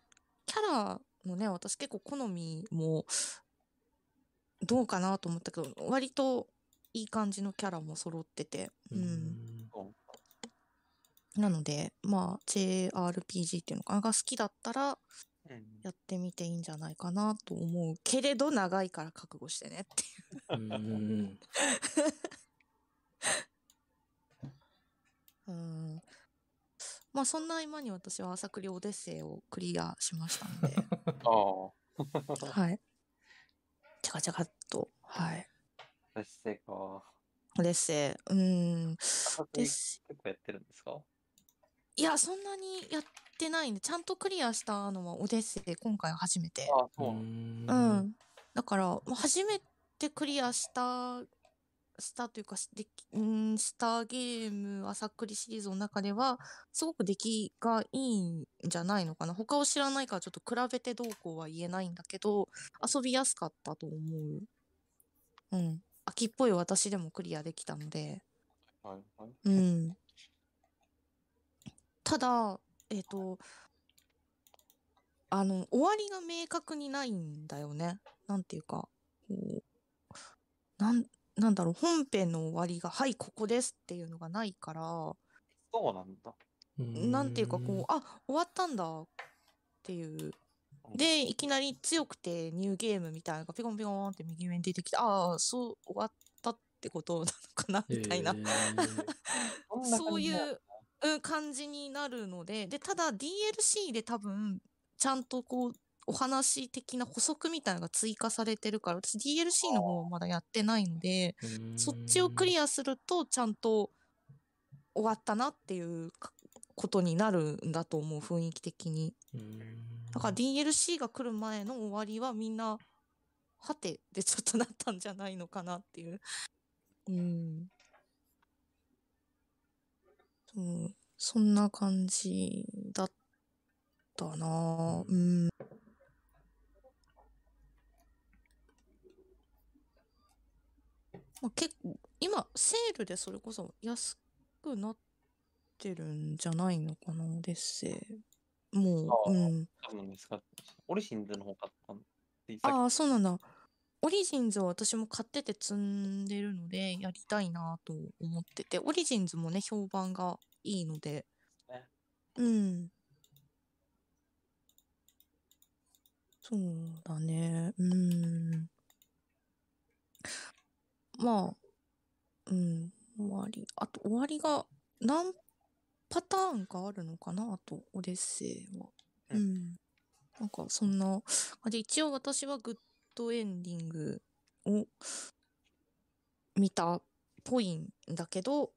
B: キャラのね、私結構好みもどうかなと思ったけど、割といい感じのキャラも揃ってて。う
C: うー
B: ん。
C: ん
B: なので、まあ、JRPG っていうのかなが好きだったら
D: うん
B: やってみていいんじゃないかなと思うけれど、長いから覚悟してねって
C: う
B: いう
C: ーん
B: うん。まあ、そんな今に私は朝栗オデッセイをクリアしましたので、
D: ああ。
B: はい。チャカチャカっと、はい。
D: 達成か。オ
B: オデッセイ、う
D: デ
B: ん。
D: ッセ
B: です。
D: 結構やってるんですか
B: いや、そんなにやってないんで、ちゃんとクリアしたのはオデッセイで今回初めて。
D: ああ、
C: う
D: そうな
C: ー
D: んだ
C: ん
B: うん。だから、もう初めてクリアした、したというか、しでき、うん、したゲーム、朝栗シリーズの中では、すごく出来がいいんじゃないのかな。他を知らないから、ちょっと比べてどうこうは言えないんだけど、遊びやすかったと思う。うん。秋っぽい私でもクリアできたので、
D: はいはい。
B: うん。ただ、えっ、と、あの、終わりが明確にないんだよね。なんていうか、こう、なん、なんだろう、本編の終わりが、はい、ここですっていうのがないから、
D: そうなんだ。
B: なんていうか、こう、あ、終わったんだっていう。で、いきなり強くてニューゲームみたいなのがピコンピコンって右上に出てきて、ああ、そう、終わったってことなのかな、
C: うー
B: み
C: ん
B: たいな。
C: へー
D: そんな
B: そ
D: 感
B: う
D: じな
B: い
D: んだ
B: う、うん、感じになるので、で、ただ DLC で多分、ちゃんとこう、お話的な補足みたいなのが追加されてるから、私 DLC の方はまだやってないので、
C: うーん
B: [laughs] そっちをクリアすると、ちゃんと終わったなっていうかことになるんだと思う、雰囲気的に。
C: うーん
B: だから DLC が来る前の終わりはみんな、はてでちょっとなったんじゃないのかなっていう。うん。そうそんな感じだったなぁうん。まあ、結構、今、セールでそれこそ安くなってるんじゃないのかな、オデッセイ。も
D: あ
B: う、
D: あ
B: うん。
D: 多分ですか。オリシンズの方買ったんで。さっき
B: ああ、そうなんだ。オリジンズは私も買ってて積んでるので、やりたいなと思ってて、オリジンズもね、評判がいいので。
D: ね
B: うん。そうだね。うん。まあ、うん、終わり。あと、終わりが何パターンかあるのかなあと、オデッセイは。
D: う
B: うんん。なんか、そんな。あで、一応私はグッドエンディングを見たっぽいんだけど、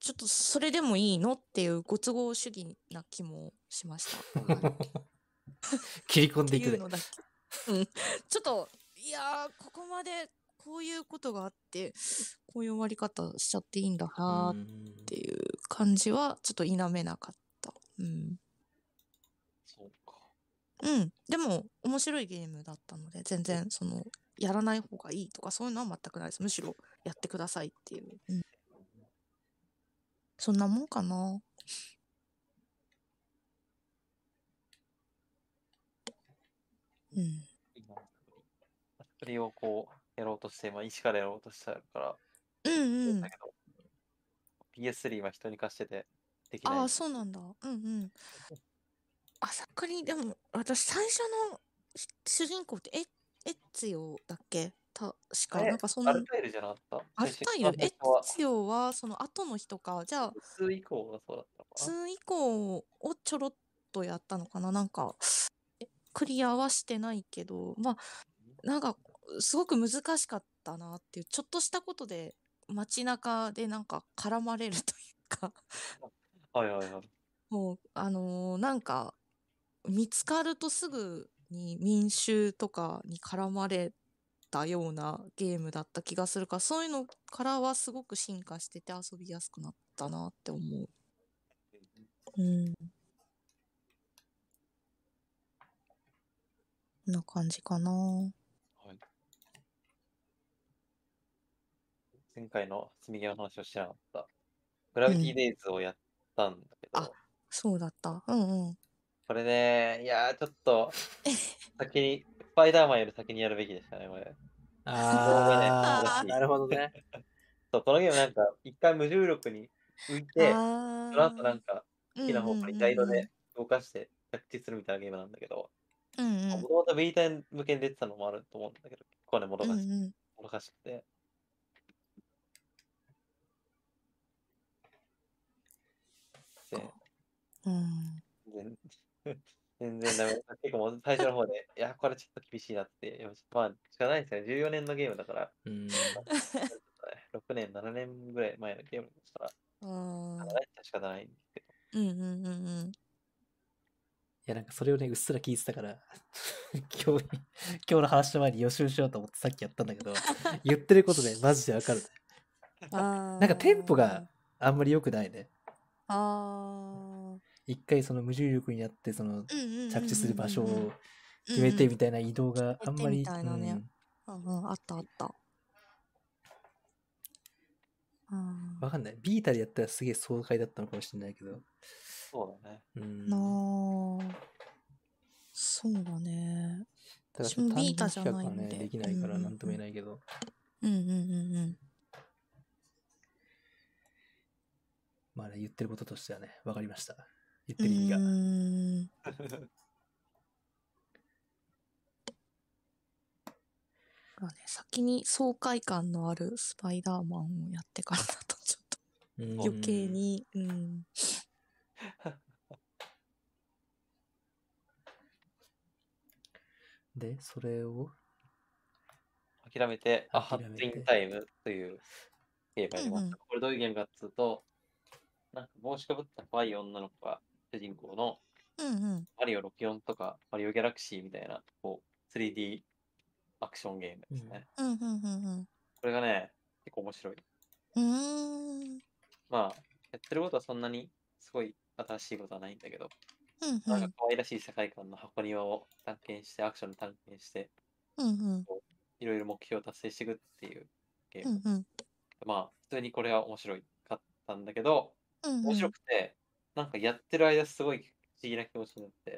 B: ちょっとそれでもいいのっていうご都合主義な気もしました。はい
C: 切り込ん
B: っ
C: で
B: て
C: いく
B: いう
C: ね
B: のだけ。うん、ちょっと、いやー、ここまでこういうことがあって、こういう終わり方しちゃっていいんだなー
C: う
B: っ
C: ーん
B: ていう感じは、ちょっと否めなかった。うん。
D: そうか。
B: うん。でも、面白いゲームだったので、全然、その、やらない方がいいとか、そういうのは全くないです。むしろ、やってくださいっていう。うん。そんなもんかな。うん。
D: 今それをこう、やろうとして、まあ、一からやろうとしたから、
B: うんうん
D: だ。けど、PS3 は人に貸してて、できない。
B: ああ、そうなんだ。うんうん。朝栗、でも、私、最初のし主人公って、え、エッツヨだっけ確か、
D: ね
B: なんかそ
D: ア
B: の
D: ル、タイルじゃなかった。
B: アルタイル、エッツヨは、その後の人か。じゃあ、
D: 数以降がそうだったのかな。
B: 2以降をちょろっとやったのかななんか、えクリアはしてないけど、まあ、なんか、すごく難しかったなっていう、ちょっとしたことで、街中でなんか絡まれるというか。
D: はいはいはい。
B: もう、あのーなんか、見つかるとすぐに民衆とかに絡まれたようなゲームだった気がするから、そういうのからはすごく進化してて遊びやすくなったなって思う。うん。こんな感じかな。
D: はい、前回の積み木の話をしてなかった。グラビティデイズをやったんだけど、
B: あそうだった。うんうん。
D: これね、いやー、ちょっ
B: [laughs]
D: と、先に、スパイダーマンより先にやるべきでしたね、これ。
C: あ
D: あ
C: ー、
D: ー
C: [laughs] なるほどね。
D: そう、このゲームなんか、一回無重力に浮いて、そ
B: あ
D: の後なん
B: か
D: か、
B: 好
D: 好きな方向にガイドで。動かして着地するみたいなゲームなんだけど、
B: うんうん
D: もともと V ン向けに出てたのもあると思うんだけど、結構ね、もど
B: うん
D: かし,、
B: うん。
D: もどかしくて。で
B: うん
D: 全全然ダメだ [laughs] った。結構もう最初の方で、いや、これちょっと厳しいなって。いやまあ、しかないですよね。14年のゲームだ
B: [laughs]
D: から、
C: うん。
D: 6年、7年ぐらい前のゲームですから、
B: うん。あ
D: 考
B: ー
D: えたら仕方ないんですけど。
B: うんうんうんうん。
C: いや、なんかそれをね、うっすら聞いてたから、 [laughs] 今日、今日の話の前に予習しようと思ってさっきやったんだけ
B: [laughs]
C: ど、言ってることでマジでわかるね。
B: な
C: なんかテンポがあんまり良くないね。
B: あ
C: 一回その無重力になって、その
B: ー、うんうんうんうんうん、
C: 着地する場所を決めてみ
B: た、
C: たいな移動があんまり、
B: 決めてみたいなね
C: うん
B: うんうんあったあったあ
C: わかんない。ビータでやったらすげえ爽快だったのかもしれないけど。
D: そうだね。
C: うん。
B: なあそうだね
C: だから
B: 私もビータ
C: 単純
B: じゃ
C: 比較は
B: ないので
C: ね、できないから
B: うんうんうん
C: なんとも言えないけど。
B: うんうんうんうん
C: まあね、言ってることとしてはね、わかりました。言ってる意味が
B: う。ーん [laughs] まあね、先に爽快感のあるスパイダーマンをやってからだとちょっ
C: うん
B: と余計。にうん
C: で、それを、
D: 諦めて、あ、ハ
C: 諦め
D: ッ
C: て
D: ティンタイムというゲームがありま
B: う
D: し
B: んうん
D: た。これどういうゲームかっつうと、なんか帽子かぶった可愛い女の子が主人公の
B: うんうん
D: マリオ64とかマリオギャラクシーみたいなこう 3D アクションゲームですね。
B: うんうんうん
D: これがね、結構面白い。
B: うんうーん
D: まあ、やってることはそんなにすごい新しいことはないんだけど、
B: うんう
D: なんか
B: ん
D: 可愛らしい世界観の箱庭を探検して、アクションで探検して、
B: うん
D: いろいろ目標を達成していくっていうゲー
B: う
D: ム。
B: んうん
D: まあ、普通にこれは面白かったんだけど、
B: うん
D: 面白くて、なんかやってる間すごい不思議な気持ちになって、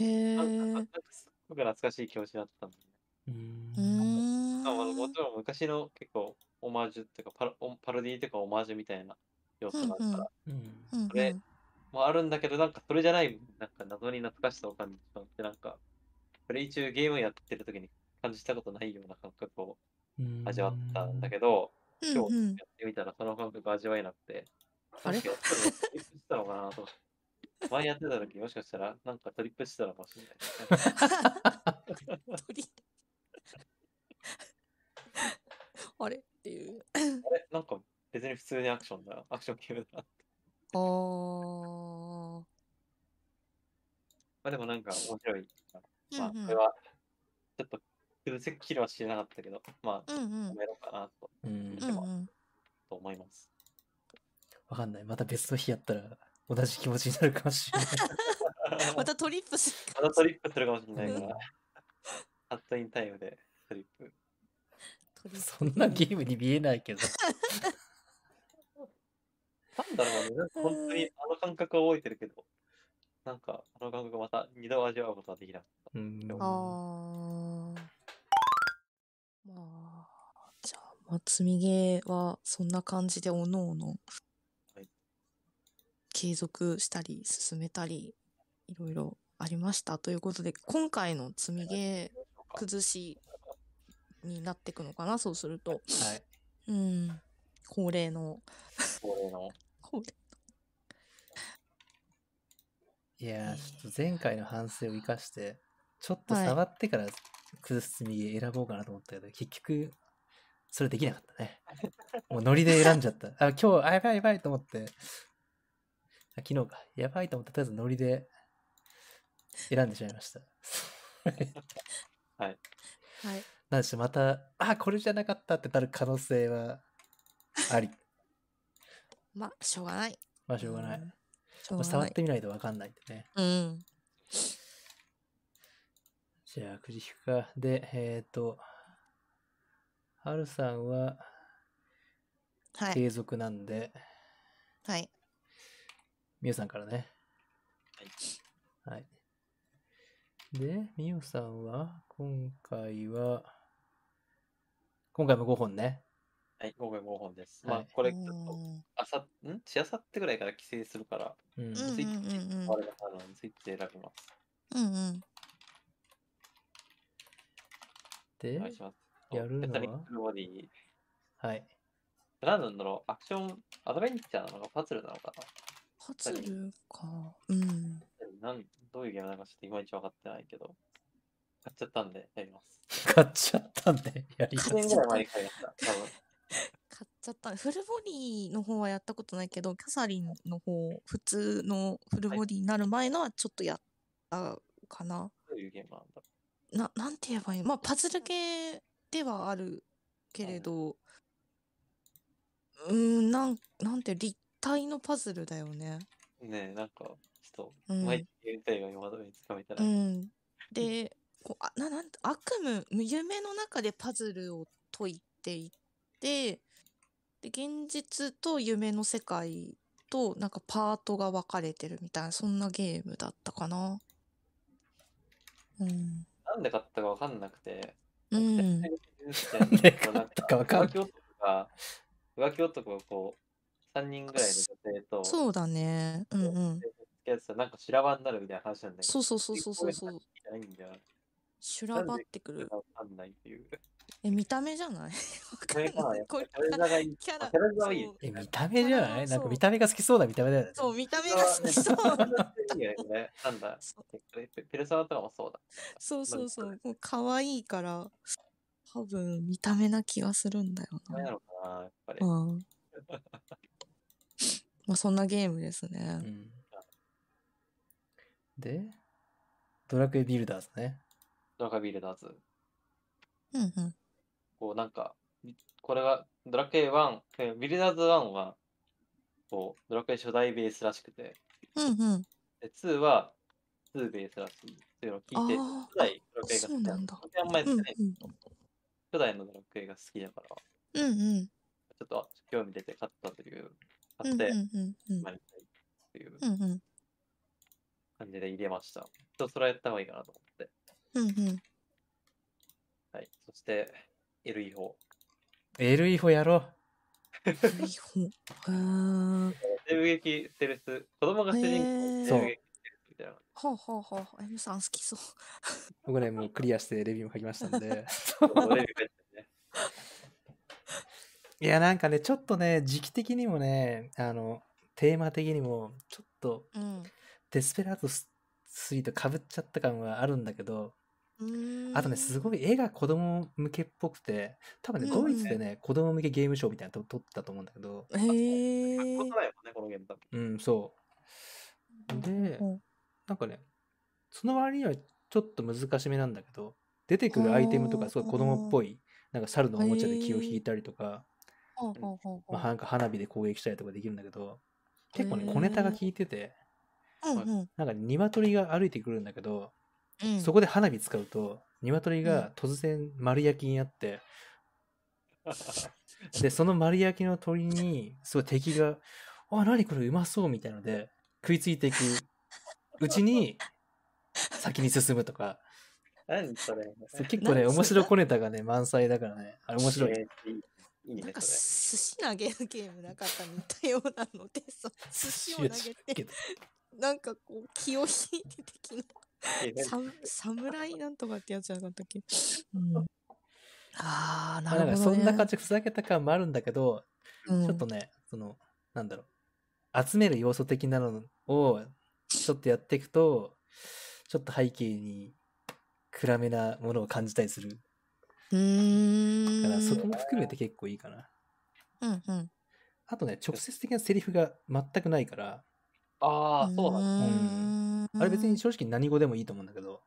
B: へえ
D: なんかなんかすっごく懐かしい気持ちになってたんだよね。
C: うん
B: うーん
D: まああのもちろん昔の結構オマージュっていうかパロオパロディーとかオマージュみたいな要素があるから、
B: うん
C: うん
B: うん
D: これもあるんだけど、なんかそれじゃない、なんか謎に懐かしさを感じてしまって、なんか、プレイ中ゲームやってる時に感じたことないような感覚を味わったんだけど、
B: うん
D: 今
B: う
D: 日
B: ん
D: やってみたらその感覚味わえなくて、
B: あれ
D: なんかやったのトリップしてたのかなと思って。前やってた時もしかしたら、なんかトリップしてたのかもしれない。
B: 鳥あれっていう。
D: あれなんか別に普通にアクションだな。アクションゲームだな。
B: あー
D: まあでもなんか面白い。まあ
B: うんうん
D: これは、ちょっと、崩せっきりは知らなかったけど、まあ、
B: うんうん
D: やめろうかなと
C: うん
B: うんうん
D: と思います。
C: わかんない。また別の日やったら同じ気持ちになるかもしれ
B: [laughs]
C: ない。
D: [laughs]
B: またトリップする
D: またトリップするかもしれないか
C: うん
D: ら、ハットインタイムでトリップ。
B: トリップ
C: そんなゲームに見えないけど。
D: なんだろうね、なんか本当にあの感覚を覚えてるけど、なんかあの感覚また二度味わうことができなかった。
C: うん
B: あーまあじゃあ、まあ、積みゲーはそんな感じでおのおの
D: はい
B: 継続したり進めたりいろいろありましたということで今回の積みゲー崩しになっていくのかなそうすると
C: はい。
B: うん恒例の
D: 恒例の。
B: 恒例
C: いやー、ちょっと前回の反省を生かして、ちょっと触ってから崩す積み木選ぼうかなと思ったけど、結局、それできなかったね。もうノリで選んじゃった。あ、今日、あ、やばいやばいと思って、あ昨日か、やばいと思って、とりあえずノリで選んでしまいました。
B: はい
C: なんでしょう、また、あ、これじゃなかったってなる可能性はあり。
B: まあしょうがない
C: まあ、しょうがない。
B: しょうが
C: 触
B: な
C: っ
B: い。
C: てみないとわかんないんでね。
B: うん。
C: じゃあ、くじ引くか。で、えっ、と、はるさんは
B: はい。
C: 継続なんで、
B: はい。
C: みゆさんからね。はい。で、みゆさんは、今回は、今回も5本ね。
D: はい、今回5本です。ま
C: は
D: あ
C: い、
D: これ、
B: う
D: ちょっと、
B: ん
D: あさ、んしあさってぐらいから帰省するから、
C: うん。
B: うんうん
D: ツイッ
B: うん
D: あれだから、ツイッチ選びます。
B: うんうん。
C: で
D: お、願いします。
C: やるのは
D: メタリックボディ。
C: はい。
D: 何なんだろうアクション、アドベンチャーなのか、パズルなのか
B: パズルか。うん。
D: ななんどういうゲームなのか、ちょっといまいち分かってないけど、買っちゃったんで、やります。
C: 買っちゃったんで、やりま
B: 買
C: す
D: 1
B: っ
D: 年ぐ
B: ちゃ
D: ら
B: っ
D: い
B: た
D: 前に買いました。多分
B: 買っちゃった。フルボディの方はやったことないけど、キャサリンの方、普通のフルボディになる前のはちょっとやったかな。
D: どういうゲームなんだろ
B: な、なんて言えばいいまあ、パズル系ではあるけれど、うーん、なん、なんて、立体のパズルだよね。
D: う [laughs] ねえ、なんか、ちょっ
B: う
D: と、
B: ん。
D: 毎日やりたいが今までにつかめてな
B: う
D: い。
B: ん、でこうあななん悪夢夢の中でパズルを解いていってで現実と夢の世界となんかパートが分かれてるみたいなそんなゲームだったかな。うん、
D: なんで買ったかわかんなくて、
B: う、
D: なん
C: なんで買ったかわかんない
D: 浮気男が、浮気男がこう、3人ぐらいの女性と、
B: そうだね。うんうん。
D: 付き合ってたらなんか修羅場になるみたいな話なんだけど、
B: そうそうそうそうそうそ
D: 聞
B: う。
D: いてないんだよな。
B: 修羅場ってくる。
D: わかんないっていう。 [laughs]
B: え、見た目じゃない [laughs] わかん
D: キャラ
B: な
D: や
B: い
D: っ。ぱ
B: こ
D: キ
B: れ
D: ャラがいい。
B: キャ
D: ま
B: ラ
D: あキャラがいい
B: そう。
C: え、見た目じゃないなんか見た目が好きそうな見た目だよね。
B: そう、見た目が好きそう。
D: いいよねこれなんだ。
B: そう
D: ペペペルソナとかもそうだ。
B: そうそうそ
D: な
B: う。もう可愛いから、多分見た目な気がするんだよ
D: ダメな
B: な。
D: のかな、やっぱり。
B: うん。まあそんなゲームです
C: う
B: ね。
C: んで、ドラクエビルダーズね。
D: ドラカビルダーズ。
B: うんうん。
D: こうなんか、これはドラクエ1、えビルダーズ1は、こう、ドラクエ初代ベースらしくて、
B: うんうん。
D: で2は2ベースらしいっていうのを聞いて、
B: あ
D: 初代ドラクエが好き
B: そうなん
D: ド
B: だ
D: ラクエあんまやっ
B: う
D: て
B: んう
D: なんい。初代のドラクエが好きだから、ち
B: うんうん。
D: ょっと興味出て買ったという、
B: うん
D: 買っ
B: うん
D: て、
B: うんうん。
D: まあやりたいっていう
B: うんうん。
D: 感じで入れました。ちょっとそれはやった方がいいかなと思って。
B: うんうん。
D: はい。そして、LE4。
C: LE4 やろう。
B: 古い本。へえ。
D: 西部劇セルス、子供が主人
B: へ
D: 公
B: ー
D: 西部劇セルスみたいな。
B: ほうほうほう。M さん好きそう。
C: 僕ね、もうクリアしてレビューも書きましたんで。
D: そうレビュー書いてあるね
C: いや、なんかね、ちょっとね、時期的にもね、あの、テーマ的にも、ちょっと、
B: うん。
C: デスペラード3とかぶっちゃった感はあるんだけど、
B: うーん
C: あとね、すごい絵が子供向けっぽくて、多分ね、
B: うんうん
C: ドイツでね、子供向けゲームショーみたいなと撮ったと思うんだけど、
B: へえ。
D: ことないもんね、このゲーム多分。
C: うん、そう。で
B: うん、
C: なんかね、その割にはちょっと難しめなんだけど、出てくるアイテムと
B: あ
C: か、
B: ー
C: すごい子供っぽい、なんか猿のおもちゃで気を引いたりとか、
B: ほうほうほうほ
C: まあ、
B: う。
C: なんか花火で攻撃したりとかできるんだけど、結構ね、
B: へー
C: 小ネタが効いてて、
B: うんうん
C: なんか鶏が歩いてくるんだけど、
B: うん。
C: そこで花火使うと、鶏が突然丸焼きにな
B: [laughs]
C: って、で、その丸焼きの鳥に、すごい敵が、あ、何これうまそうみたいので、食いついていくうちに、先に進むとか、
D: 何それ。
C: そう結構ね、
B: 何それ
C: 面白い小ネタがね、満載だからね、あれ面白い。
D: えーいいいい
B: なん
D: ね、
B: か
D: そ
B: 寿司投げるゲームなかったみたいようなのでそう寿司を投げて
C: て。
B: なんかこう [laughs] 気を引いて的
D: れ。いいね
B: なサム侍なんとかってやつじゃなかっ
C: [laughs]
B: たっけ、うん、ああ
C: ま
B: な
C: あ
B: る
C: な
B: ほ
C: んか
B: ど、ね、
C: そんな感じでふざけた感もあるんだけど、
B: うん
C: ちょっとね、その、なんだろう、集める要素的なのを、ちょっとやっていくと、ちょっと背景に暗めなものを感じたりする。
B: うーん
C: から、そこも含めて結構いいかな。
B: うんうん
C: あとね、直接的なセリフが全くないから、
D: ああ、そうなんだ。
B: なん
C: あれ別に正直何語でもいいと思うんだけど、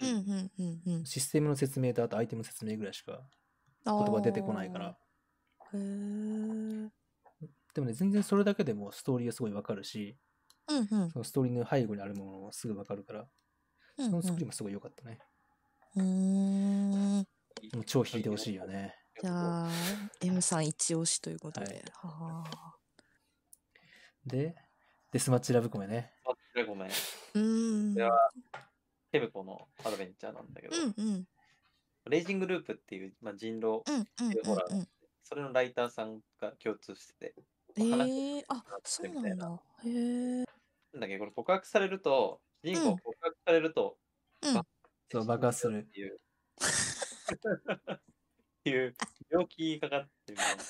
B: うんうんうんうん
C: システムの説明とあとアイテムの説明ぐらいしか
B: 言
C: 言葉出てこないから。
B: へえうん
C: でもね、全然それだけでもストーリーがすごいわかるし、
B: うんうん
C: そのストーリーの背後にあるものがすぐわかるから、
B: う
C: そ
B: ん
C: の作りもすごい良かったね。
B: うん。うーん。
C: もう超引いてほしいよね。
B: じゃあ、M さん一押しということで。はあ
C: で、デスマッチラブコメね。
D: あごめん。
B: うーん。
D: ではテブコのアドベンチャーなんだけど、
B: うんうん
D: レイジングループっていう、まあ、人狼、
B: うんうん
D: でほら
B: うんうん。
D: それのライターさんが共通して
B: え
D: て、話
B: ー、あそうなんだ。へえ。
D: なんだっけこれ告白されると、主人公
B: うん
D: 告白されると、
B: うん
D: ば
C: そう爆発する
D: っていう。 [laughs] っていう病気にかかってるみたいな。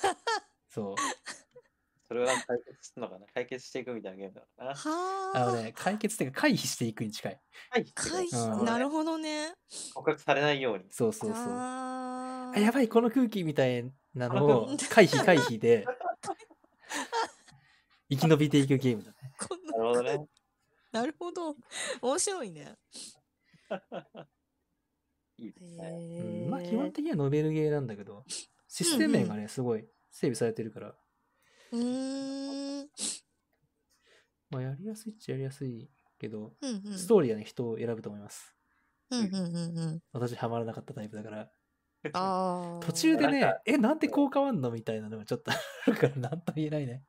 C: そう。
D: それは解決するのかな解決していくみたいなゲームだからな。
B: は
C: あの
B: あ。 [laughs]
C: ね、解決っていうか回避していくに近い。
D: 回避
B: 回
D: していく
C: うん
B: 避なるほどね。
D: 告白されないように。
C: そうそうそう。あ
B: あ
C: やば
B: い。
C: い、この空気みたいなの
B: う
C: を
B: ん
C: 回避回避
B: [laughs]
C: で生き延びていくゲームだね。
B: こんな
D: なるほどね。
B: なるほど。面白いね。
D: いいですね。
B: へ
C: うんまあ
B: え
C: 基本的にはノベルゲーなんだけど、システム面がね、すごい整備されてるから、
B: うーん。
C: まあやりやすいっちゃやりやすいけど、
B: うんうん
C: ストーリーはね、人を選ぶと思います。
B: うんうんうんうん。
C: 私ハマらなかったタイプだから、
B: ああ。
C: 途中でね
D: なんか、
C: え、なんでこう変わんのみたいなのがちょっとあるから、なんとも言えないね。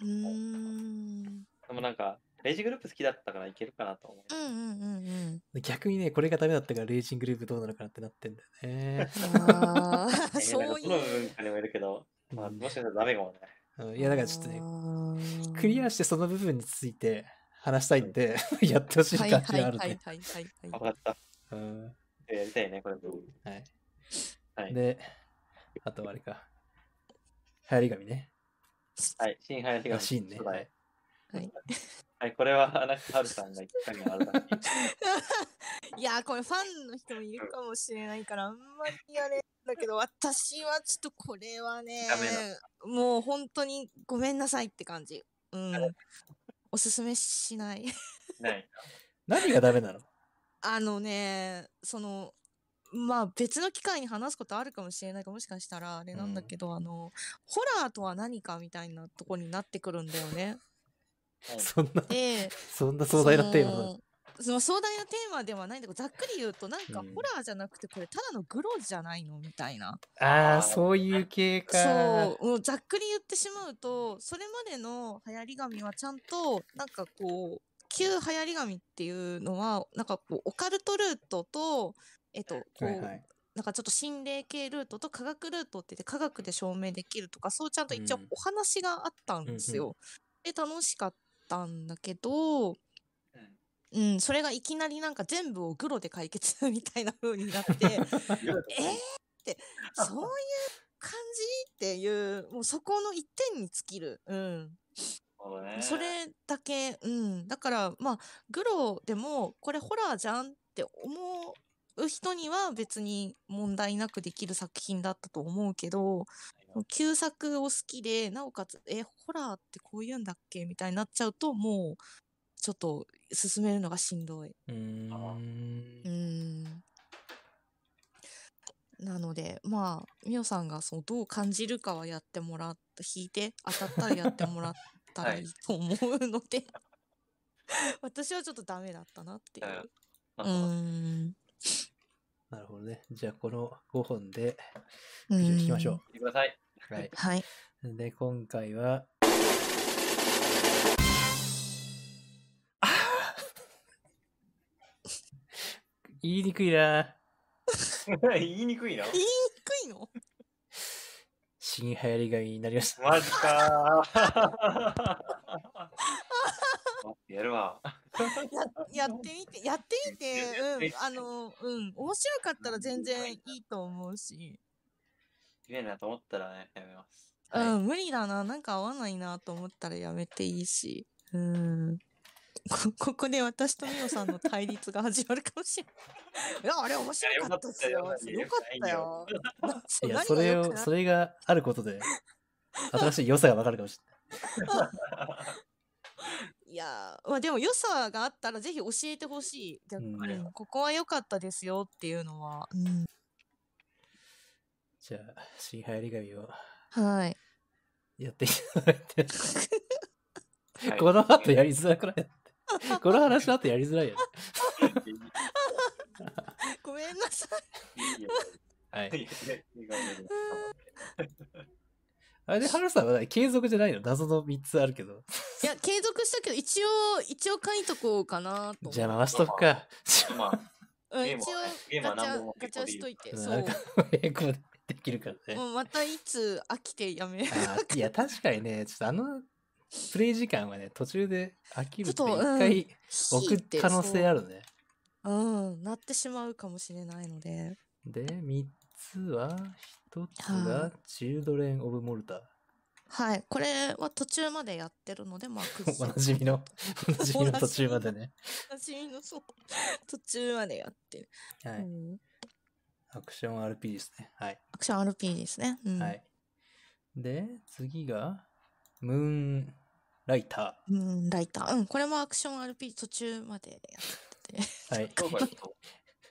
B: うーん。
D: でもなんか、レイジグループ好きだったからいけるかなと思う。
B: うんうんうんうん。
C: 逆にね、これがダメだったから、レイジングループどうなのかなってなってんだよね。
D: [laughs]
B: ああ、
D: ねなん
B: そ
D: か
B: う
D: どの文
B: いう。
D: 化にもいるけど、まあ、
C: うん
D: もしかしたらダメかもね。
C: うんいや、だからちょっとね、
B: ね
C: クリア
B: し
C: してその部分について話したいんで、 [laughs] やってほしい
B: は
C: 感
B: い
C: じ
B: はい
C: がある
B: はい
C: ね。
B: はいはい
D: あ、
B: は
D: わかった。
C: うん
D: えーやりたいね、これ。
C: はい
D: はい。
C: で、あとはあれか。流行り紙ね。
D: はい、新流行りが
C: らしいね。はい
B: い。はい
D: はい、これは、なんか、ハルさんが言ったにあるだけ
B: いやーこれファンの人もいるかもしれないからあんまりあれだけど私はちょっとこれはね
D: ダメ
B: もう本当にごめんなさいって感じうんおすすめしない [laughs]
D: ない。
C: 何がダメなの
B: あのねそのまあ別の機会に話すことあるかもしれないからもしかしたらあれなんだけど、あのホラーとは何かみたいなとこになってくるんだよね
D: は
C: [laughs]
D: い
C: そんな、
B: で
C: そんな壮大なテーマな
B: そ
C: の
B: のその壮大なテーマではないんだけどざっくり言うとなんか
C: うん
B: ホラーじゃなくてこれただのグロじゃないのみたいな、
C: ああ、そういう系か。
B: そうもうざっくり言ってしまうとそれまでの流行り紙はちゃんとなんかこう旧流行り紙っていうのはなんかこうオカルトルートとえっとこう、
C: はいはい。
B: なんかちょっと心霊系ルートと科学ルートって言って科学で証明できるとかそうちゃんと一応
C: うん
B: お話があったんですよ。で楽しかったんだけど
D: うん
B: うん、それがいきなりなんか全部をグロで解決 [laughs] みたいな風になってえーってそういう感じっていうもうそこの一点に尽きる、うん、
D: そうだね
B: それだけ、うん、だからまあグロでもこれホラーじゃんって思う人には別に問題なくできる作品だったと思うけど旧作を好きでなおかつえホラーってこういうんだっけみたいになっちゃうともうちょっと進めるのがしんどい。
C: うー。
B: うんんなのでまあみおさんがそのどう感じるかはやってもらった引いて当たったらやってもらったら
D: はい
B: いいと思うので、 [laughs] 私はちょっとダメだったなっていう。
D: ま
B: う
D: あ
B: ー
D: まあ
B: ん
C: なるほどね。じゃあ、この5本で、
B: う
C: 以上
B: ん
C: 聞きましょ
D: 見てください。
C: う。はい。
B: はい
C: で、今回は、 [laughs] あー言いにくいな。
D: [laughs] 言いにくいな。
B: い低いの
C: 新流行り紙になりました。
D: マジかー。やるわ。
B: やってみてやってみて
D: やってみて
B: うんあのうん面白かったら全然いいと思うし、
D: 綺麗なと思ったらね、やめます。
B: う
C: は
B: ん無理だななんか合わないなと思ったらやめていいしうんこここで私とミオさんの対立が始まるかもしれないいやあれ面
D: いや
B: 白
D: よ
B: か
D: か
B: っ
D: ったた
B: ですよ
D: よ
B: よかったよなそ
C: い、
B: う
C: いや、
B: 何
C: そ
B: が
C: れ
B: 良く
C: を、
B: な
C: それがあることで、新しい良さがわかるかもし
B: いやーまあでも良さがあったらぜひ教えてほしい逆に、
C: うん
B: うんここは良かったですよっていうのは、うん、
C: れない。じゃあ、新流行り紙を
B: はい
C: やっていただいて。
D: はい
C: この後やりづらくないだって。この話の後やりづらいよね。
D: いい
B: ごめんなさい。
D: いいよ
C: はい
D: い。いよいいよ
C: あれで、ハルさんは何継続じゃないの謎の3つあるけど。
B: いや、継続したけど、一応、一応書いとこうかなと思う。
C: じゃあ回 [laughs] しとくか。
D: まあ、
B: うん、
D: ゲー
B: 一
D: ム
B: 応
D: はねゲームは
B: ガチ
D: 何
B: ャ
D: 本も、
B: ガ
D: 結構
B: チャ
D: でい
B: し
D: い
B: といて、そ
C: なん
B: う
C: か。、英語でできるからね。
B: もうまたいつ飽きてやめ。
C: あーいや、確かにね、ちょっとあの、プレイ時間はね、途中で飽きるって
B: ちょっと
C: 一回
B: ひい
C: 置
B: て
C: く可能性あるね。
B: そううん、なってしまうかもしれないので。
C: で、3つは、1つ
B: は
C: が
B: い、
C: チルドレン・オブ・モルター。
B: はい、これは途中までやってるので、まあ、くっ
C: おなじみの、おなじみの途中までね。
B: おなじみの、そう。途中までやってる。
C: は
B: う
C: い。
B: ん
C: アクション RP ですね。はい。
B: アクション RP ですね。うん
C: はい。で、次が、ムーンライタ
B: うん、ライター。うん、これもアクション RP 途中までやってて。
C: ー。はい。
D: 生涯と、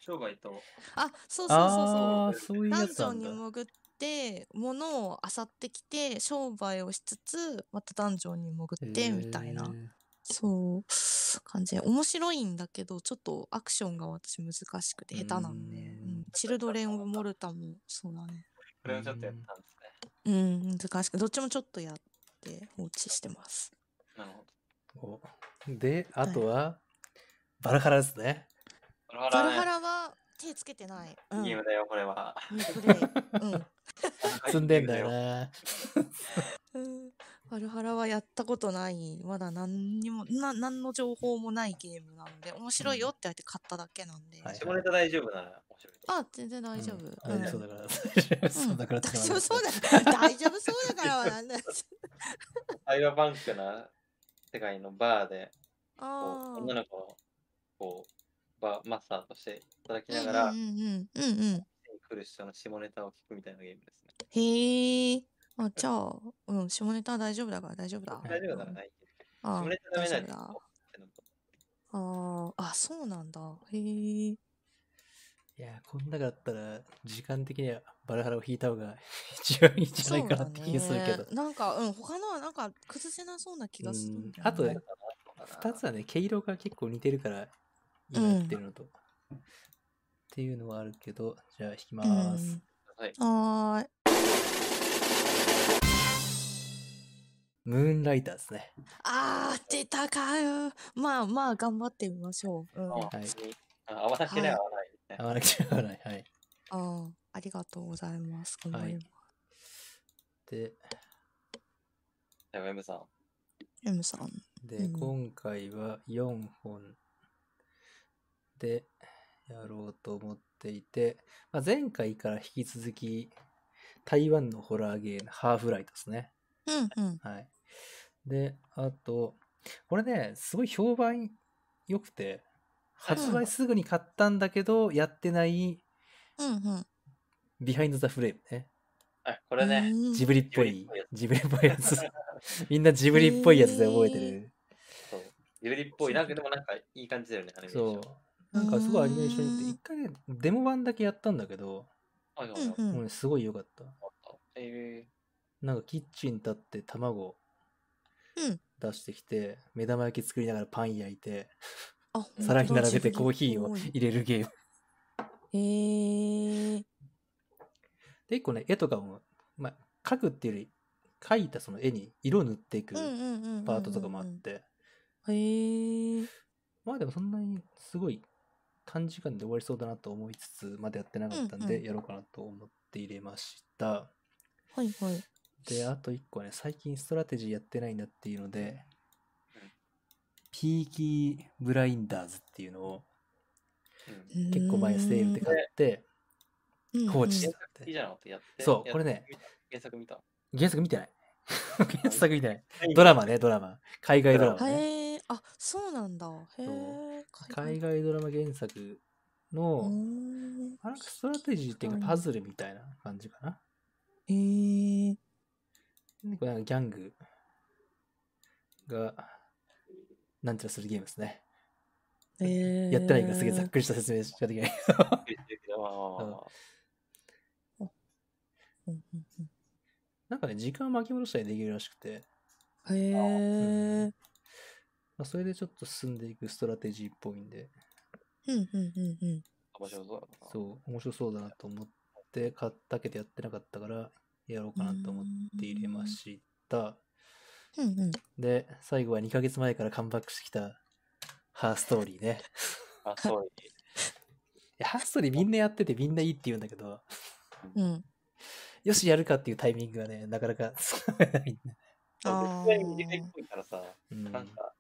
D: 生涯と、
B: あ、そうそうそうそう。
C: ああ、そういう
B: ダ
C: や
B: ン
C: つ
B: ジョ
C: な
B: ン
C: ん
B: に
C: だ。
B: 潜って物を漁ってきて商売をしつつまたダンジョンに潜ってみたいな、
C: へー
B: そう感じ面白いんだけどちょっとアクションが私難しくて下手なんで、
C: うーん
B: うんチルドレン・オブ・モルタもそうだね
D: これをちょっとやったんですね。
B: うん難しくどっちもちょっとやって放置してます
D: なるほど。
C: おで、あとは、バラハラですね。
D: バラバ
B: バ
D: ラ
B: ル
D: ね
B: ハラは手つけてない、うん、
D: ゲームだよ、これは。
B: ミップレイうん
C: 積んでんだよな。
B: うん [laughs] アルハラはやったことない、まだ何にも、な何の情報もないゲームなので、面白いよって言われて買っただけなんで。
C: はい
D: 下ネタ大丈夫なら面白いと思
B: あ、全然大丈夫。
C: うん
B: うん
C: 大丈夫だから。大丈夫そうだからって
B: 大
C: 言わ
B: 丈
C: れま
B: 夫 [laughs] そう
C: し
B: だから、大丈夫そうだからはなんだ。
D: う。サイバーバンクな世界のバーで、こ
B: あ
D: う
B: あ。
D: 女
B: う
D: の子のこうバーマスターとして働きながら、
B: んうんうんうんうん。
D: 来る人の下ネタを聞くみたいなゲームですね。
B: へえ。あ、じゃあ、うん、下ネタ大丈夫だから大丈夫だ。
D: 大丈夫だ
B: う
D: なんらない。
B: あ
D: 下ネタダメ
B: 大丈
D: な
B: 夫
D: んで
B: だ。
D: す
B: あ
D: よ
B: ーあ、そうなんだ。へえ。
C: た。いや、こんなだったら、時間的にはバラハラを引いた方が一番いいんじゃ
B: そ
C: な
B: う
C: いか
B: だ
C: なって気がするけど
B: ね。。なんか、うん、他のはなんか崩せなそうな気がするんだよ
C: あと
B: な
C: ね、2つはね、毛色が結構似てるから、今やってるのと。っていうのはあるけど、じゃあ引きまーす。
D: はい。
B: うん、はーい。
C: ムーンライターですね。
B: あー、出たかよ。まあまあ、頑張ってみましょう。うん、あ
D: ああ合わなければ合わないですね
C: 合。わなくちゃ合わない。はい。
B: ーありがとうございます。頑張ります。
C: で、
D: じゃあ、M さん。
B: M さん。
C: で、
B: うん
C: 今回は4本でやろうと思っていて、まあ、前回から引き続き台湾のホラーゲーム、ハーフライトですね。
B: うんうん。
C: はい。で、あと、これね、すごい評判良くて、発売すぐに買ったんだけど、やってない
B: うんうん。
C: ビハインド・ザ・フレームね。
D: あ、これね。
B: うん
C: ジブリっぽい、ジブリっぽいやつ。 [laughs] みんなジブ
B: ブ
C: リ
B: リ
C: っ
B: っ
C: ぽ
B: ぽ
C: い
B: い
C: や
B: や
C: つ
B: つ
C: で
B: で
C: 覚
B: 覚
C: え
B: え
C: て
B: て
C: る
B: る。
D: そう。ゆりっぽい。なんかでもなんかいい感じだよね、アニメーショ
C: そ
D: ン
C: う。。なんかすごいアニメーションって、
B: うん
C: 一回ねデモ版だけやったんだけど、
D: はいは
B: う
D: い
B: ん
D: はい。
B: うん
C: もうねすごい良かった。
D: え
C: なんかキッチン立って卵
B: うん
C: 出してきて、目玉焼き作りながらパン焼いて、
B: あ、ほんとだ
C: 皿に並べてコーヒーを
B: ジブリっ
C: 入れるゲーム。
B: ぽいへえ。
C: で、一個ね、絵とかも、まあ、描くっていうより、描いたその絵に色を塗っていく
B: うんうんうんうんうん。
C: パートとかもあって、
B: へえ。
C: まあでもそんなにすごい短時間で終わりそうだなと思いつつ、まだやってなかったん
B: うん
C: で、
B: うん
C: やろうかなと思って入れました。
B: はいはい。
C: で、あと一個はね、最近ストラテジーやってないんだっていうので
D: うん、
C: ピーキーブラインダーズっていうのを
D: ーうん
C: 結構前セールで買って
B: うん
C: 放置して
B: うん
C: たっ
D: いい
C: て。
D: じゃなかったやって。
C: そう
D: やっ
C: これね。
D: 原作見た。
C: 原作見てない。原作見てない。 [laughs]
D: はい
C: ドラマね、ドラマ。海外ドラ
B: う
C: マ
B: ん。
C: ね。
B: へえ。あ、そうなんだ。へえ。
C: 海外ドラマ原作の、
B: うん
C: あなんかストラテジーっていうかパズルみたいな感じかな。
B: へえ。
C: でこれなんかギャングが、なんちゃらするゲームですね。
B: へえ。
C: やってないからすげえざっくりした説明しかできない。
D: まあまあまあまあ
B: うんうんうん
C: なんかね、時間を巻き戻したりできるらしくて、
B: へえ。
C: まあ、それでちょっと進んでいくストラテジーっぽいんで、
B: うんうんうんうん。
D: 面白そうだな。
C: そう、面白そうだなと思って買ったけどやってなかったから、やろうかなと思って入れました。
B: うんうん。
C: で、最後は2ヶ月前からカムバックしてきた、ハーストーリーね。
D: あ、そう。
C: いやハーストーリーみんなやっててみんないいって言うんだけど、
B: うん。
C: よしやるかっていうタイミングがね、なかなかつかめないんだ。
B: あー
D: 絶対短いっぽいからさ、
C: うん
D: なんか、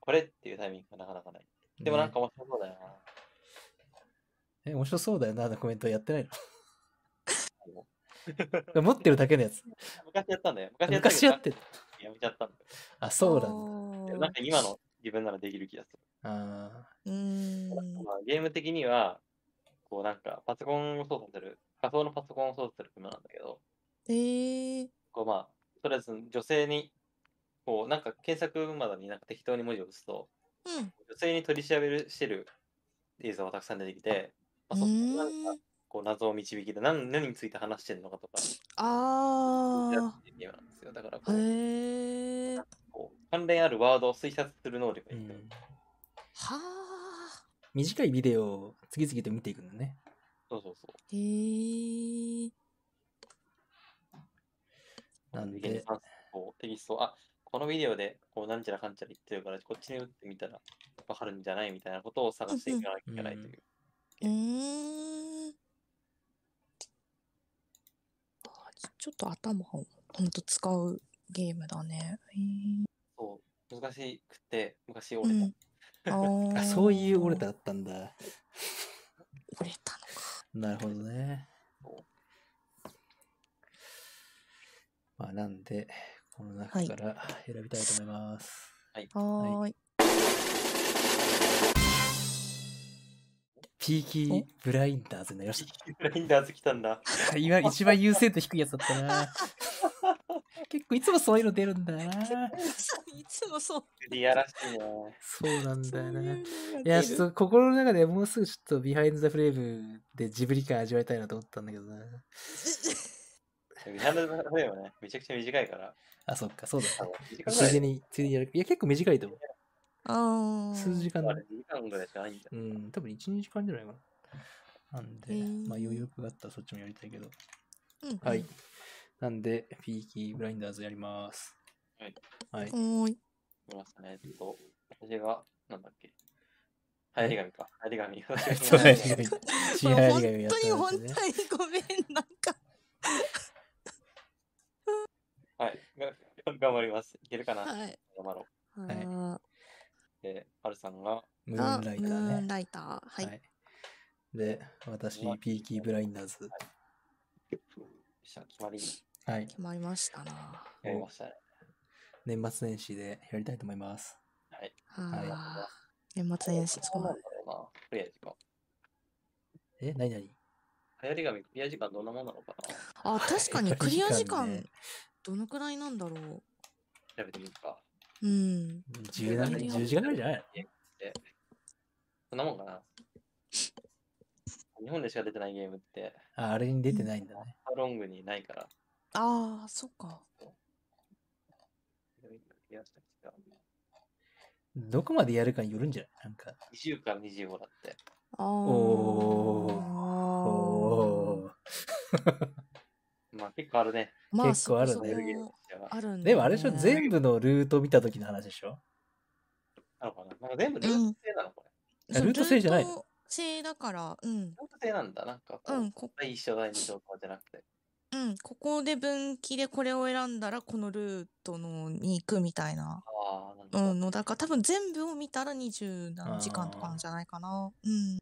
D: これっていうタイミングがなかなかない。でもなんか面白そうだよ
C: ねえ面白そうだよな、あのコメントやってない
D: [laughs] も
C: の。 [laughs] 持ってるだけのやつ。
D: な。昔やったんだよ。昔やったけ
C: 昔や
D: ど
C: ってた。
D: やめちゃったんだ
C: あ、そうなんだ。
D: よ。
B: ん
D: なんか今の自分ならできる気がする。
C: あ
B: うーん。
D: まあ、ゲーム的には、こうなんかパソコンを操作する、仮想のパソコンを操作する車なんだけど、
B: えー。
D: こうまあ、とりあえず女性に、こうなんか検索窓になんか適当に文字を打つと、
B: うん。
D: 女性に取り調べるしてる映像がたくさん出てきて、まあ、そこ
B: う
D: からなん
B: ー
D: か
B: ん
D: こう謎を導きで何何について話してるのかとか、や
B: あ
D: ってるゲームなんですよ。だからこ
B: あ。
D: う、
B: へえ。は
D: こう関連あるワードを推察する能力
C: ー、う
D: が必要。
C: ん。
B: あ。
C: 短いビデオを次々と見ていくのね。
D: そうそうそう。
B: へえ。
C: なんで
D: ビデオに関するこうテキストを、あこのビデオでこうなんちゃらかんちゃら言ってるから、こっちに打ってみたらわかるんじゃないみたいなことを探していかなきゃいけないという。
B: うーん。あちちょっと頭をほんと使うゲームだね。へー
D: そう難しくて、昔俺も、
B: うん、
C: あ、そういう折れ
B: た。
C: ただったんだ。
B: 折れたのか。
C: なるほどね
D: そ。
C: まあ、なんで、この
B: は
C: 中
B: い
C: から選びたいと思います。
B: はーい。
C: ピーキーブラインダーズになりました。
D: グラインダーズ来たんだ。
C: 今一番優先度低いやつだった [laughs] な。結構いつもそういうの出るんだ [laughs] な。
B: いつもそう。
D: いやらしいね。
C: そうなんだよ
B: そう
C: な。い
B: いうのが出る
C: や、ちょっと心の中でもうすぐちょっとビハインド・ザ・フレームでジブリ感味わいたいなと思ったんだけどな。
D: ビハンドフレームね、めちゃくちゃ短いから。
C: あ、そっか、そうだ。
D: 多分2時間ぐ
C: つ
D: ら
C: いで
D: い。
C: に、ついでにやる。いや、結構短いと思
B: あ
C: う。
B: ー
C: 数時間
D: まあ、2時間ぐらいしかないんじゃ。
C: うんん、多分1、2時間じゃないかな。なんで
B: へ、ー
C: まあ余力があったらそっちもやりたいけど。
B: うんうん
C: はい。なんで、ピーキーブラインダーズやります。
D: はい。
C: はい。
B: はーい。
D: 見ましたね。えっと、私が、なんだっけ。流行り紙か。流行り紙。私
C: そう流
D: が
C: [laughs]
D: 流
B: [laughs]
C: 行り紙
D: 行り
B: こ
C: 新
B: れ
C: 流行り紙
B: 本
C: やった
B: 当に
C: ん
B: 本
C: で
B: 当
C: す
B: に
C: ね。
B: ごめん。なんか。
D: 紙はい。が [laughs] 頑張ります。いけるかな。頑
B: はい。
D: 張ろ
C: い
B: あ
D: う。で、ハルさんが、
C: ム
B: ー
C: ー
B: あ
C: ン
B: ム
C: ライター
B: ーン
C: ね。
B: ライター。はい。
C: で、私、ピーキーブラインダーズ。
D: よっしゃ決まり、
C: はい。
B: 決まりましたな。
D: やりましたね。
C: 年末年始でやりたいと思います。
D: はい。
C: はい
B: あー年末年始、そ
D: そうう
B: な
D: なんんだろうな。クリア時間。
C: え、何々
D: 流行り紙、クリア時間どんなもんなのかな
B: あ、確か
C: [laughs]
B: にクリア時間
C: ね、
B: どのくらいなんだろ
D: 調べてみるか。
B: う。うん。
C: 10なん
B: いいよ
C: 10時間ぐらいじゃない
D: そんなもんかな。日本でしか出てないゲームって、
C: あ、あれに出てないんだね。
D: ハロングにないから。
B: ああ、そっか。
C: どこまでやるかによるんじゃないなんか。
D: 20から25だって。
B: あー
C: おーお
D: まあ結構あるね。
B: まあ、
C: 結構あるね
B: そこ
D: や
B: そ
D: るゲーム
B: こ
D: としては。
B: あるん
C: ー
B: だ
C: でもあれでしょ
B: ね
C: 全部のルート見た時の話でしょ
D: なのかななんか全部ルート制なのこれ。
C: あ
B: そう
C: ルート制じゃないの
B: ルート制だから、うん。
D: ルート制なんだ。なんかこう、
B: うん、こ
D: 第1章、第2章とかじゃなくて。
B: うん、ここで分岐でこれを選んだら、このルートのに行くみたいな。
D: ああ、なん
B: う
D: だ、
B: ん、のだから多分全部を見たら20何時間とかなんじゃないかな。うん。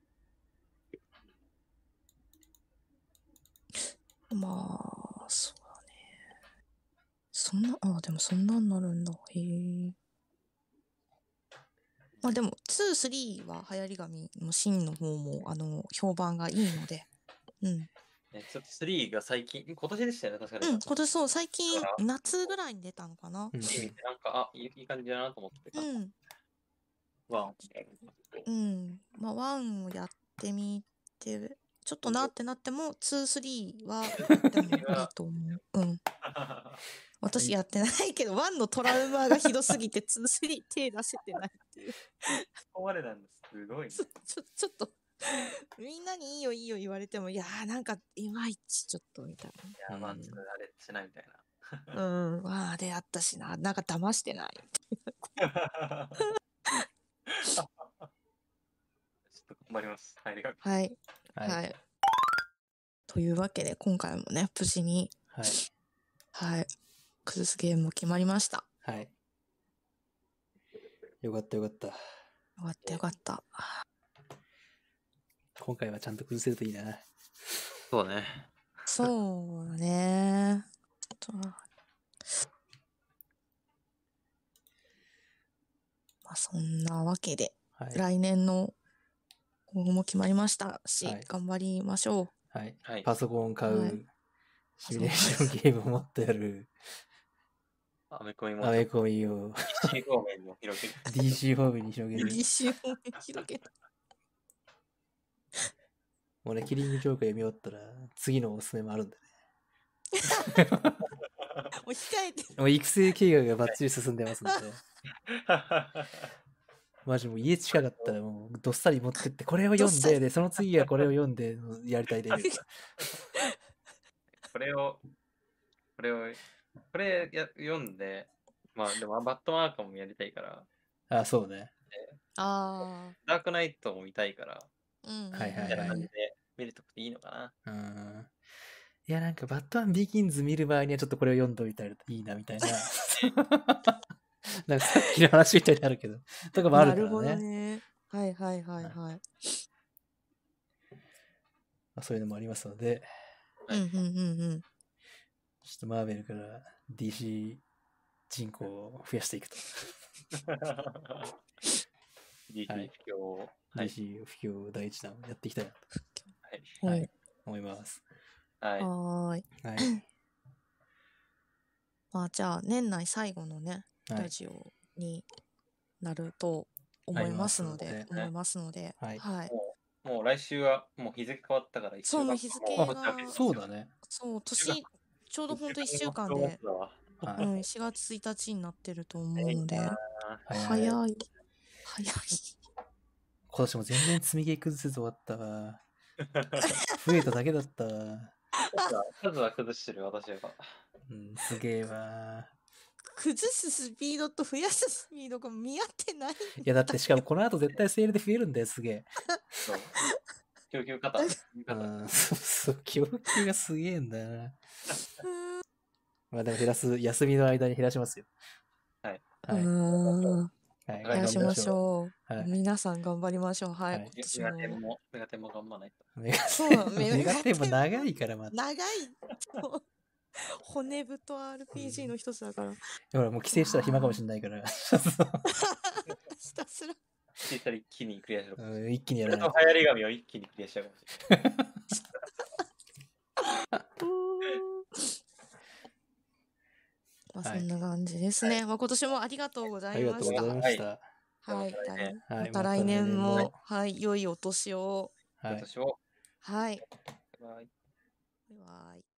B: まあ、そうだね。そんな、あ、でもそんなんなるんだ。へえ。まあでも、2、3は流行り紙の真の方も、あの、評判がいいので。うん。
D: ね、ちょっと3が最近、今年でしたよね、確か
B: う
D: に。
B: ん、今年そう、最近
D: だか、
B: 夏ぐらいに出たのかな。
C: うん
D: 見てなんか、あ、いいいい感じだなと思って。
B: うん。
D: ワン。
B: うん。まあ、ワンをやってみて、ちょっとなってなっても、ツー、スリーはやってもいいと思う。うん。私やってないけど、1のトラウマがひどすぎて、2、3手出せてないっていう。
D: ここまでなんです。すごいね
B: ちょ、ちょ、ちょっと、みんなにいいよいいよ言われても、いやーなんかいまいちちょっとみたい
D: いや、まあ、ちょっとあれしないみたい
B: な。うん、ああ、であったしな、なんか騙してない。
D: な。ちょっと困ります。はい、あ
B: はい、
C: は
B: はいい。。というわけで、今回もね、無事に、
C: はい。
B: はい、崩すゲームも決まりました。
C: はい。よかったよかった。
B: よかったよかった。
C: 今回はちゃんと崩せるといいな。
D: そうね。
B: そうだね。ちょっとまあそんなわけで、
C: はい。
B: 来年の今後も決まりましたし、
C: はい
B: 頑張りましょう。
C: はい。
D: はい。
C: パソコン買う、
B: はい
C: シミュレーションゲームを持ってやる、
D: アメコミも、
C: アメコミを
D: PC 方面も広げる。
C: DC 方面に広げる。
B: DC を広げた。
C: もうね、キリングジョーク読み終わったら、次のおすすめもあるんだね。
B: もう控えて
C: もう育成計画がバッチリ進んでますので、マジもう家近かったらもうどっさり持ってって、これを読
B: ど
C: ん
B: っさり
C: で、で、その次はこれを読んで、やりたい
B: [laughs]
C: レベル。
D: これを、これを、これや読んで、まあでも、バットマーカーもやりたいから、
C: あ、そうね。
B: あ
D: ダークナイトも見たいから、
B: あ。うん。
C: はいはい
D: みた
C: は
D: いない感じで見るといいのか
C: う
D: な。
C: ん。いや、なんか、バットマンビギンズ見る場合にはちょっとこれを読んどいたらいいな、みたいな。なんかさっきの話みたいになるけど、とかもある
B: なる
C: か
B: ほ
C: ら
B: ど
C: ね。
B: ね。はいはいはいはい。
C: まあ、そういうのもありますので、
D: はい
B: うんうんうんうん。
C: ちょっとマーベルから DC 人口を増やしていくと。
D: DC 不況を。はい。
C: DC 不況第一弾をやっていきたいなとは
D: はい
B: はいい。
C: 思います。
D: はい。
B: はーい。
C: はい。
B: まあじゃあ年内最後のね、
C: は
B: ラ
C: い。
B: ジオになると思
C: なり
B: い
C: ま
B: ますす
C: の
B: の
C: で
B: で、
D: ね
B: 思いますので、
C: は
B: はいい。
D: もう来週はもう日付変わったから一週
B: そう
D: 間
B: もう日付が
D: もう終わっちゃけですよ
C: そうだね。
B: そう、
D: 週
B: 年、ちょうどほんと1週間
D: もう
B: で、
D: だわ
C: は
B: うん、
C: い。
B: 4月1日になってると思うので、
C: は
B: 早
C: い
B: い。
C: 今
B: 早い。 [laughs]
C: 年も全然積み毛崩せず終わったわ。増えただけだったわ。
D: 数は崩してる私は。
C: うん、すげえわ。
B: 崩すスピードと増やすスピードが見合ってない。
C: いやだってしかもこの後絶対セールで増えるんだよ、すげえ。
D: そう。供給
B: [laughs]
D: 方。供給
C: う
D: 方
C: ん、そうそう、供給がすげえんだよな。まあでも減らす、休みの間に減らしますよ。
D: はい。
B: う
C: はい。
B: ーん。
C: はい、
D: はい
B: 減らしまし
C: う。
B: ょ
C: は
B: う。
C: い。
B: 皆さん頑張りましょう。はい。
C: はい
B: 今
D: メガ
B: 年
D: テン
B: も。
D: も、メガテンも頑張らないと。
C: メガ
B: そう
C: テン、 [laughs]
B: メガ
C: メガテンも
B: テン
C: 長いから、また。
B: 長いと骨太 RPG の一つだから、 [laughs]
C: ほら、もう帰省したら暇かもしれないから、
B: ひたすら
D: 聞いたら一気にクリアしろ。こ
C: うん、一気にや
D: れ
C: ら
D: と
C: ないと。
D: 流行り紙を一気にクリアしちゃうかもし
B: まあ
C: は
B: そ
C: い
B: んな感じですね、まあ今年もありがとうござ
C: あ
B: い
C: りが
B: ま
C: とう
B: し
C: ご
B: た
C: ざい
B: は
C: ました。
D: はい
B: い
D: またね
C: はい
B: また来年も
C: また来
B: はい良いお年を
C: は
D: れないい。。私を。
B: はい
D: バイバイ
B: バイバイ